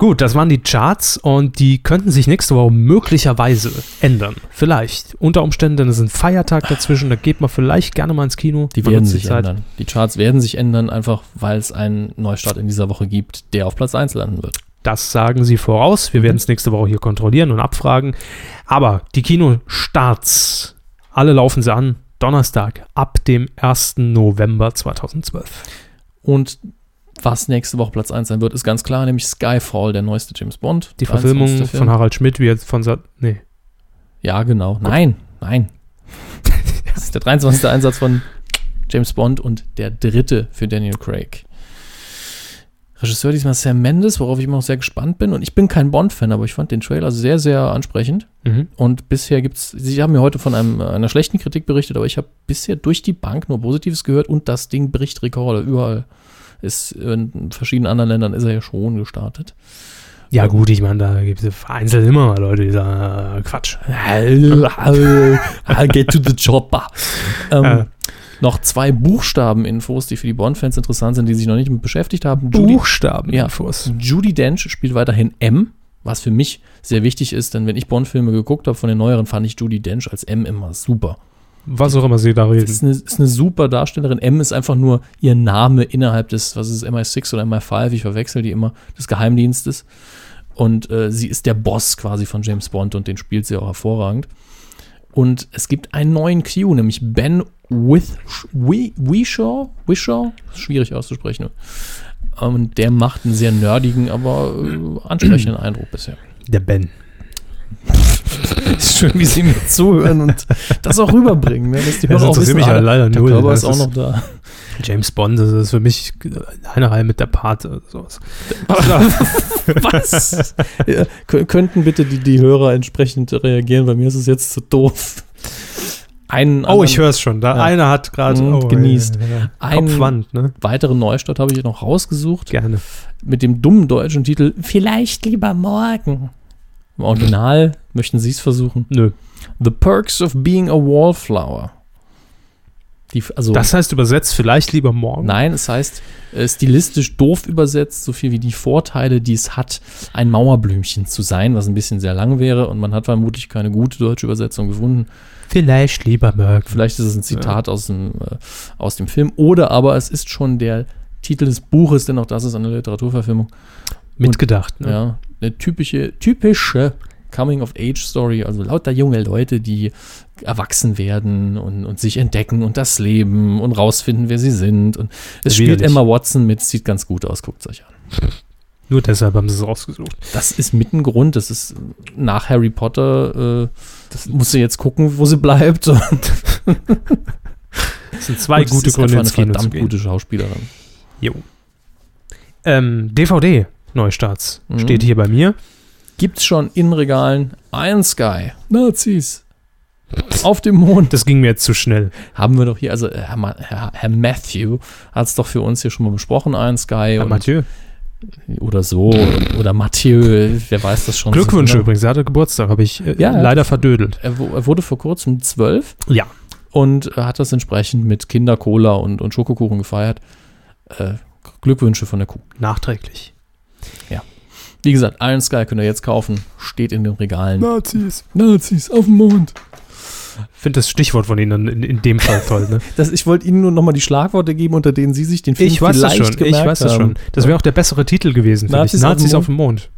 [SPEAKER 1] Gut, das waren die Charts und die könnten sich nächste Woche möglicherweise ändern. Vielleicht. Unter Umständen, denn es ist ein Feiertag dazwischen, da geht man vielleicht gerne mal ins Kino.
[SPEAKER 2] Die
[SPEAKER 1] Man
[SPEAKER 2] werden
[SPEAKER 1] nutzt
[SPEAKER 2] sich
[SPEAKER 1] Zeit.
[SPEAKER 2] ändern. Die Charts werden sich ändern, einfach weil es einen Neustart in dieser Woche gibt, der auf Platz 1 landen wird.
[SPEAKER 1] Das sagen sie voraus. Wir werden es nächste Woche hier kontrollieren und abfragen. Aber die Kinostarts, alle laufen sie an. Donnerstag ab dem 1. November 2012.
[SPEAKER 2] Und was nächste Woche Platz 1 sein wird, ist ganz klar, nämlich Skyfall, der neueste James Bond.
[SPEAKER 1] Die
[SPEAKER 2] Der
[SPEAKER 1] Verfilmung
[SPEAKER 2] 23.
[SPEAKER 1] von Harald Schmidt, wie jetzt von Sat. Nee.
[SPEAKER 2] Ja, genau. Nein, nein. Das ist der 23. Einsatz von James Bond und der dritte für Daniel Craig. Regisseur diesmal Sam Mendes, worauf ich immer noch sehr gespannt bin. Und ich bin kein Bond-Fan, aber ich fand den Trailer sehr, sehr ansprechend.
[SPEAKER 1] Mhm.
[SPEAKER 2] Und bisher gibt es, Sie haben mir heute von einem, äh, einer schlechten Kritik berichtet, aber ich habe bisher durch die Bank nur Positives gehört und das Ding bricht Rekorde. Überall ist, in verschiedenen anderen Ländern ist er ja schon gestartet.
[SPEAKER 1] Ja, gut, ich meine, da gibt es vereinzelt immer mal Leute, die sagen, äh, Quatsch.
[SPEAKER 2] Get to the chopper. Ähm,
[SPEAKER 1] Ja.
[SPEAKER 2] Noch zwei Buchstabeninfos, die für die Bond-Fans interessant sind, die sich noch nicht mit beschäftigt haben. Judy,
[SPEAKER 1] Buchstaben.
[SPEAKER 2] Ja.
[SPEAKER 1] Ja.
[SPEAKER 2] Judy Dench spielt weiterhin M, was für mich sehr wichtig ist, denn wenn ich Bond-Filme geguckt habe von den neueren, fand ich Judy Dench als M immer super.
[SPEAKER 1] Was auch immer sie da reden.
[SPEAKER 2] Ist eine, ist eine super Darstellerin. M ist einfach nur ihr Name innerhalb des, was ist es, MI6 oder MI5, ich verwechsel die immer, des Geheimdienstes. Und äh, sie ist der Boss quasi von James Bond und den spielt sie auch hervorragend. Und es gibt einen neuen Q, nämlich Ben With We- Wishaw. Wishaw? Schwierig auszusprechen. Ähm, der macht einen sehr nerdigen, aber äh, ansprechenden Eindruck bisher.
[SPEAKER 1] Der Ben.
[SPEAKER 2] Ist schön, wie sie mir zuhören und das auch rüberbringen. Ne? Dass die
[SPEAKER 1] Das
[SPEAKER 2] Hörer auch
[SPEAKER 1] interessiert mich
[SPEAKER 2] wissen,
[SPEAKER 1] ja
[SPEAKER 2] ah,
[SPEAKER 1] leider
[SPEAKER 2] der
[SPEAKER 1] null.
[SPEAKER 2] Körper ist
[SPEAKER 1] Das
[SPEAKER 2] auch
[SPEAKER 1] ist-
[SPEAKER 2] noch da.
[SPEAKER 1] James Bond, das ist für mich eine Reihe mit der Pate. Sowas. Oh,
[SPEAKER 2] Was? ja, kö- könnten bitte die, die Hörer entsprechend reagieren? Bei mir ist es jetzt zu doof. Einen,
[SPEAKER 1] Oh,
[SPEAKER 2] anderen-
[SPEAKER 1] ich höre es schon. Da
[SPEAKER 2] Ja.
[SPEAKER 1] einer hat gerade
[SPEAKER 2] Mhm,
[SPEAKER 1] oh,
[SPEAKER 2] genießt.
[SPEAKER 1] Ja, ja, ja.
[SPEAKER 2] Einen-
[SPEAKER 1] Kopfwand, ne?
[SPEAKER 2] weiteren Neustart habe ich noch rausgesucht
[SPEAKER 1] Gerne.
[SPEAKER 2] mit dem dummen deutschen Titel Vielleicht lieber morgen. Im Original möchten Sie es versuchen.
[SPEAKER 1] Nö.
[SPEAKER 2] The Perks of Being a Wallflower. Die, also
[SPEAKER 1] Das heißt übersetzt vielleicht lieber morgen.
[SPEAKER 2] Nein, es heißt äh, stilistisch doof übersetzt, so viel wie die Vorteile, die es hat, ein Mauerblümchen zu sein, was ein bisschen sehr lang wäre und man hat vermutlich keine gute deutsche Übersetzung gefunden.
[SPEAKER 1] Vielleicht lieber morgen.
[SPEAKER 2] Vielleicht ist es ein Zitat aus, dem, äh, aus dem Film oder aber es ist schon der Titel des Buches, denn auch das ist eine Literaturverfilmung.
[SPEAKER 1] Mitgedacht, ne?
[SPEAKER 2] Ja, eine typische, typische Coming-of-Age-Story, also lauter junge Leute, die erwachsen werden und, und sich entdecken und das Leben und rausfinden, wer sie sind. Und es spielt
[SPEAKER 1] Widerlich.
[SPEAKER 2] Emma Watson mit, sieht ganz gut aus, guckt euch an.
[SPEAKER 1] Nur deshalb haben sie es rausgesucht.
[SPEAKER 2] Das ist mit ein Grund, das ist nach Harry Potter, äh, das muss sie jetzt gucken, wo sie bleibt. Und
[SPEAKER 1] Das sind zwei
[SPEAKER 2] es
[SPEAKER 1] gute
[SPEAKER 2] ist einfach
[SPEAKER 1] Gründe,
[SPEAKER 2] eine
[SPEAKER 1] ins Kino zu
[SPEAKER 2] verdammt
[SPEAKER 1] gehen.
[SPEAKER 2] gute Schauspielerin.
[SPEAKER 1] Jo. Ähm, DVD, Neustarts,
[SPEAKER 2] Mhm.
[SPEAKER 1] steht hier bei mir.
[SPEAKER 2] Gibt's schon in Regalen Iron Sky, Nazis, auf dem Mond.
[SPEAKER 1] Das ging mir jetzt zu schnell.
[SPEAKER 2] haben wir doch hier, also äh, Herr, Ma- Herr, Herr Matthew hat es doch für uns hier schon mal besprochen, Iron Sky
[SPEAKER 1] Herr
[SPEAKER 2] und,
[SPEAKER 1] Mathieu.
[SPEAKER 2] oder so, oder Mathieu, wer weiß das schon.
[SPEAKER 1] Glückwünsche übrigens, er hatte Geburtstag, habe ich äh,
[SPEAKER 2] Ja, ja.
[SPEAKER 1] leider verdödelt.
[SPEAKER 2] Er, wu- er wurde vor kurzem zwölf
[SPEAKER 1] Ja.
[SPEAKER 2] und äh, hat das entsprechend mit Kindercola und, und Schokokuchen gefeiert. Äh, Glückwünsche von der Kuh.
[SPEAKER 1] Nachträglich.
[SPEAKER 2] Wie gesagt, Iron Sky könnt ihr jetzt kaufen, steht in den Regalen.
[SPEAKER 1] Nazis.
[SPEAKER 2] Nazis auf dem Mond.
[SPEAKER 1] finde das Stichwort von Ihnen in, in dem Fall toll. Ne?
[SPEAKER 2] Das, ich wollte Ihnen nur nochmal die Schlagworte geben, unter denen Sie sich den Film
[SPEAKER 1] Ich weiß das schon. Ich
[SPEAKER 2] gemerkt
[SPEAKER 1] weiß das
[SPEAKER 2] haben.
[SPEAKER 1] schon. Das wäre auch der bessere Titel gewesen. finde
[SPEAKER 2] Nazis
[SPEAKER 1] ich.
[SPEAKER 2] auf dem
[SPEAKER 1] Nazis
[SPEAKER 2] Mond?
[SPEAKER 1] auf dem Mond.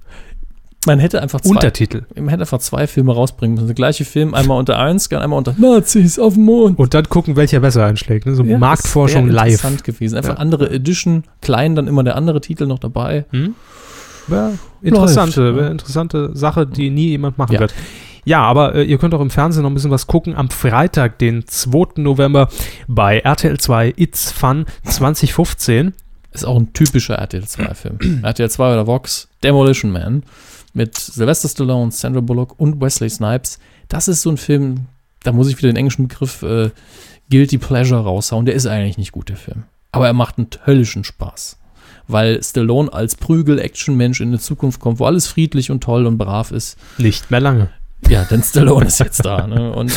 [SPEAKER 2] Man hätte einfach zwei,
[SPEAKER 1] Untertitel.
[SPEAKER 2] man hätte einfach zwei Filme rausbringen müssen. Der gleiche Film, einmal unter 1, einmal unter Nazis auf dem Mond.
[SPEAKER 1] Und dann gucken, welcher besser einschlägt. Ne? So
[SPEAKER 2] Ja, das
[SPEAKER 1] Marktforschung
[SPEAKER 2] wär
[SPEAKER 1] live.
[SPEAKER 2] Interessant gewesen. Einfach
[SPEAKER 1] Ja.
[SPEAKER 2] andere Edition, klein, dann immer der andere Titel noch dabei.
[SPEAKER 1] Hm? Ja, interessante,
[SPEAKER 2] Läuft, ja.
[SPEAKER 1] interessante Sache, die nie jemand machen
[SPEAKER 2] Ja.
[SPEAKER 1] wird. ne? Ja, aber äh, ihr könnt auch im Fernsehen noch ein bisschen was gucken. Am Freitag, den 2. November bei RTL 2 It's Fun 2015.
[SPEAKER 2] Ist auch ein typischer RTL 2-Film. RTL 2 oder Vox, Demolition Man mit Sylvester Stallone, Sandra Bullock und Wesley Snipes. Das ist so ein Film, da muss ich wieder den englischen Begriff äh, Guilty Pleasure raushauen. Der ist eigentlich nicht gut, der Film. Aber er macht einen höllischen Spaß. Weil Stallone als Prügel-Action-Mensch in eine Zukunft kommt, wo alles friedlich und toll und brav ist.
[SPEAKER 1] Nicht mehr lange.
[SPEAKER 2] Ja, denn Stallone ist jetzt da. Ne? Und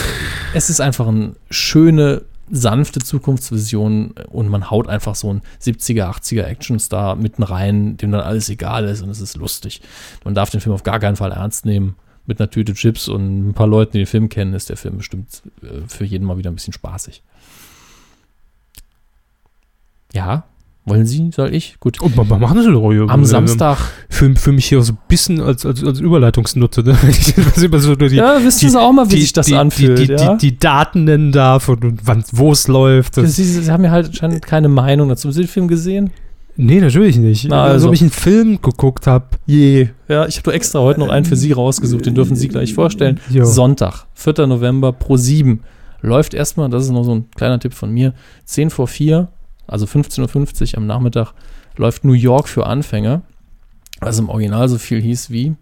[SPEAKER 2] es ist einfach eine schöne, sanfte Zukunftsvision und man haut einfach so einen 70er, 80er Actionstar mitten rein, dem dann alles egal ist und es ist lustig. Man darf den Film auf gar keinen Fall ernst nehmen. Mit einer Tüte Chips und ein paar Leuten, die den Film kennen, ist der Film bestimmt äh, für jeden mal wieder ein bisschen spaßig. Ja, wollen Sie? Soll ich? Gut.
[SPEAKER 1] Und man, man machen sie doch ruhig. Äh,
[SPEAKER 2] Am Samstag
[SPEAKER 1] Für, für mich hier so ein bisschen als, als, als Überleitungsnutze, ne? wenn ich das immer so durch die,
[SPEAKER 2] ja, wissen
[SPEAKER 1] die-
[SPEAKER 2] Sie auch mal, wie
[SPEAKER 1] die,
[SPEAKER 2] sich das
[SPEAKER 1] die,
[SPEAKER 2] anfühlt.
[SPEAKER 1] die, die,
[SPEAKER 2] ja?
[SPEAKER 1] die, die Daten nennen darf und, und wann- wo es läuft.
[SPEAKER 2] Sie, sie, sie haben ja halt anscheinend keine Meinung dazu. Haben Sie den Film gesehen?
[SPEAKER 1] nee, natürlich nicht.
[SPEAKER 2] Na,
[SPEAKER 1] Als
[SPEAKER 2] also.
[SPEAKER 1] ob ich einen Film geguckt habe.
[SPEAKER 2] Je. Ja, ich habe doch extra heute noch einen für Sie rausgesucht. Den dürfen Sie gleich vorstellen.
[SPEAKER 1] Jo.
[SPEAKER 2] Sonntag, 4. November, pro 7. Läuft erstmal, das ist noch so ein kleiner Tipp von mir, 10 vor 4, also 15.50 Uhr am Nachmittag, läuft New York für Anfänger. Was im Original so viel hieß wie,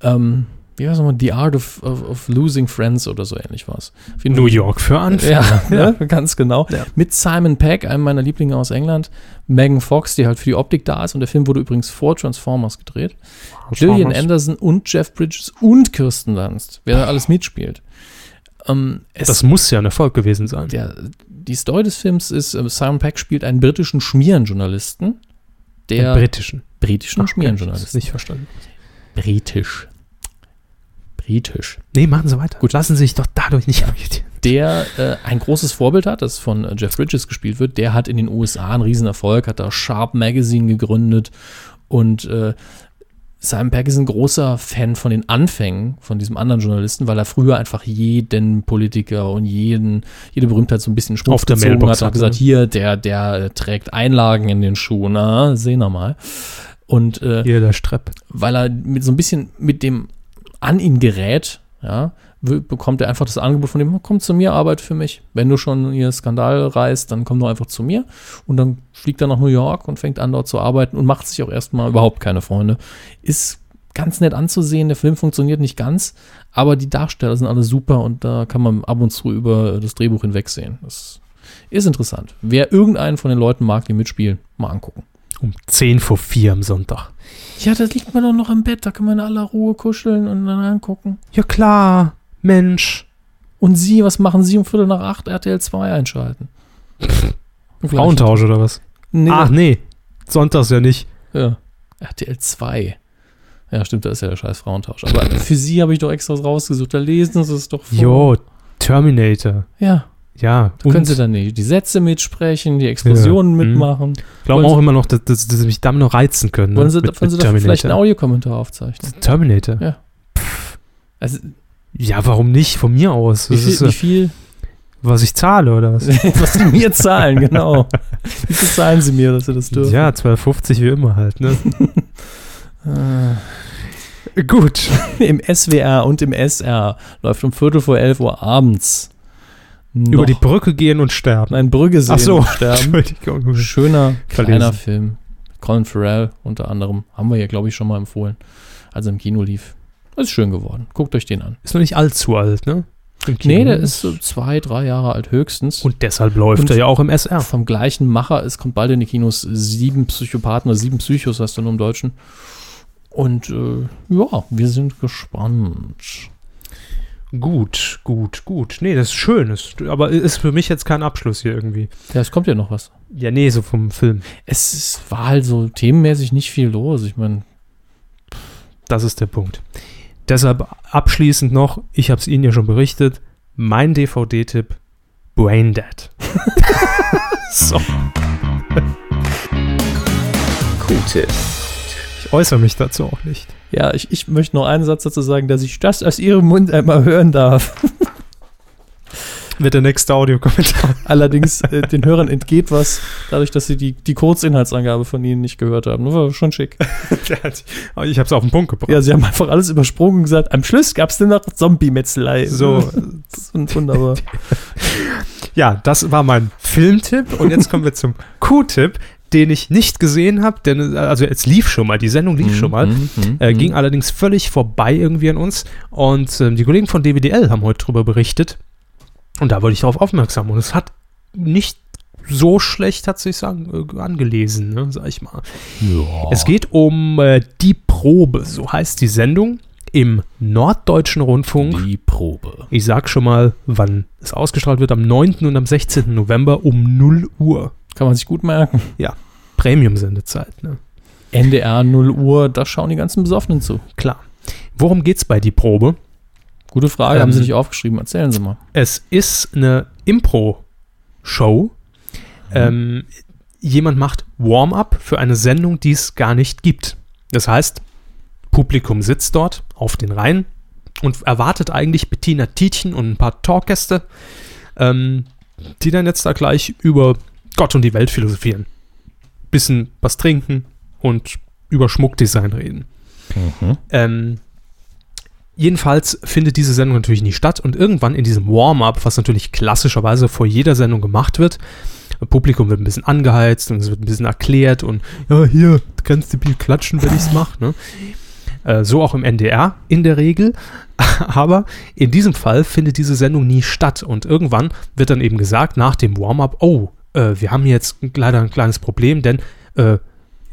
[SPEAKER 2] ähm, wie heißt nochmal, The Art of, of, of Losing Friends oder so ähnlich war es. Auf jeden
[SPEAKER 1] New
[SPEAKER 2] Fall-
[SPEAKER 1] York für Anfänger.
[SPEAKER 2] Ja, ne? ganz genau. Mit Simon Pegg, einem meiner Lieblinge aus England, Megan Fox, die halt für die Optik da ist und der Film wurde übrigens vor Transformers gedreht. Gillian Anderson und Jeff Bridges und Kirsten Dunst, wer da alles mitspielt. Ähm, es,
[SPEAKER 1] Das muss ja ein Erfolg gewesen sein.
[SPEAKER 2] der, die Story des Films ist, äh, Simon Pegg spielt einen britischen Schmierenjournalisten, der
[SPEAKER 1] britischen.
[SPEAKER 2] britischen
[SPEAKER 1] das
[SPEAKER 2] Schmierenjournalisten.
[SPEAKER 1] nicht verstanden.
[SPEAKER 2] Britisch. Britisch.
[SPEAKER 1] Nee, machen Sie weiter. Gut, lassen Sie sich doch dadurch nicht agitieren.
[SPEAKER 2] der äh, ein großes Vorbild hat, das von äh, Jeff Bridges gespielt wird. Der hat in den USA einen Riesenerfolg, hat da Sharp Magazine gegründet und äh, Simon Pegg ist ein großer Fan von den Anfängen von diesem anderen Journalisten, weil er früher einfach jeden Politiker und jeden, jede Berühmtheit so ein bisschen in Schmutz
[SPEAKER 1] Auf der
[SPEAKER 2] gezogen
[SPEAKER 1] Mailbox
[SPEAKER 2] hat. Hat
[SPEAKER 1] hatte. ne?
[SPEAKER 2] gesagt, hier, der, der äh, trägt Einlagen in den Schuhen, na, sehen wir mal. Und äh,
[SPEAKER 1] Hier der Strepp.
[SPEAKER 2] weil er mit so ein bisschen mit dem an ihn gerät, ja, w- bekommt er einfach das Angebot von dem, komm zu mir, arbeit für mich. Wenn du schon hier Skandal reißt, dann komm doch einfach zu mir. Und dann fliegt er nach New York und fängt an, dort zu arbeiten und macht sich auch erstmal überhaupt keine Freunde. Ist ganz nett anzusehen, der Film funktioniert nicht ganz, aber die Darsteller sind alle super und da kann man ab und zu über das Drehbuch hinwegsehen. Das ist interessant. Wer irgendeinen von den Leuten mag, die mitspielen, mal angucken.
[SPEAKER 1] Um 10 vor 4 am Sonntag.
[SPEAKER 2] Ja, da liegt man doch noch im Bett, da kann man in aller Ruhe kuscheln und dann angucken.
[SPEAKER 1] Ja klar, Mensch.
[SPEAKER 2] Und Sie, was machen Sie um Viertel nach acht RTL 2 einschalten? Frauentau.
[SPEAKER 1] Frauentausch Ah. oder was?
[SPEAKER 2] Nee,
[SPEAKER 1] Ach nee, sonntags ja nicht.
[SPEAKER 2] ja. RTL 2. Ja, stimmt, da ist ja der scheiß Frauentausch. Aber für Sie habe ich doch extra was rausgesucht. Da lesen Sie es doch vor.
[SPEAKER 1] Jo, Terminator.
[SPEAKER 2] Ja,
[SPEAKER 1] Ja,
[SPEAKER 2] da können Sie dann die, die Sätze mitsprechen, die Explosionen
[SPEAKER 1] Ja. Mhm.
[SPEAKER 2] mitmachen.
[SPEAKER 1] glauben
[SPEAKER 2] wollen
[SPEAKER 1] auch immer noch, dass, dass, dass Sie mich damit noch reizen können. ne?
[SPEAKER 2] Wollen Sie,
[SPEAKER 1] Mit-
[SPEAKER 2] wollen
[SPEAKER 1] mit
[SPEAKER 2] Sie da vielleicht einen
[SPEAKER 1] Terminator.
[SPEAKER 2] Audiokommentar aufzeichnen?
[SPEAKER 1] Terminator.
[SPEAKER 2] Ja. Also,
[SPEAKER 1] Ja, warum nicht? Von mir aus.
[SPEAKER 2] wie
[SPEAKER 1] Das
[SPEAKER 2] viel,
[SPEAKER 1] ist,
[SPEAKER 2] wie
[SPEAKER 1] äh,
[SPEAKER 2] viel
[SPEAKER 1] was ich zahle oder was?
[SPEAKER 2] was Sie mir zahlen, genau. Wie viel zahlen Sie mir, dass Sie das dürfen?
[SPEAKER 1] Ja, 2,50 wie immer halt, ne?
[SPEAKER 2] Äh.
[SPEAKER 1] Gut.
[SPEAKER 2] Im SWR und im SR läuft um Viertel vor elf Uhr abends noch
[SPEAKER 1] Über die Brücke gehen und sterben.
[SPEAKER 2] ein Brügge sehen
[SPEAKER 1] Ach so.
[SPEAKER 2] und sterben.
[SPEAKER 1] Entschuldigung.
[SPEAKER 2] Schöner, kleiner
[SPEAKER 1] Verlesen.
[SPEAKER 2] Film. Colin Farrell unter anderem. Haben wir ja, glaube ich, schon mal empfohlen, als er im Kino lief. Das ist schön geworden. Guckt euch den an.
[SPEAKER 1] Ist noch nicht allzu alt, ne? Im Kino.
[SPEAKER 2] Nee, der ist so zwei, drei Jahre alt höchstens.
[SPEAKER 1] Und deshalb läuft
[SPEAKER 2] Und-
[SPEAKER 1] er ja auch im SR.
[SPEAKER 2] vom gleichen Macher. Es kommt bald in die Kinos sieben Psychopathen oder sieben Psychos, heißt er nur im Deutschen. Und äh, ja, wir sind gespannt.
[SPEAKER 1] Gut, gut, gut. Nee, das ist schön. Ist, aber ist für mich jetzt kein Abschluss hier irgendwie.
[SPEAKER 2] Ja, es kommt ja noch was.
[SPEAKER 1] Ja, nee, so vom Film.
[SPEAKER 2] Es ist, war halt so themenmäßig nicht viel los. Ich meine,
[SPEAKER 1] Das ist der Punkt. Deshalb abschließend noch, ich habe es Ihnen ja schon berichtet, Mein DVD-Tipp: Braindead. so,
[SPEAKER 3] Q-Tipp,
[SPEAKER 1] ich äußere mich dazu auch nicht.
[SPEAKER 2] Ja, ich, ich möchte noch einen Satz dazu sagen, dass ich das aus Ihrem Mund einmal hören darf.
[SPEAKER 1] Wird der nächste Audiokommentar.
[SPEAKER 2] Allerdings äh, den Hörern entgeht was, dadurch, dass sie die, die Kurzinhaltsangabe von Ihnen nicht gehört haben. Das war schon schick.
[SPEAKER 1] Der hat- ich habe es auf den Punkt gebracht.
[SPEAKER 2] Ja, sie haben einfach alles übersprungen und gesagt, am Schluss gab es nur noch Zombie-Metzelei.
[SPEAKER 1] So.
[SPEAKER 2] Das ist wunderbar.
[SPEAKER 1] Ja, das war mein Filmtipp und jetzt kommen wir zum Q-Tipp, den ich nicht gesehen habe, denn äh, also es lief schon mal, die Sendung lief schon mal.
[SPEAKER 2] Mhm,
[SPEAKER 1] Äh, ging allerdings völlig vorbei irgendwie an uns. Und ähm, die Kollegen von DWDL haben heute drüber berichtet. Und da wurde ich darauf aufmerksam. Und es hat nicht so schlecht, hat sich sagen, äh, angelesen, ne, sag ich mal. Es geht um äh, die Probe, so heißt die Sendung im Norddeutschen Rundfunk.
[SPEAKER 2] Die Probe.
[SPEAKER 1] Ich sag schon mal, wann es ausgestrahlt wird, am 9. und am 16. November um 0 Uhr.
[SPEAKER 2] Kann man sich gut merken.
[SPEAKER 1] Premium-Sendezeit, ne?
[SPEAKER 2] NDR 0 Uhr, da schauen die ganzen Besoffenen zu.
[SPEAKER 1] Klar. Worum geht's bei die Probe?
[SPEAKER 2] Gute Frage,
[SPEAKER 1] Ähm.
[SPEAKER 2] haben sie nicht aufgeschrieben. Erzählen Sie mal.
[SPEAKER 1] Es ist eine Impro-Show. Ähm, jemand macht Warm-up für eine Sendung, die es gar nicht gibt. Das heißt, Publikum sitzt dort auf den Reihen und erwartet eigentlich Bettina Tietjen und ein paar Talkgäste, ähm, die dann jetzt da gleich über Gott und die Welt philosophieren. Bisschen was trinken und über Schmuckdesign reden. Ähm, Jedenfalls findet diese Sendung natürlich nie statt und irgendwann in diesem Warm-up, was natürlich klassischerweise vor jeder Sendung gemacht wird, das Publikum wird ein bisschen angeheizt und es wird ein bisschen erklärt und ja, hier kannst du ein bisschen klatschen, wenn ich es mache. Ne? Äh, So auch im NDR in der Regel. Aber in diesem Fall findet diese Sendung nie statt und irgendwann wird dann eben gesagt nach dem Warm-up, oh, äh, wir haben jetzt leider ein kleines Problem, denn äh,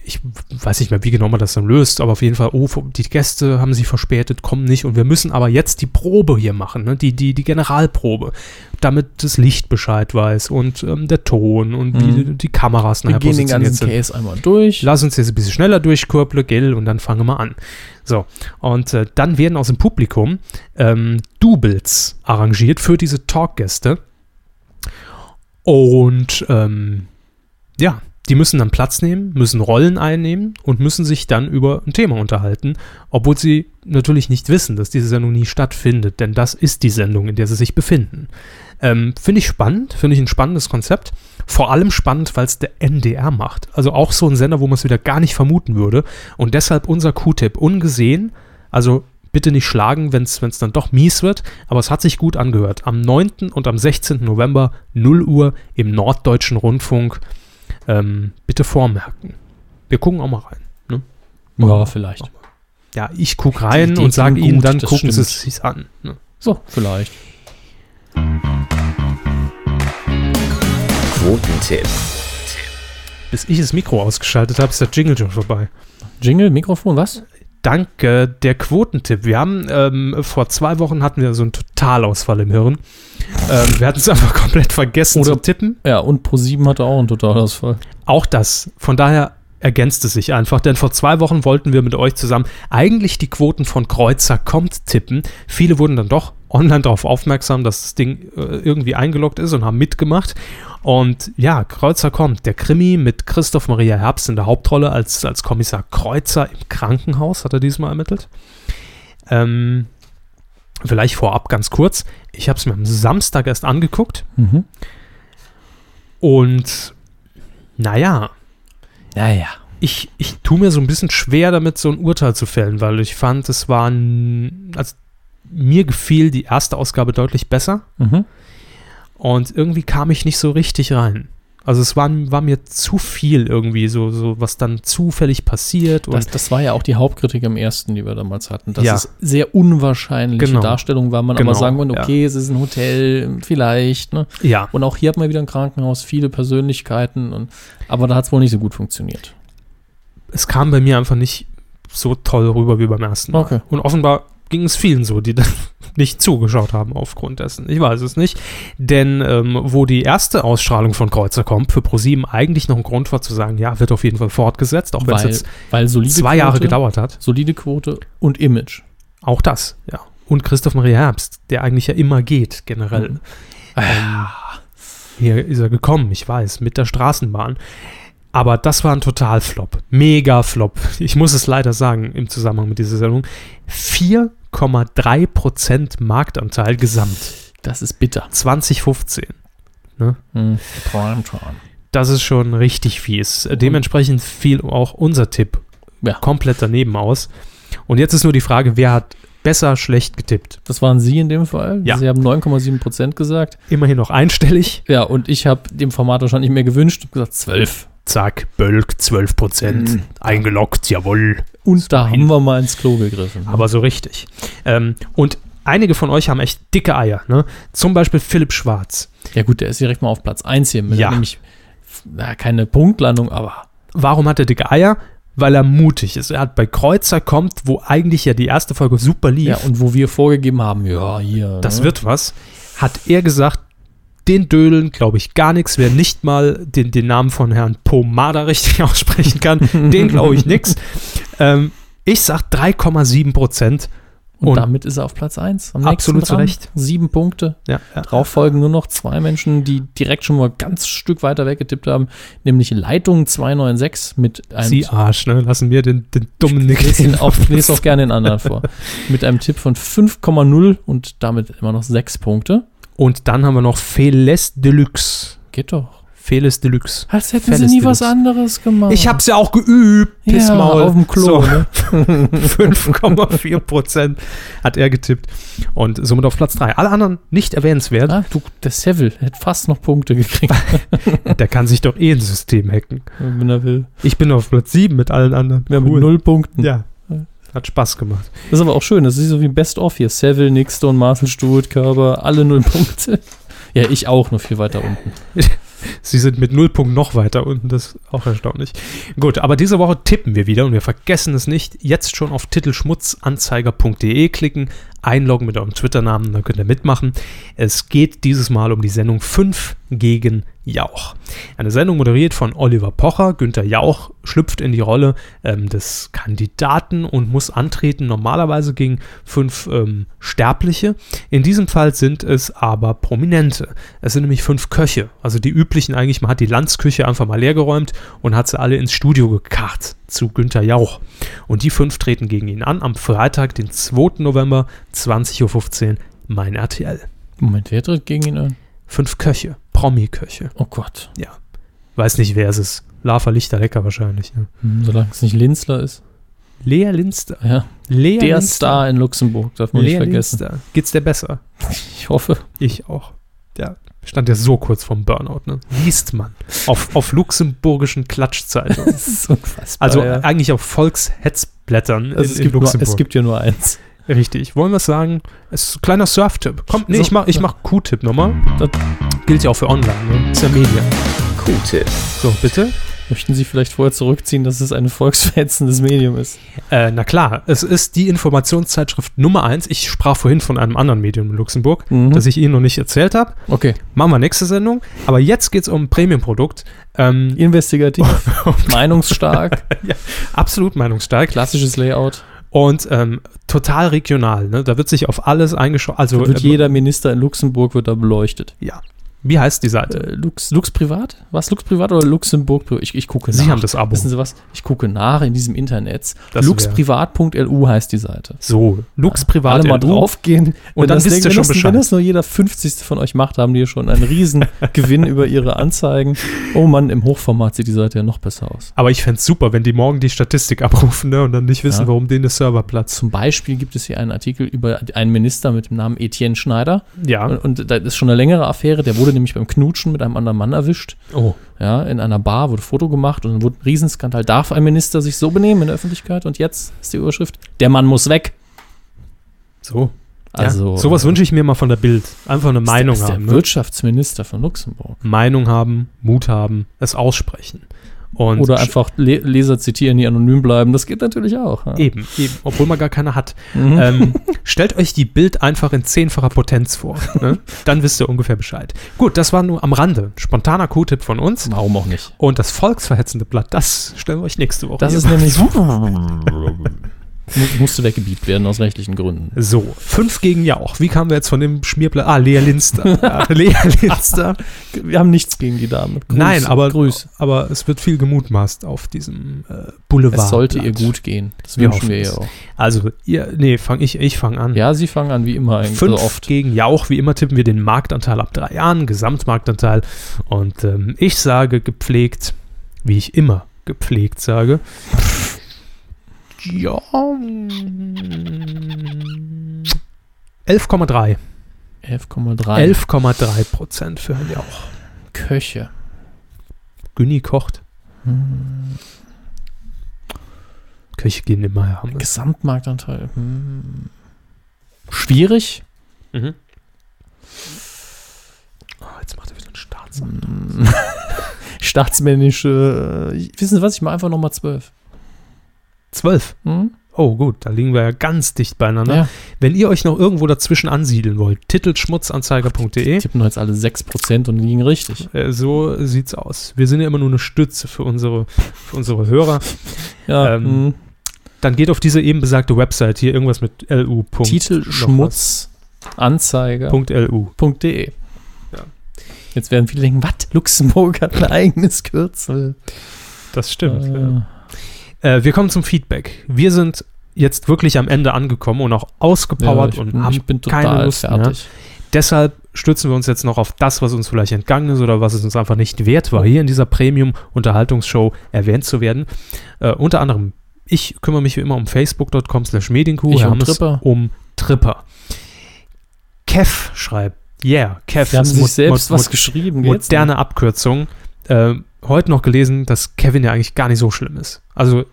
[SPEAKER 1] ich weiß nicht mehr, wie genau man das dann löst, aber auf jeden Fall, oh, die Gäste haben sich verspätet, kommen nicht und wir müssen aber jetzt die Probe hier machen, ne? die, die, die Generalprobe, damit das Licht Bescheid weiß und ähm, der Ton und wie
[SPEAKER 2] Mhm.
[SPEAKER 1] die Kameras
[SPEAKER 2] Wir gehen den
[SPEAKER 1] positioniert
[SPEAKER 2] ganzen
[SPEAKER 1] sind.
[SPEAKER 2] Case einmal durch.
[SPEAKER 1] Lass uns jetzt ein bisschen schneller durchkurple, gell, und dann fangen wir an. So, und äh, dann werden aus dem Publikum ähm, Doubles arrangiert für diese Talkgäste. Und ähm, ja, die müssen dann Platz nehmen, müssen Rollen einnehmen und müssen sich dann über ein Thema unterhalten, obwohl sie natürlich nicht wissen, dass diese Sendung nie stattfindet, denn das ist die Sendung, in der sie sich befinden. Ähm, finde ich spannend, finde ich ein spannendes Konzept. Vor allem spannend, weil es der NDR macht. Also auch so ein Sender, wo man es wieder gar nicht vermuten würde. Und deshalb unser Q-Tipp ungesehen. Also bitte nicht schlagen, wenn es dann doch mies wird. Aber es hat sich gut angehört. Am 9. und am 16. November 0 Uhr im Norddeutschen Rundfunk. Ähm, bitte vormerken. Wir gucken auch mal rein.
[SPEAKER 2] Ja, vielleicht.
[SPEAKER 1] Ja, ich gucke rein
[SPEAKER 2] Idee
[SPEAKER 1] und sage
[SPEAKER 2] klingt
[SPEAKER 1] Ihnen
[SPEAKER 2] gut,
[SPEAKER 1] dann,
[SPEAKER 2] das
[SPEAKER 1] gucken Sie
[SPEAKER 2] stimmt.
[SPEAKER 1] es sich's an. Ne?
[SPEAKER 2] So, vielleicht.
[SPEAKER 3] Quotentipp,
[SPEAKER 1] Bis ich das Mikro ausgeschaltet habe, ist der Jingle schon vorbei.
[SPEAKER 2] Jingle, Mikrofon, was?
[SPEAKER 1] Danke, der Quotentipp. Wir haben ähm, vor zwei Wochen hatten wir so einen Totalausfall im Hirn. Ähm, wir hatten es einfach komplett vergessen
[SPEAKER 2] Oder-
[SPEAKER 1] zu tippen.
[SPEAKER 2] Ja, und Pro7 hatte auch einen Totalausfall.
[SPEAKER 1] Auch das. Von daher ergänzt es sich einfach, denn vor zwei Wochen wollten wir mit euch zusammen eigentlich die Quoten von Kreuzer kommt tippen. Viele wurden dann doch online darauf aufmerksam, dass das Ding äh, irgendwie eingeloggt ist und haben mitgemacht. Und ja, Kreuzer kommt, der Krimi mit Christoph Maria Herbst in der Hauptrolle als, als Kommissar Kreuzer im Krankenhaus, hat er diesmal ermittelt. Ähm, vielleicht vorab ganz kurz, ich habe es mir am Samstag erst angeguckt
[SPEAKER 2] Mhm.
[SPEAKER 1] und naja,
[SPEAKER 2] Naja.
[SPEAKER 1] ich, ich tue mir so ein bisschen schwer damit, so ein Urteil zu fällen, weil ich fand, es war ein, also mir gefiel die erste Ausgabe deutlich besser
[SPEAKER 2] Mhm.
[SPEAKER 1] und irgendwie kam ich nicht so richtig rein. Also es war, war mir zu viel irgendwie, so, so was dann zufällig passiert und
[SPEAKER 2] Das, das war ja auch die Hauptkritik am ersten, die wir damals hatten, dass
[SPEAKER 1] Ja.
[SPEAKER 2] es sehr unwahrscheinliche
[SPEAKER 1] Genau.
[SPEAKER 2] Darstellung war. Man
[SPEAKER 1] Genau,
[SPEAKER 2] aber sagen konnte,
[SPEAKER 1] ja.
[SPEAKER 2] okay, es ist ein Hotel, vielleicht. Ne?
[SPEAKER 1] ja.
[SPEAKER 2] Und auch hier hat man wieder ein Krankenhaus, viele Persönlichkeiten. Und, aber da hat es wohl nicht so gut funktioniert.
[SPEAKER 1] es kam bei mir einfach nicht so toll rüber wie beim ersten Mal.
[SPEAKER 2] Okay.
[SPEAKER 1] Und offenbar ging es vielen so, die dann nicht zugeschaut haben aufgrund dessen. Ich weiß es nicht. Denn ähm, wo die erste Ausstrahlung von Kreuzer kommt, für ProSieben eigentlich noch ein Grund war zu sagen, ja, wird auf jeden Fall fortgesetzt, auch wenn es
[SPEAKER 2] weil,
[SPEAKER 1] jetzt
[SPEAKER 2] weil solide
[SPEAKER 1] zwei Jahre
[SPEAKER 2] Quote,
[SPEAKER 1] gedauert hat.
[SPEAKER 2] Solide Quote und Image.
[SPEAKER 1] Auch das, ja. und Christoph Maria Herbst, der eigentlich ja immer geht, generell.
[SPEAKER 2] Mhm.
[SPEAKER 1] Ähm, hier ist er gekommen, ich weiß, mit der Straßenbahn. Aber das war ein Totalflop. Mega Flop. Ich muss es leider sagen im Zusammenhang mit dieser Sendung. 4,3% Marktanteil gesamt.
[SPEAKER 2] Das ist bitter.
[SPEAKER 1] 2015.
[SPEAKER 2] Mhm. Primetime.
[SPEAKER 1] Das ist schon richtig fies. Dementsprechend fiel auch unser Tipp
[SPEAKER 2] Ja.
[SPEAKER 1] komplett daneben aus. Und jetzt ist nur die Frage, wer hat besser schlecht getippt?
[SPEAKER 2] Das waren Sie in dem Fall.
[SPEAKER 1] Ja.
[SPEAKER 2] Sie haben 9,7 Prozent gesagt.
[SPEAKER 1] Immerhin noch einstellig.
[SPEAKER 2] Ja, und ich habe dem Format wahrscheinlich mehr gewünscht und gesagt 12.
[SPEAKER 1] Zack, Bölk, 12%.
[SPEAKER 2] Mhm.
[SPEAKER 1] Eingeloggt, jawohl.
[SPEAKER 2] Und da haben wir mal ins Klo gegriffen.
[SPEAKER 1] Aber so richtig. Ähm, und einige von euch haben echt dicke Eier. Ne? Zum Beispiel Philipp Schwarz.
[SPEAKER 2] ja gut, der ist direkt mal auf Platz 1 hier. Mit
[SPEAKER 1] Ja.
[SPEAKER 2] Nämlich, na, keine Punktlandung, aber
[SPEAKER 1] Warum hat er dicke Eier? Weil er mutig ist. Er hat bei Kreuzer kommt, wo eigentlich ja die erste Folge super lief.
[SPEAKER 2] ja, und wo wir vorgegeben haben, ja, hier.
[SPEAKER 1] das
[SPEAKER 2] ne?
[SPEAKER 1] wird was, hat er gesagt, den Dödeln glaube ich gar nichts. Wer nicht mal den, den Namen von Herrn Pomada richtig aussprechen kann, den glaube ich nichts. Ähm, ich sag 3,7 Prozent.
[SPEAKER 2] Und,
[SPEAKER 1] und-
[SPEAKER 2] damit ist er auf Platz 1. Am
[SPEAKER 1] Absolut
[SPEAKER 2] nächsten
[SPEAKER 1] zu
[SPEAKER 2] dran.
[SPEAKER 1] Recht.
[SPEAKER 2] Sieben Punkte.
[SPEAKER 1] Ja, ja.
[SPEAKER 2] Drauf folgen nur noch zwei Menschen, die direkt schon mal ganz Stück weiter weggetippt haben, nämlich Leitung 296 mit einem
[SPEAKER 1] Sie Arsch, ne? Lassen wir den, den dummen Nick.
[SPEAKER 2] Lest ihn auch, lest auch gerne den anderen vor. Mit einem Tipp von 5,0 und damit immer noch 6 Punkte.
[SPEAKER 1] Und dann haben wir noch Feles Deluxe.
[SPEAKER 2] Geht doch.
[SPEAKER 1] Feles Deluxe.
[SPEAKER 2] Als hätten
[SPEAKER 1] Felles
[SPEAKER 2] sie nie
[SPEAKER 1] Deluxe.
[SPEAKER 2] was anderes gemacht.
[SPEAKER 1] Ich hab's ja auch geübt.
[SPEAKER 2] Ja,
[SPEAKER 1] Pissmaul.
[SPEAKER 2] auf dem Klo, ne?
[SPEAKER 1] So, 5,4 Prozent hat er getippt. Und somit auf Platz 3. Alle anderen nicht erwähnenswert.
[SPEAKER 2] Ah, du, der Seville hätte fast noch Punkte gekriegt, Ah.
[SPEAKER 1] Der kann sich doch eh ein System hacken.
[SPEAKER 2] wenn er will.
[SPEAKER 1] Ich bin auf Platz 7 mit allen anderen.
[SPEAKER 2] Ja, mit null Punkten.
[SPEAKER 1] Ja. Hat Spaß gemacht.
[SPEAKER 2] Das ist aber auch schön. Das ist so wie ein Best-of hier. Seville, Nixton, Marcel Stewart, Körber, alle null Punkte. Ja, ich auch, nur viel weiter unten.
[SPEAKER 1] Sie sind mit Nullpunkt noch weiter unten, das ist auch erstaunlich. Gut, aber diese Woche tippen wir wieder und wir vergessen es nicht. Jetzt schon auf titelschmutzanzeiger.de klicken, einloggen mit eurem Twitter-Namen, dann könnt ihr mitmachen. Es geht dieses Mal um die Sendung 5 gegen Jauch. Eine Sendung moderiert von Oliver Pocher. Günther Jauch schlüpft in die Rolle ähm, des Kandidaten und muss antreten, normalerweise gegen fünf ähm, Sterbliche. In diesem Fall sind es aber Prominente. Es sind nämlich fünf Köche, also die üblichen eigentlich. Man hat die Landsküche einfach mal leergeräumt und hat sie alle ins Studio gekarrt zu Günther Jauch. Und die fünf treten gegen ihn an am Freitag, den 2. November, 20.15 Uhr, mein RTL.
[SPEAKER 2] Moment, wer tritt gegen ihn an?
[SPEAKER 1] Fünf Köche, Promi-Köche.
[SPEAKER 2] Oh Gott.
[SPEAKER 1] Weiß nicht, wer es ist. Lava Lichterlecker wahrscheinlich. Ne?
[SPEAKER 2] Hm, solange es nicht Linzler ist.
[SPEAKER 1] Lea Linster.
[SPEAKER 2] Ja,
[SPEAKER 1] Lea
[SPEAKER 2] der
[SPEAKER 1] Linster.
[SPEAKER 2] Star in Luxemburg, darf man
[SPEAKER 1] Lea
[SPEAKER 2] nicht vergessen.
[SPEAKER 1] Linster. Geht's dir besser?
[SPEAKER 2] Ich hoffe.
[SPEAKER 1] Ich auch. Ja. Stand ja so kurz vorm Burnout, ne? Liest man. Auf, auf luxemburgischen Klatschzeitungen.
[SPEAKER 2] Das ist unfassbar.
[SPEAKER 1] Also
[SPEAKER 2] Ah, ja.
[SPEAKER 1] eigentlich auf Volkshetzblättern
[SPEAKER 2] äh, Also es, gibt nur, es gibt ja nur eins.
[SPEAKER 1] Richtig. Wollen wir es sagen? Es ist ein kleiner Surf-Tipp. Komm, nee,
[SPEAKER 2] So.
[SPEAKER 1] ich mach, ich mach Q-Tipp nochmal.
[SPEAKER 2] Das-
[SPEAKER 1] gilt ja auch für online, ne? Ist ja Media.
[SPEAKER 3] Q-Tipp.
[SPEAKER 1] So, bitte.
[SPEAKER 2] Möchten Sie vielleicht vorher zurückziehen, dass es ein volksverhetzendes Medium ist?
[SPEAKER 1] Äh, na klar, es ist die Informationszeitschrift Nummer 1. Ich sprach vorhin von einem anderen Medium in Luxemburg,
[SPEAKER 2] Mhm.
[SPEAKER 1] das ich Ihnen noch nicht erzählt habe.
[SPEAKER 2] Okay.
[SPEAKER 1] Machen wir nächste Sendung. Aber jetzt geht es um ein Premium-Produkt. Ähm,
[SPEAKER 2] Investigativ, meinungsstark,
[SPEAKER 1] absolut meinungsstark.
[SPEAKER 2] klassisches Layout.
[SPEAKER 1] Und ähm, total regional. Ne? Da wird sich auf alles eingeschaut. Also,
[SPEAKER 2] Da wird
[SPEAKER 1] ähm,
[SPEAKER 2] jeder Minister in Luxemburg wird da beleuchtet.
[SPEAKER 1] Ja. Wie heißt die Seite?
[SPEAKER 2] Äh, Lux, Lux Privat? Was Lux Privat oder Luxemburg Privat? Ich, ich gucke nach.
[SPEAKER 1] Sie haben das Abo.
[SPEAKER 2] Wissen Sie was? Ich gucke nach in diesem Internet.
[SPEAKER 1] Das
[SPEAKER 2] Luxprivat.lu heißt die Seite.
[SPEAKER 1] So, Lux Privat.
[SPEAKER 2] Alle mal
[SPEAKER 1] LU.
[SPEAKER 2] draufgehen.
[SPEAKER 1] Und dann
[SPEAKER 2] das
[SPEAKER 1] wisst
[SPEAKER 2] Ding-
[SPEAKER 1] ihr schon
[SPEAKER 2] wenn das,
[SPEAKER 1] Bescheid.
[SPEAKER 2] Wenn das nur jeder 50. von euch macht, haben die schon einen riesen Gewinn über ihre Anzeigen. Oh Mann, im Hochformat sieht die Seite ja noch besser aus.
[SPEAKER 1] Aber ich fände es super, wenn die morgen die Statistik abrufen ne, und dann nicht wissen,
[SPEAKER 2] Ja.
[SPEAKER 1] warum denen der Server platzt.
[SPEAKER 2] Zum Beispiel gibt es hier einen Artikel über einen Minister mit dem Namen Etienne Schneider.
[SPEAKER 1] Ja.
[SPEAKER 2] Und, und das ist schon eine längere Affäre. Der wurde nämlich beim Knutschen mit einem anderen Mann erwischt.
[SPEAKER 1] Oh.
[SPEAKER 2] Ja, in einer Bar wurde Foto gemacht und dann wurde ein Riesenskandal. Darf ein Minister sich so benehmen in der Öffentlichkeit? Und jetzt ist die Überschrift: Der Mann muss weg.
[SPEAKER 1] So.
[SPEAKER 2] Also,
[SPEAKER 1] ja. Sowas wünsche ich mir mal von der Bild. Einfach eine
[SPEAKER 2] ist
[SPEAKER 1] Meinung
[SPEAKER 2] der, ist
[SPEAKER 1] haben.
[SPEAKER 2] Der
[SPEAKER 1] ne?
[SPEAKER 2] Wirtschaftsminister von Luxemburg.
[SPEAKER 1] Meinung haben, Mut haben, es aussprechen. Und
[SPEAKER 2] Oder einfach Le Leser zitieren, die anonym bleiben. Das geht natürlich auch. Ja.
[SPEAKER 1] Eben, eben, obwohl man gar keine hat.
[SPEAKER 2] Mhm.
[SPEAKER 1] ähm, stellt euch die Bild einfach in zehnfacher Potenz vor. Ne? Dann wisst ihr ungefähr Bescheid. Gut, das war nur am Rande. Spontaner Q-Tipp von uns.
[SPEAKER 2] Warum auch nicht?
[SPEAKER 1] Und das volksverhetzende Blatt, das stellen wir euch nächste Woche.
[SPEAKER 2] Das
[SPEAKER 1] hier.
[SPEAKER 2] ist nämlich. Mu- musste weggebiebt werden aus rechtlichen Gründen.
[SPEAKER 1] So, fünf gegen Jauch. Wie kamen wir jetzt von dem Schmierplan? Ah, Lea Linster. Ja, Lea Linster.
[SPEAKER 2] Wir haben nichts gegen die Dame. Grüße,
[SPEAKER 1] Nein, aber,
[SPEAKER 2] Grüß.
[SPEAKER 1] aber es wird viel gemutmaßt auf diesem äh,
[SPEAKER 2] Es
[SPEAKER 1] Boulevard.
[SPEAKER 2] sollte ihr gut gehen. Das
[SPEAKER 1] Wir
[SPEAKER 2] wünschen wir ihr
[SPEAKER 1] hoffen
[SPEAKER 2] auch.
[SPEAKER 1] Also, ihr, nee, fang ich, ich fange an.
[SPEAKER 2] Ja, sie fangen an wie immer eigentlich
[SPEAKER 1] Fünf
[SPEAKER 2] so oft.
[SPEAKER 1] gegen Jauch. Wie immer tippen wir den Marktanteil ab drei Jahren, Gesamtmarktanteil. Und ähm, ich sage gepflegt, wie ich immer gepflegt sage. Ja. mm, 11,3.
[SPEAKER 2] 11,3
[SPEAKER 1] 11,3 Prozent für Herrn Jauch.
[SPEAKER 2] Köche.
[SPEAKER 1] Günni kocht.
[SPEAKER 2] Hm.
[SPEAKER 1] Köche gehen immer her. Hammes.
[SPEAKER 2] Gesamtmarktanteil. Hm. Schwierig. Mhm.
[SPEAKER 1] Ah, jetzt macht er wieder einen Staatsanwalt.
[SPEAKER 2] Hm. Staatsmännische. äh, Wissen Sie was? Ich mache einfach nochmal 12.
[SPEAKER 1] 12.
[SPEAKER 2] Hm?
[SPEAKER 1] Oh gut, da liegen wir ja ganz dicht beieinander.
[SPEAKER 2] Ja.
[SPEAKER 1] Wenn ihr euch noch irgendwo dazwischen ansiedeln wollt, titelschmutzanzeiger.de.
[SPEAKER 2] Tippen jetzt alle 6% und liegen richtig.
[SPEAKER 1] Äh, So sieht's aus. Wir sind ja immer nur eine Stütze für unsere, für unsere Hörer.
[SPEAKER 2] Ja,
[SPEAKER 1] Ähm,
[SPEAKER 2] hm.
[SPEAKER 1] Dann geht auf diese eben besagte Website hier irgendwas mit lu.
[SPEAKER 2] Titel Schmutzanzeiger.de.
[SPEAKER 1] Punkt .lu. Ja.
[SPEAKER 2] Jetzt werden viele denken, was? Luxemburg hat ein eigenes Kürzel.
[SPEAKER 1] Das stimmt. ja.
[SPEAKER 2] Äh,
[SPEAKER 1] Äh, wir kommen zum Feedback. Wir sind jetzt wirklich am Ende angekommen und auch ausgepowert
[SPEAKER 2] ich
[SPEAKER 1] und
[SPEAKER 2] bin,
[SPEAKER 1] haben
[SPEAKER 2] ich bin total
[SPEAKER 1] keine Lust mehr.
[SPEAKER 2] fertig.
[SPEAKER 1] Deshalb stützen wir uns jetzt noch auf das, was uns vielleicht entgangen ist oder was es uns einfach nicht wert war, hier in dieser Premium-Unterhaltungsshow erwähnt zu werden. Äh, unter anderem, ich kümmere mich wie immer um facebook.com slash medienkuh,
[SPEAKER 2] Ich um
[SPEAKER 1] Hermes
[SPEAKER 2] Tripper.
[SPEAKER 1] um Tripper. Kev schreibt, yeah, Kev
[SPEAKER 2] Wir haben sich
[SPEAKER 1] mod-
[SPEAKER 2] selbst
[SPEAKER 1] mod-
[SPEAKER 2] was geschrieben. ne? geht's
[SPEAKER 1] moderne Abkürzung. Äh, heute noch gelesen, dass Kevin ja eigentlich gar nicht so schlimm ist. Also
[SPEAKER 2] noch?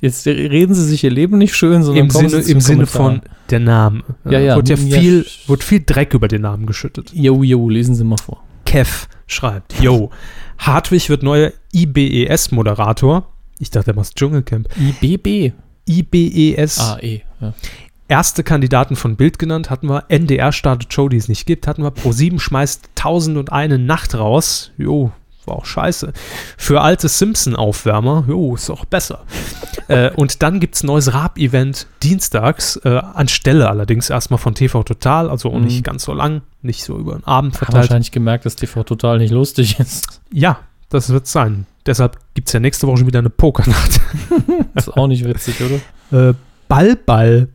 [SPEAKER 2] Jetzt reden sie sich ihr Leben nicht schön, sondern
[SPEAKER 1] im
[SPEAKER 2] kommen
[SPEAKER 1] Sinne,
[SPEAKER 2] sie zum
[SPEAKER 1] im Sinne
[SPEAKER 2] Kommentar.
[SPEAKER 1] von der Name. Äh,
[SPEAKER 2] Ja, ja.
[SPEAKER 1] Wurde ja
[SPEAKER 2] Ja.
[SPEAKER 1] viel, wurde viel Dreck über den Namen geschüttet.
[SPEAKER 2] Jo, jo, lesen Sie mal vor.
[SPEAKER 1] Kev schreibt, yo, Hartwig wird neuer IBES-Moderator. Ich dachte, er macht Dschungelcamp.
[SPEAKER 2] IBB.
[SPEAKER 1] IBES,
[SPEAKER 2] AE. E. Ja.
[SPEAKER 1] erste Kandidaten von Bild genannt, hatten wir. NDR startet Show, die es nicht gibt, hatten wir. Pro7 schmeißt 1001 Nacht raus. Jo, war auch scheiße. Für alte Simpson-Aufwärmer, jo, ist auch besser. äh, und dann gibt es neues Raab-Event dienstags, äh, anstelle allerdings erstmal von TV Total, also auch nicht
[SPEAKER 2] Mhm.
[SPEAKER 1] ganz so lang, nicht so über den Abend
[SPEAKER 2] Haben
[SPEAKER 1] verteilt.
[SPEAKER 2] wahrscheinlich gemerkt, dass TV total nicht lustig ist.
[SPEAKER 1] Ja, das wird sein. Deshalb gibt es ja nächste Woche schon wieder eine Pokernacht.
[SPEAKER 2] Ist auch nicht witzig, oder?
[SPEAKER 1] Äh, Ball, Ball,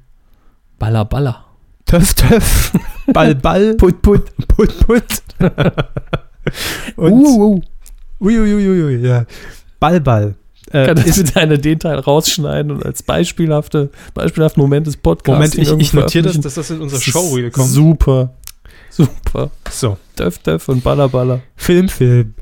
[SPEAKER 2] Baller, baller.
[SPEAKER 1] Töff, Töff, Ball, Ball, Put, Put, Put, Put. Und,
[SPEAKER 2] uh, uh.
[SPEAKER 1] ui, ui, ui, ui, ui, ja. Ball, Ball. Äh,
[SPEAKER 2] Kann das
[SPEAKER 1] ist,
[SPEAKER 2] bitte einer den Teil rausschneiden und als beispielhafte, beispielhaften Moment des Podcasts.
[SPEAKER 1] Moment, ich, ich
[SPEAKER 2] irgendwo
[SPEAKER 1] notiere das,
[SPEAKER 2] veröffentlichen?
[SPEAKER 1] dass das in unser
[SPEAKER 2] Das ist
[SPEAKER 1] Showreel kommt.
[SPEAKER 2] Super. Super.
[SPEAKER 1] So.
[SPEAKER 2] Döf, döf und baller, baller.
[SPEAKER 1] Film, Film.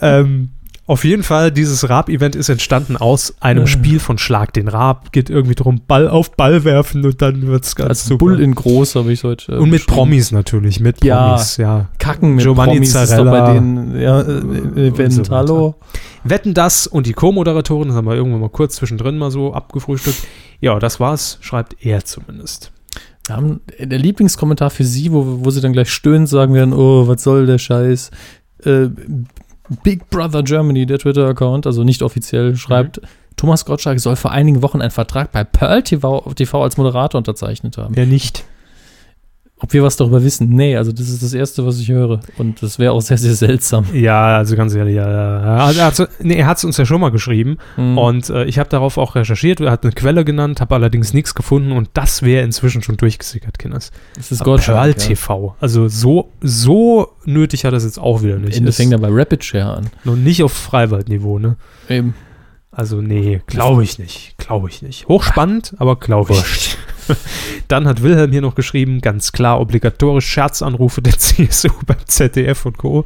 [SPEAKER 1] ähm, auf jeden Fall, dieses Raab-Event ist entstanden aus einem
[SPEAKER 2] Äh.
[SPEAKER 1] Spiel von Schlag den Raab. Geht irgendwie drum, Ball auf Ball werfen und dann wird's ganz
[SPEAKER 2] Als
[SPEAKER 1] super.
[SPEAKER 2] Bull in groß habe ich es heute. äh,
[SPEAKER 1] und mit
[SPEAKER 2] beschrieben.
[SPEAKER 1] Promis natürlich, mit
[SPEAKER 2] Ja.
[SPEAKER 1] Promis, ja.
[SPEAKER 2] Kacken mit
[SPEAKER 1] Giovanni
[SPEAKER 2] Promis ist doch
[SPEAKER 1] Zarella.
[SPEAKER 2] bei denen, ja, äh,
[SPEAKER 1] Und so
[SPEAKER 2] Event,
[SPEAKER 1] weiter.
[SPEAKER 2] hallo.
[SPEAKER 1] Wetten das und die Co-Moderatorin, das haben wir irgendwann mal kurz zwischendrin mal so abgefrühstückt. Ja, das war's, schreibt er zumindest.
[SPEAKER 2] Wir haben äh, der Lieblingskommentar für sie, wo, wo sie dann gleich stöhnend sagen werden, oh, was soll der Scheiß? Äh, Big Brother Germany, der Twitter-Account, also nicht offiziell, schreibt,
[SPEAKER 1] Mhm.
[SPEAKER 2] Thomas Gottschalk soll vor einigen Wochen einen Vertrag bei Pearl TV, TV als Moderator unterzeichnet haben.
[SPEAKER 1] Wer nicht?
[SPEAKER 2] Ob wir was darüber wissen? Nee, also das ist das Erste, was ich höre. Und das wäre auch sehr, sehr seltsam.
[SPEAKER 1] Ja, also ganz ehrlich, ja, ja. ja. Also, er hat's- nee, er hat es uns ja schon mal geschrieben und äh, ich habe darauf auch recherchiert, er hat eine Quelle genannt, habe allerdings nichts gefunden und das wäre inzwischen schon durchgesickert, Kinders.
[SPEAKER 2] das ist
[SPEAKER 1] Pearl
[SPEAKER 2] Gottschalk. Ja.
[SPEAKER 1] TV, also so, so nötig hat das jetzt auch wieder
[SPEAKER 2] Am
[SPEAKER 1] nicht.
[SPEAKER 2] Ende
[SPEAKER 1] Ist
[SPEAKER 2] fängt er bei Rapid Share an.
[SPEAKER 1] noch nicht auf Freiwald-Niveau, ne?
[SPEAKER 2] Eben.
[SPEAKER 1] Also nee, glaube ich nicht. Glaube ich nicht. Hochspannend, aber glaube ich nicht. Dann hat Wilhelm hier noch geschrieben, ganz klar, obligatorisch Scherzanrufe der CSU beim ZDF und Co.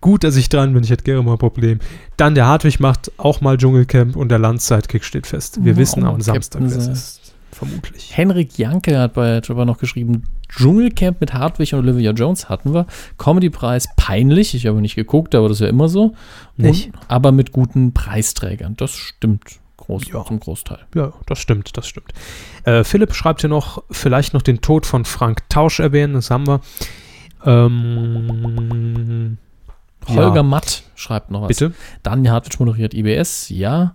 [SPEAKER 1] Gut, dass ich dran bin, ich hätte gerne mal ein Problem. Dann der Hartwig macht auch mal Dschungelcamp und der Landzeitkick steht fest. Wir
[SPEAKER 2] Ja,
[SPEAKER 1] wissen
[SPEAKER 2] oh,
[SPEAKER 1] am Samstag,
[SPEAKER 2] Captain
[SPEAKER 1] wer es
[SPEAKER 2] Sack.
[SPEAKER 1] ist. Vermutlich.
[SPEAKER 2] Henrik Janke hat bei Trevor noch geschrieben, Dschungelcamp mit Hartwig und Olivia Jones hatten wir. Comedypreis peinlich, ich habe nicht geguckt, aber das ist ja immer so.
[SPEAKER 1] Nicht?
[SPEAKER 2] Und, aber mit guten Preisträgern, das stimmt groß,
[SPEAKER 1] Ja.
[SPEAKER 2] zum Großteil.
[SPEAKER 1] Ja, das stimmt, das stimmt. Äh, Philipp schreibt hier noch, vielleicht noch den Tod von Frank Tausch erwähnen, das haben wir. Ähm,
[SPEAKER 2] Holger
[SPEAKER 1] ja,
[SPEAKER 2] Matt schreibt noch was.
[SPEAKER 1] bitte.
[SPEAKER 2] Daniel Hartwig moderiert IBS, ja.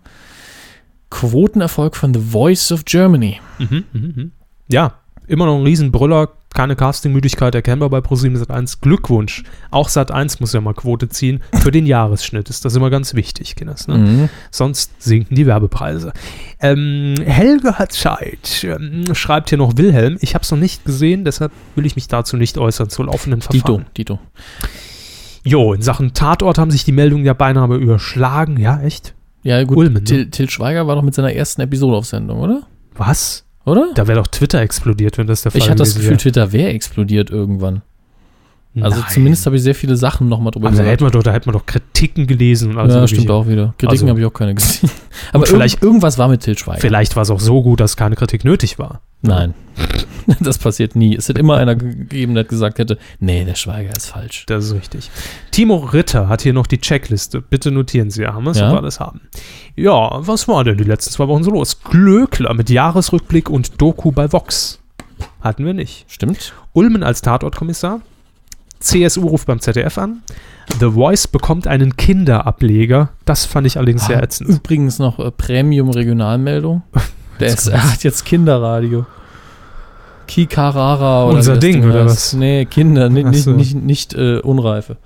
[SPEAKER 2] Quotenerfolg von The Voice of Germany.
[SPEAKER 1] Mhm, mhm, mhm. Ja, immer noch ein Riesenbrüller, keine Castingmüdigkeit erkennbar bei ProSieben Sat1. Glückwunsch. Auch Sat1 muss ja mal Quote ziehen. Für den Jahresschnitt ist das immer ganz wichtig, Kinders.
[SPEAKER 2] Mhm.
[SPEAKER 1] Ne? Sonst sinken die Werbepreise. Ähm, Helge hat Zeit. Ähm, schreibt hier noch Wilhelm. Ich habe es noch nicht gesehen, deshalb will ich mich dazu nicht äußern zu laufenden
[SPEAKER 2] Dito,
[SPEAKER 1] Verfahren.
[SPEAKER 2] Dito.
[SPEAKER 1] Jo, in Sachen Tatort haben sich die Meldungen ja beinahe überschlagen. Ja, echt?
[SPEAKER 2] Ja, gut,
[SPEAKER 1] Ulmen, ne?
[SPEAKER 2] Til, Til Schweiger war doch mit seiner ersten Episode auf Sendung, oder?
[SPEAKER 1] Was?
[SPEAKER 2] Oder?
[SPEAKER 1] Da wäre doch Twitter explodiert, wenn das der Fall
[SPEAKER 2] ich hatte das
[SPEAKER 1] gewesen
[SPEAKER 2] Gefühl, Twitter wäre explodiert irgendwann.
[SPEAKER 1] wäre.
[SPEAKER 2] Also
[SPEAKER 1] Nein. Also
[SPEAKER 2] zumindest habe ich sehr viele Sachen nochmal drüber
[SPEAKER 1] Aber da hätte man doch, da hätte man doch Kritiken gelesen und alles
[SPEAKER 2] ja,
[SPEAKER 1] Mögliche.
[SPEAKER 2] stimmt auch wieder. Kritiken
[SPEAKER 1] Also-
[SPEAKER 2] habe ich auch keine gesehen. Aber irgend-
[SPEAKER 1] vielleicht-
[SPEAKER 2] irgendwas war mit Til Schweiger.
[SPEAKER 1] Vielleicht war es auch so gut, dass keine Kritik nötig war.
[SPEAKER 2] Nein. Das passiert nie. Es hätte immer einer gegeben, der gesagt hätte, nee, der Schweiger ist falsch.
[SPEAKER 1] Das ist richtig. Timo Ritter hat hier noch die Checkliste. Bitte notieren Sie, haben wir es
[SPEAKER 2] Ja.
[SPEAKER 1] wir alles haben. Ja, was war denn die letzten zwei Wochen so los? Glöckler mit Jahresrückblick und Doku bei Vox. Hatten wir nicht.
[SPEAKER 2] Stimmt.
[SPEAKER 1] Ulmen als Tatortkommissar. CSU ruft beim ZDF an. The Voice bekommt einen Kinderableger. Das fand ich allerdings sehr
[SPEAKER 2] Ah,
[SPEAKER 1] ätzend.
[SPEAKER 2] Übrigens noch äh, Premium Regionalmeldung. Der
[SPEAKER 1] Jetzt
[SPEAKER 2] SR hat jetzt Kinderradio. Kikarara oder
[SPEAKER 1] Unser
[SPEAKER 2] wie das
[SPEAKER 1] Ding, oder
[SPEAKER 2] heißt.
[SPEAKER 1] was?
[SPEAKER 2] Nee, Kinder, ni-
[SPEAKER 1] Ach
[SPEAKER 2] nicht,
[SPEAKER 1] so.
[SPEAKER 2] nicht, nicht äh, Unreife.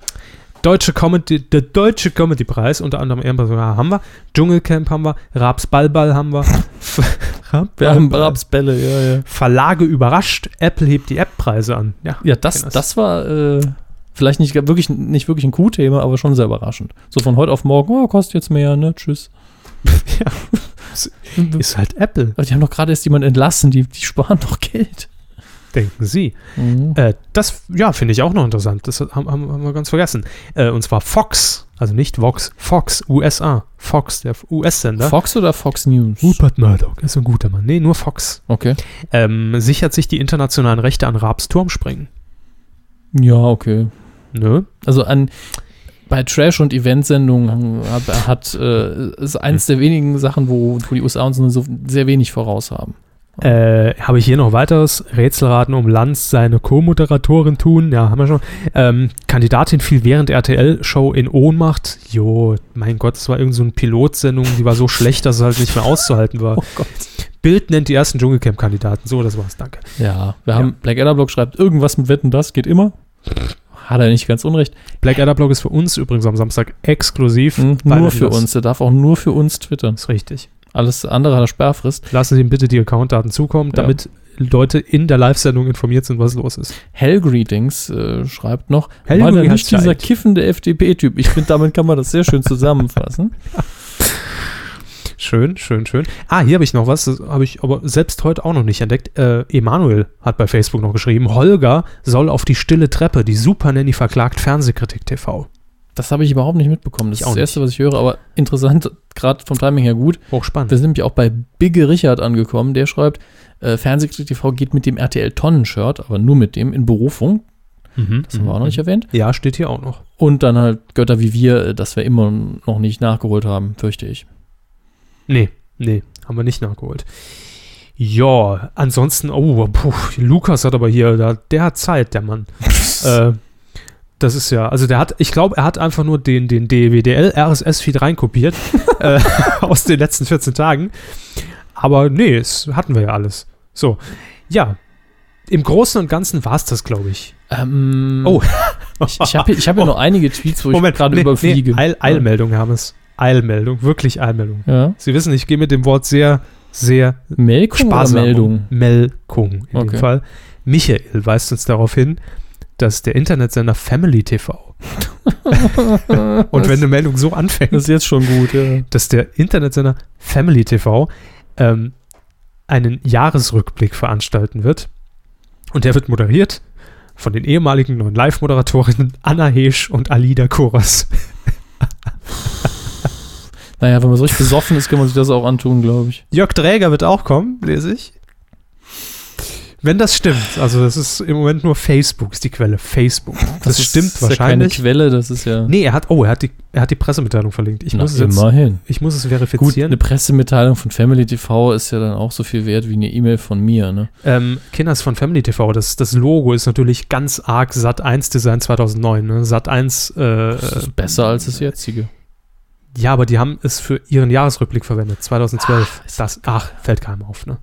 [SPEAKER 1] Deutsche Comedy, der Deutsche Comedy-Preis, unter anderem Ehrenpreis ja, haben wir. Dschungelcamp haben wir. Raps Ballball haben wir. Raps
[SPEAKER 2] Wir haben Brabsbälle, ja, ja.
[SPEAKER 1] Verlage überrascht, Apple hebt die App-Preise an. Ja,
[SPEAKER 2] Ja, das,
[SPEAKER 1] Genau.
[SPEAKER 2] das war äh, vielleicht nicht gar- wirklich, nicht wirklich ein Q-Thema, aber schon sehr überraschend. So von heute auf morgen, oh, kostet jetzt mehr, ne? Tschüss.
[SPEAKER 1] Ja. ist halt Apple,
[SPEAKER 2] Aber die haben doch gerade erst jemanden entlassen, die, die sparen doch Geld.
[SPEAKER 1] denken Sie.
[SPEAKER 2] Mhm.
[SPEAKER 1] Äh, das, ja, finde ich auch noch interessant. Das haben, haben, haben wir ganz vergessen. Äh, und zwar Fox, also nicht Vox, Fox, USA. Fox, der US-Sender.
[SPEAKER 2] Fox oder Fox News?
[SPEAKER 1] Rupert Murdoch ist ein guter Mann. Nee, nur Fox.
[SPEAKER 2] Okay.
[SPEAKER 1] Ähm, sichert sich die internationalen Rechte an Raabs Turmspringen.
[SPEAKER 2] Ja, okay.
[SPEAKER 1] Nö.
[SPEAKER 2] Also an bei Trash- und Eventsendungen hat, hat äh, ist eins der wenigen Sachen, wo, wo die USA uns nur so sehr wenig voraus haben.
[SPEAKER 1] Äh, Habe ich hier noch weiteres? Rätselraten um Lanz seine Co-Moderatorin tun. Ja, haben wir schon. Ähm, Kandidatin fiel während der RTL-Show in Ohnmacht. Jo, mein Gott, es war irgend so eine Pilotsendung, die war so schlecht, dass es halt nicht mehr auszuhalten war.
[SPEAKER 2] Oh Gott.
[SPEAKER 1] Bild nennt die ersten Dschungelcamp-Kandidaten. So, das war's, danke.
[SPEAKER 2] Ja, wir haben Blackadder-Blog schreibt, irgendwas mit Wetten, das geht immer. Hat er nicht ganz unrecht.
[SPEAKER 1] Blackadder-Blog ist für uns übrigens am Samstag exklusiv.
[SPEAKER 2] Hm,
[SPEAKER 1] Weil
[SPEAKER 2] nur
[SPEAKER 1] wir
[SPEAKER 2] für
[SPEAKER 1] das-
[SPEAKER 2] uns. Der darf auch nur für uns twittern.
[SPEAKER 1] Ist richtig.
[SPEAKER 2] Alles andere hat er Sperrfrist.
[SPEAKER 1] Lassen Sie ihm bitte die Accountdaten zukommen,
[SPEAKER 2] Ja.
[SPEAKER 1] damit Leute in der Live-Sendung informiert sind, was los ist.
[SPEAKER 2] Hellgreetings äh, schreibt noch,
[SPEAKER 1] Hell
[SPEAKER 2] war der
[SPEAKER 1] Greetings
[SPEAKER 2] nicht dieser
[SPEAKER 1] halt.
[SPEAKER 2] kiffende FDP-Typ? Ich finde, damit kann man das sehr schön zusammenfassen.
[SPEAKER 1] Schön, schön, schön. Ah, hier habe ich noch was, das habe ich aber selbst heute auch noch nicht entdeckt. Äh, Emanuel hat bei Facebook noch geschrieben, Holger soll auf die stille Treppe, die Super Nanny verklagt Fernsehkritik TV.
[SPEAKER 2] Das habe ich überhaupt nicht mitbekommen.
[SPEAKER 1] Ich
[SPEAKER 2] Das ist das
[SPEAKER 1] auch
[SPEAKER 2] Erste, was ich höre, aber interessant, gerade vom Timing her gut. Wir
[SPEAKER 1] Hochspannend.
[SPEAKER 2] sind nämlich auch bei Bigge Richard angekommen, der schreibt, äh, Fernsehkritik TV geht mit dem RTL-Tonnen-Shirt, aber nur mit dem, in Berufung.
[SPEAKER 1] Mhm.
[SPEAKER 2] Das haben wir auch noch nicht erwähnt.
[SPEAKER 1] Ja, steht hier auch noch.
[SPEAKER 2] Und dann halt Götter wie wir, äh, das wir immer noch nicht nachgeholt haben, fürchte ich.
[SPEAKER 1] Nee, nee, haben wir nicht nachgeholt. Ja, ansonsten, oh, puh, Lukas hat aber hier, da, der hat Zeit, der Mann. äh, das ist ja, also der hat, ich glaube, er hat einfach nur den, den E DWDL RSS-Feed reinkopiert äh, aus den letzten 14 Tagen. Aber nee, es hatten wir ja alles. So, ja. Im Großen und Ganzen war es das, glaube ich.
[SPEAKER 2] Ähm,
[SPEAKER 1] Oh.
[SPEAKER 2] ich ich habe ich hab ja noch einige Tweets, wo ich gerade
[SPEAKER 1] nee,
[SPEAKER 2] überfliege.
[SPEAKER 1] Nee, Eil, Eilmeldung haben es. Eilmeldung, wirklich Eilmeldung.
[SPEAKER 2] ja.
[SPEAKER 1] Sie wissen, ich gehe mit dem Wort sehr, sehr
[SPEAKER 2] Melkung
[SPEAKER 1] sparsam.
[SPEAKER 2] oder Meldung?
[SPEAKER 1] Melkung in
[SPEAKER 2] Okay.
[SPEAKER 1] dem Fall. Michael weist uns darauf hin, dass der Internetsender Family TV und wenn eine Meldung so anfängt,
[SPEAKER 2] Das ist jetzt schon gut, ja.
[SPEAKER 1] dass der Internetsender Family TV ähm, einen Jahresrückblick veranstalten wird und der wird moderiert von den ehemaligen neuen Live-Moderatorinnen Anna Heesch und Alida Koras.
[SPEAKER 2] Naja, wenn man so richtig besoffen ist, kann man sich das auch antun, glaube ich.
[SPEAKER 1] Jörg Dräger wird auch kommen, lese ich. Wenn das stimmt, also das ist im Moment nur Facebook, ist die Quelle. Facebook. Das,
[SPEAKER 2] ist-
[SPEAKER 1] stimmt
[SPEAKER 2] ist
[SPEAKER 1] wahrscheinlich.
[SPEAKER 2] Ja keine Quelle, das ist ja.
[SPEAKER 1] Nee, er hat, oh, er hat die, er hat die Pressemitteilung verlinkt. Ich,
[SPEAKER 2] Na,
[SPEAKER 1] muss es, jetzt,
[SPEAKER 2] immerhin.
[SPEAKER 1] ich muss es
[SPEAKER 2] Gut, ne- eine
[SPEAKER 1] verifizieren.
[SPEAKER 2] Pressemitteilung von Family TV ist ja dann auch so viel wert wie eine E-Mail von mir, ne?
[SPEAKER 1] ähm, Kinders von Family TV, das, das Logo ist natürlich ganz arg Sat1 Design 2009. Ne? Sat1, äh,
[SPEAKER 2] Das
[SPEAKER 1] äh,
[SPEAKER 2] ist besser als das jetzige.
[SPEAKER 1] Ja, aber die haben es für ihren Jahresrückblick verwendet, 2012. das, ach, fällt keinem auf, ne?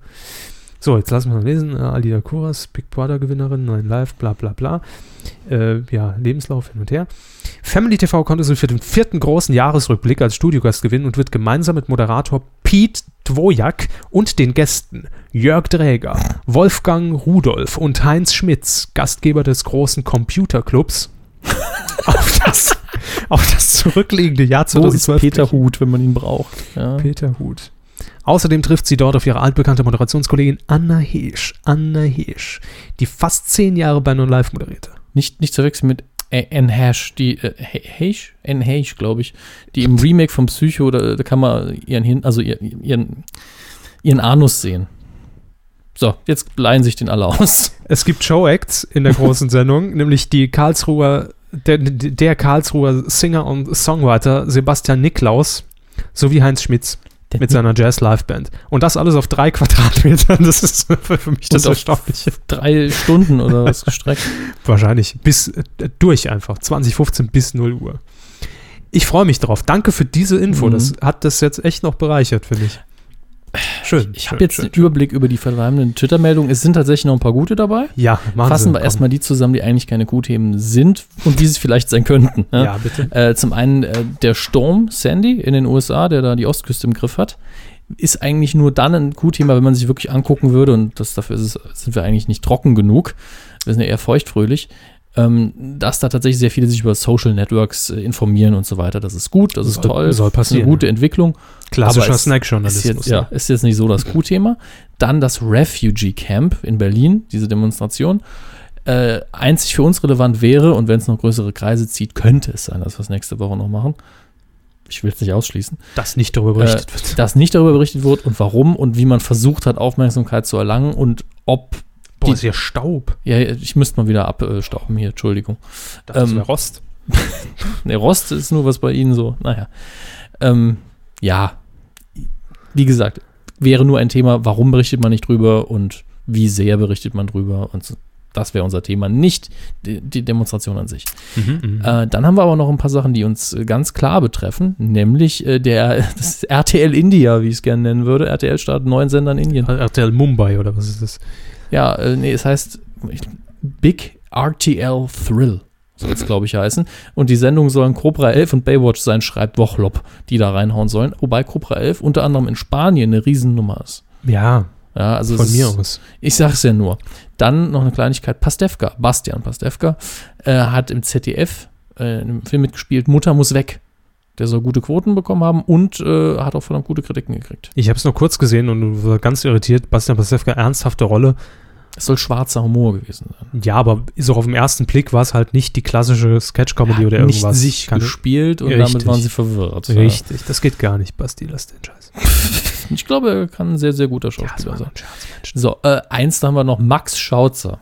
[SPEAKER 1] So, jetzt lassen wir noch lesen. Äh, Alida Kuras, Big Brother-Gewinnerin, neuen Live, bla bla bla. Äh, ja, Lebenslauf hin und her. Family TV konnte sie für den vierten großen Jahresrückblick als Studiogast gewinnen und wird gemeinsam mit Moderator Pete Dwojak und den Gästen Jörg Dräger, Wolfgang Rudolf und Heinz Schmitz, Gastgeber des großen Computerclubs, auf das, auf das zurückliegende Jahr
[SPEAKER 2] So ist
[SPEAKER 1] 2012
[SPEAKER 2] Peter Hut, wenn man ihn braucht. Ja.
[SPEAKER 1] Peter Huth. Außerdem trifft sie dort auf ihre altbekannte Moderationskollegin Anna Heesch. Anna Heesch, die fast zehn Jahre bei Non Live moderierte.
[SPEAKER 2] Nicht, nicht zu wechseln mit N-Hash, die äh, Hash, N-Hash, glaube ich, die im Remake von Psycho, da, da kann man ihren Hin, also ihr- ihren, ihren Anus sehen. So, jetzt leihen sich den alle aus.
[SPEAKER 1] Es gibt Showacts in der großen Sendung, nämlich die Karlsruher, der, der Karlsruher Singer und Songwriter Sebastian Niklaus sowie Heinz Schmitz
[SPEAKER 2] Der
[SPEAKER 1] mit seiner Jazz-Live-Band. Und das alles auf drei Quadratmetern. Das ist für für mich das
[SPEAKER 2] Und auf-
[SPEAKER 1] Erstaunliche.
[SPEAKER 2] Drei Stunden oder was gestreckt.
[SPEAKER 1] Wahrscheinlich. Bis äh, durch einfach. 2015 bis 0 Uhr. Ich freue mich drauf. Danke für diese Info.
[SPEAKER 2] Mhm.
[SPEAKER 1] Das hat das jetzt echt noch bereichert, finde ich. Schön.
[SPEAKER 2] Ich habe jetzt ne- den Überblick über die verleimenden Twitter-Meldungen. Es sind tatsächlich noch ein paar gute dabei.
[SPEAKER 1] Ja, machen
[SPEAKER 2] Fassen
[SPEAKER 1] Sie,
[SPEAKER 2] wir
[SPEAKER 1] komm.
[SPEAKER 2] erstmal die zusammen, die eigentlich keine Q-Themen sind und wie sie vielleicht sein könnten. ne?
[SPEAKER 1] Ja, bitte.
[SPEAKER 2] Äh, zum einen äh, der Sturm Sandy in den USA, der da die Ostküste im Griff hat, ist eigentlich nur dann ein Q-Thema, wenn man sich wirklich angucken würde. Und das, dafür ist es, sind wir eigentlich nicht trocken genug. Wir sind ja eher feuchtfröhlich. Ähm, dass da tatsächlich sehr viele sich über Social Networks äh, informieren und so weiter. Das ist gut, das ist
[SPEAKER 1] Soll- soll
[SPEAKER 2] toll. Das ist eine
[SPEAKER 1] passieren.
[SPEAKER 2] gute Entwicklung.
[SPEAKER 1] Klassischer
[SPEAKER 2] aber es- Ist
[SPEAKER 1] Snack-Journalismus. ne?
[SPEAKER 2] jetzt, ja, ist jetzt nicht so das Q-Thema. Dann das Refugee Camp in Berlin, diese Demonstration. Äh, einzig für uns relevant wäre, und wenn es noch größere Kreise zieht, könnte es sein, dass wir es nächste Woche noch machen. Ich will es nicht ausschließen.
[SPEAKER 1] Dass nicht darüber
[SPEAKER 2] Äh,
[SPEAKER 1] berichtet wird.
[SPEAKER 2] Dass nicht darüber berichtet wird und warum und wie man versucht hat, Aufmerksamkeit zu erlangen und ob.
[SPEAKER 1] Boah,
[SPEAKER 2] die-
[SPEAKER 1] ist ja Staub.
[SPEAKER 2] Ja, ich müsste mal wieder abstauben hier, Entschuldigung.
[SPEAKER 1] Das ist
[SPEAKER 2] Ähm,
[SPEAKER 1] ja Rost.
[SPEAKER 2] Ne, Rost ist nur was bei ihnen so. Naja. Ähm, ja. Wie gesagt, wäre nur ein Thema, warum berichtet man nicht drüber und wie sehr berichtet man drüber und so. Das wäre unser Thema, nicht die, die Demonstration an sich.
[SPEAKER 1] Mhm.
[SPEAKER 2] Äh, dann haben wir aber noch ein paar Sachen, die uns äh, ganz klar betreffen, nämlich äh, der das RTL India, wie ich es gerne nennen würde. RTL startet einen neuen Sender in Indien.
[SPEAKER 1] RTL Mumbai oder was ist das?
[SPEAKER 2] Ja, äh, nee, es heißt ich, Big RTL Thrill, soll es, glaube ich, heißen. Und die Sendungen sollen Cobra 11 und Baywatch sein, schreibt Wochlob, die da reinhauen sollen. Wobei Cobra 11 unter anderem in Spanien eine Riesennummer ist.
[SPEAKER 1] Ja,
[SPEAKER 2] Ja, also
[SPEAKER 1] von
[SPEAKER 2] es
[SPEAKER 1] mir
[SPEAKER 2] ist,
[SPEAKER 1] aus.
[SPEAKER 2] Ich sag's ja nur. Dann noch eine Kleinigkeit. Pastewka, Bastian Pastewka, äh, hat im ZDF äh, in einem Film mitgespielt, Mutter muss weg. Der soll gute Quoten bekommen haben und äh, hat auch verdammt gute Kritiken gekriegt.
[SPEAKER 1] Ich habe es nur kurz gesehen und war ganz irritiert. Bastian Pastewka, ernsthafte Rolle.
[SPEAKER 2] Es soll schwarzer Humor gewesen sein.
[SPEAKER 1] Ja, aber so auf den ersten Blick war es halt nicht die klassische Sketch-Comedy oder
[SPEAKER 2] nicht
[SPEAKER 1] irgendwas.
[SPEAKER 2] sich
[SPEAKER 1] Keine-
[SPEAKER 2] gespielt und
[SPEAKER 1] Richtig.
[SPEAKER 2] damit waren sie verwirrt.
[SPEAKER 1] Richtig, das geht gar nicht, Basti, lass den Scheiß.
[SPEAKER 2] Ja. Ich glaube, er kann ein sehr, sehr guter Schauspieler sein. So, äh, eins, da haben wir noch Max Schauzer.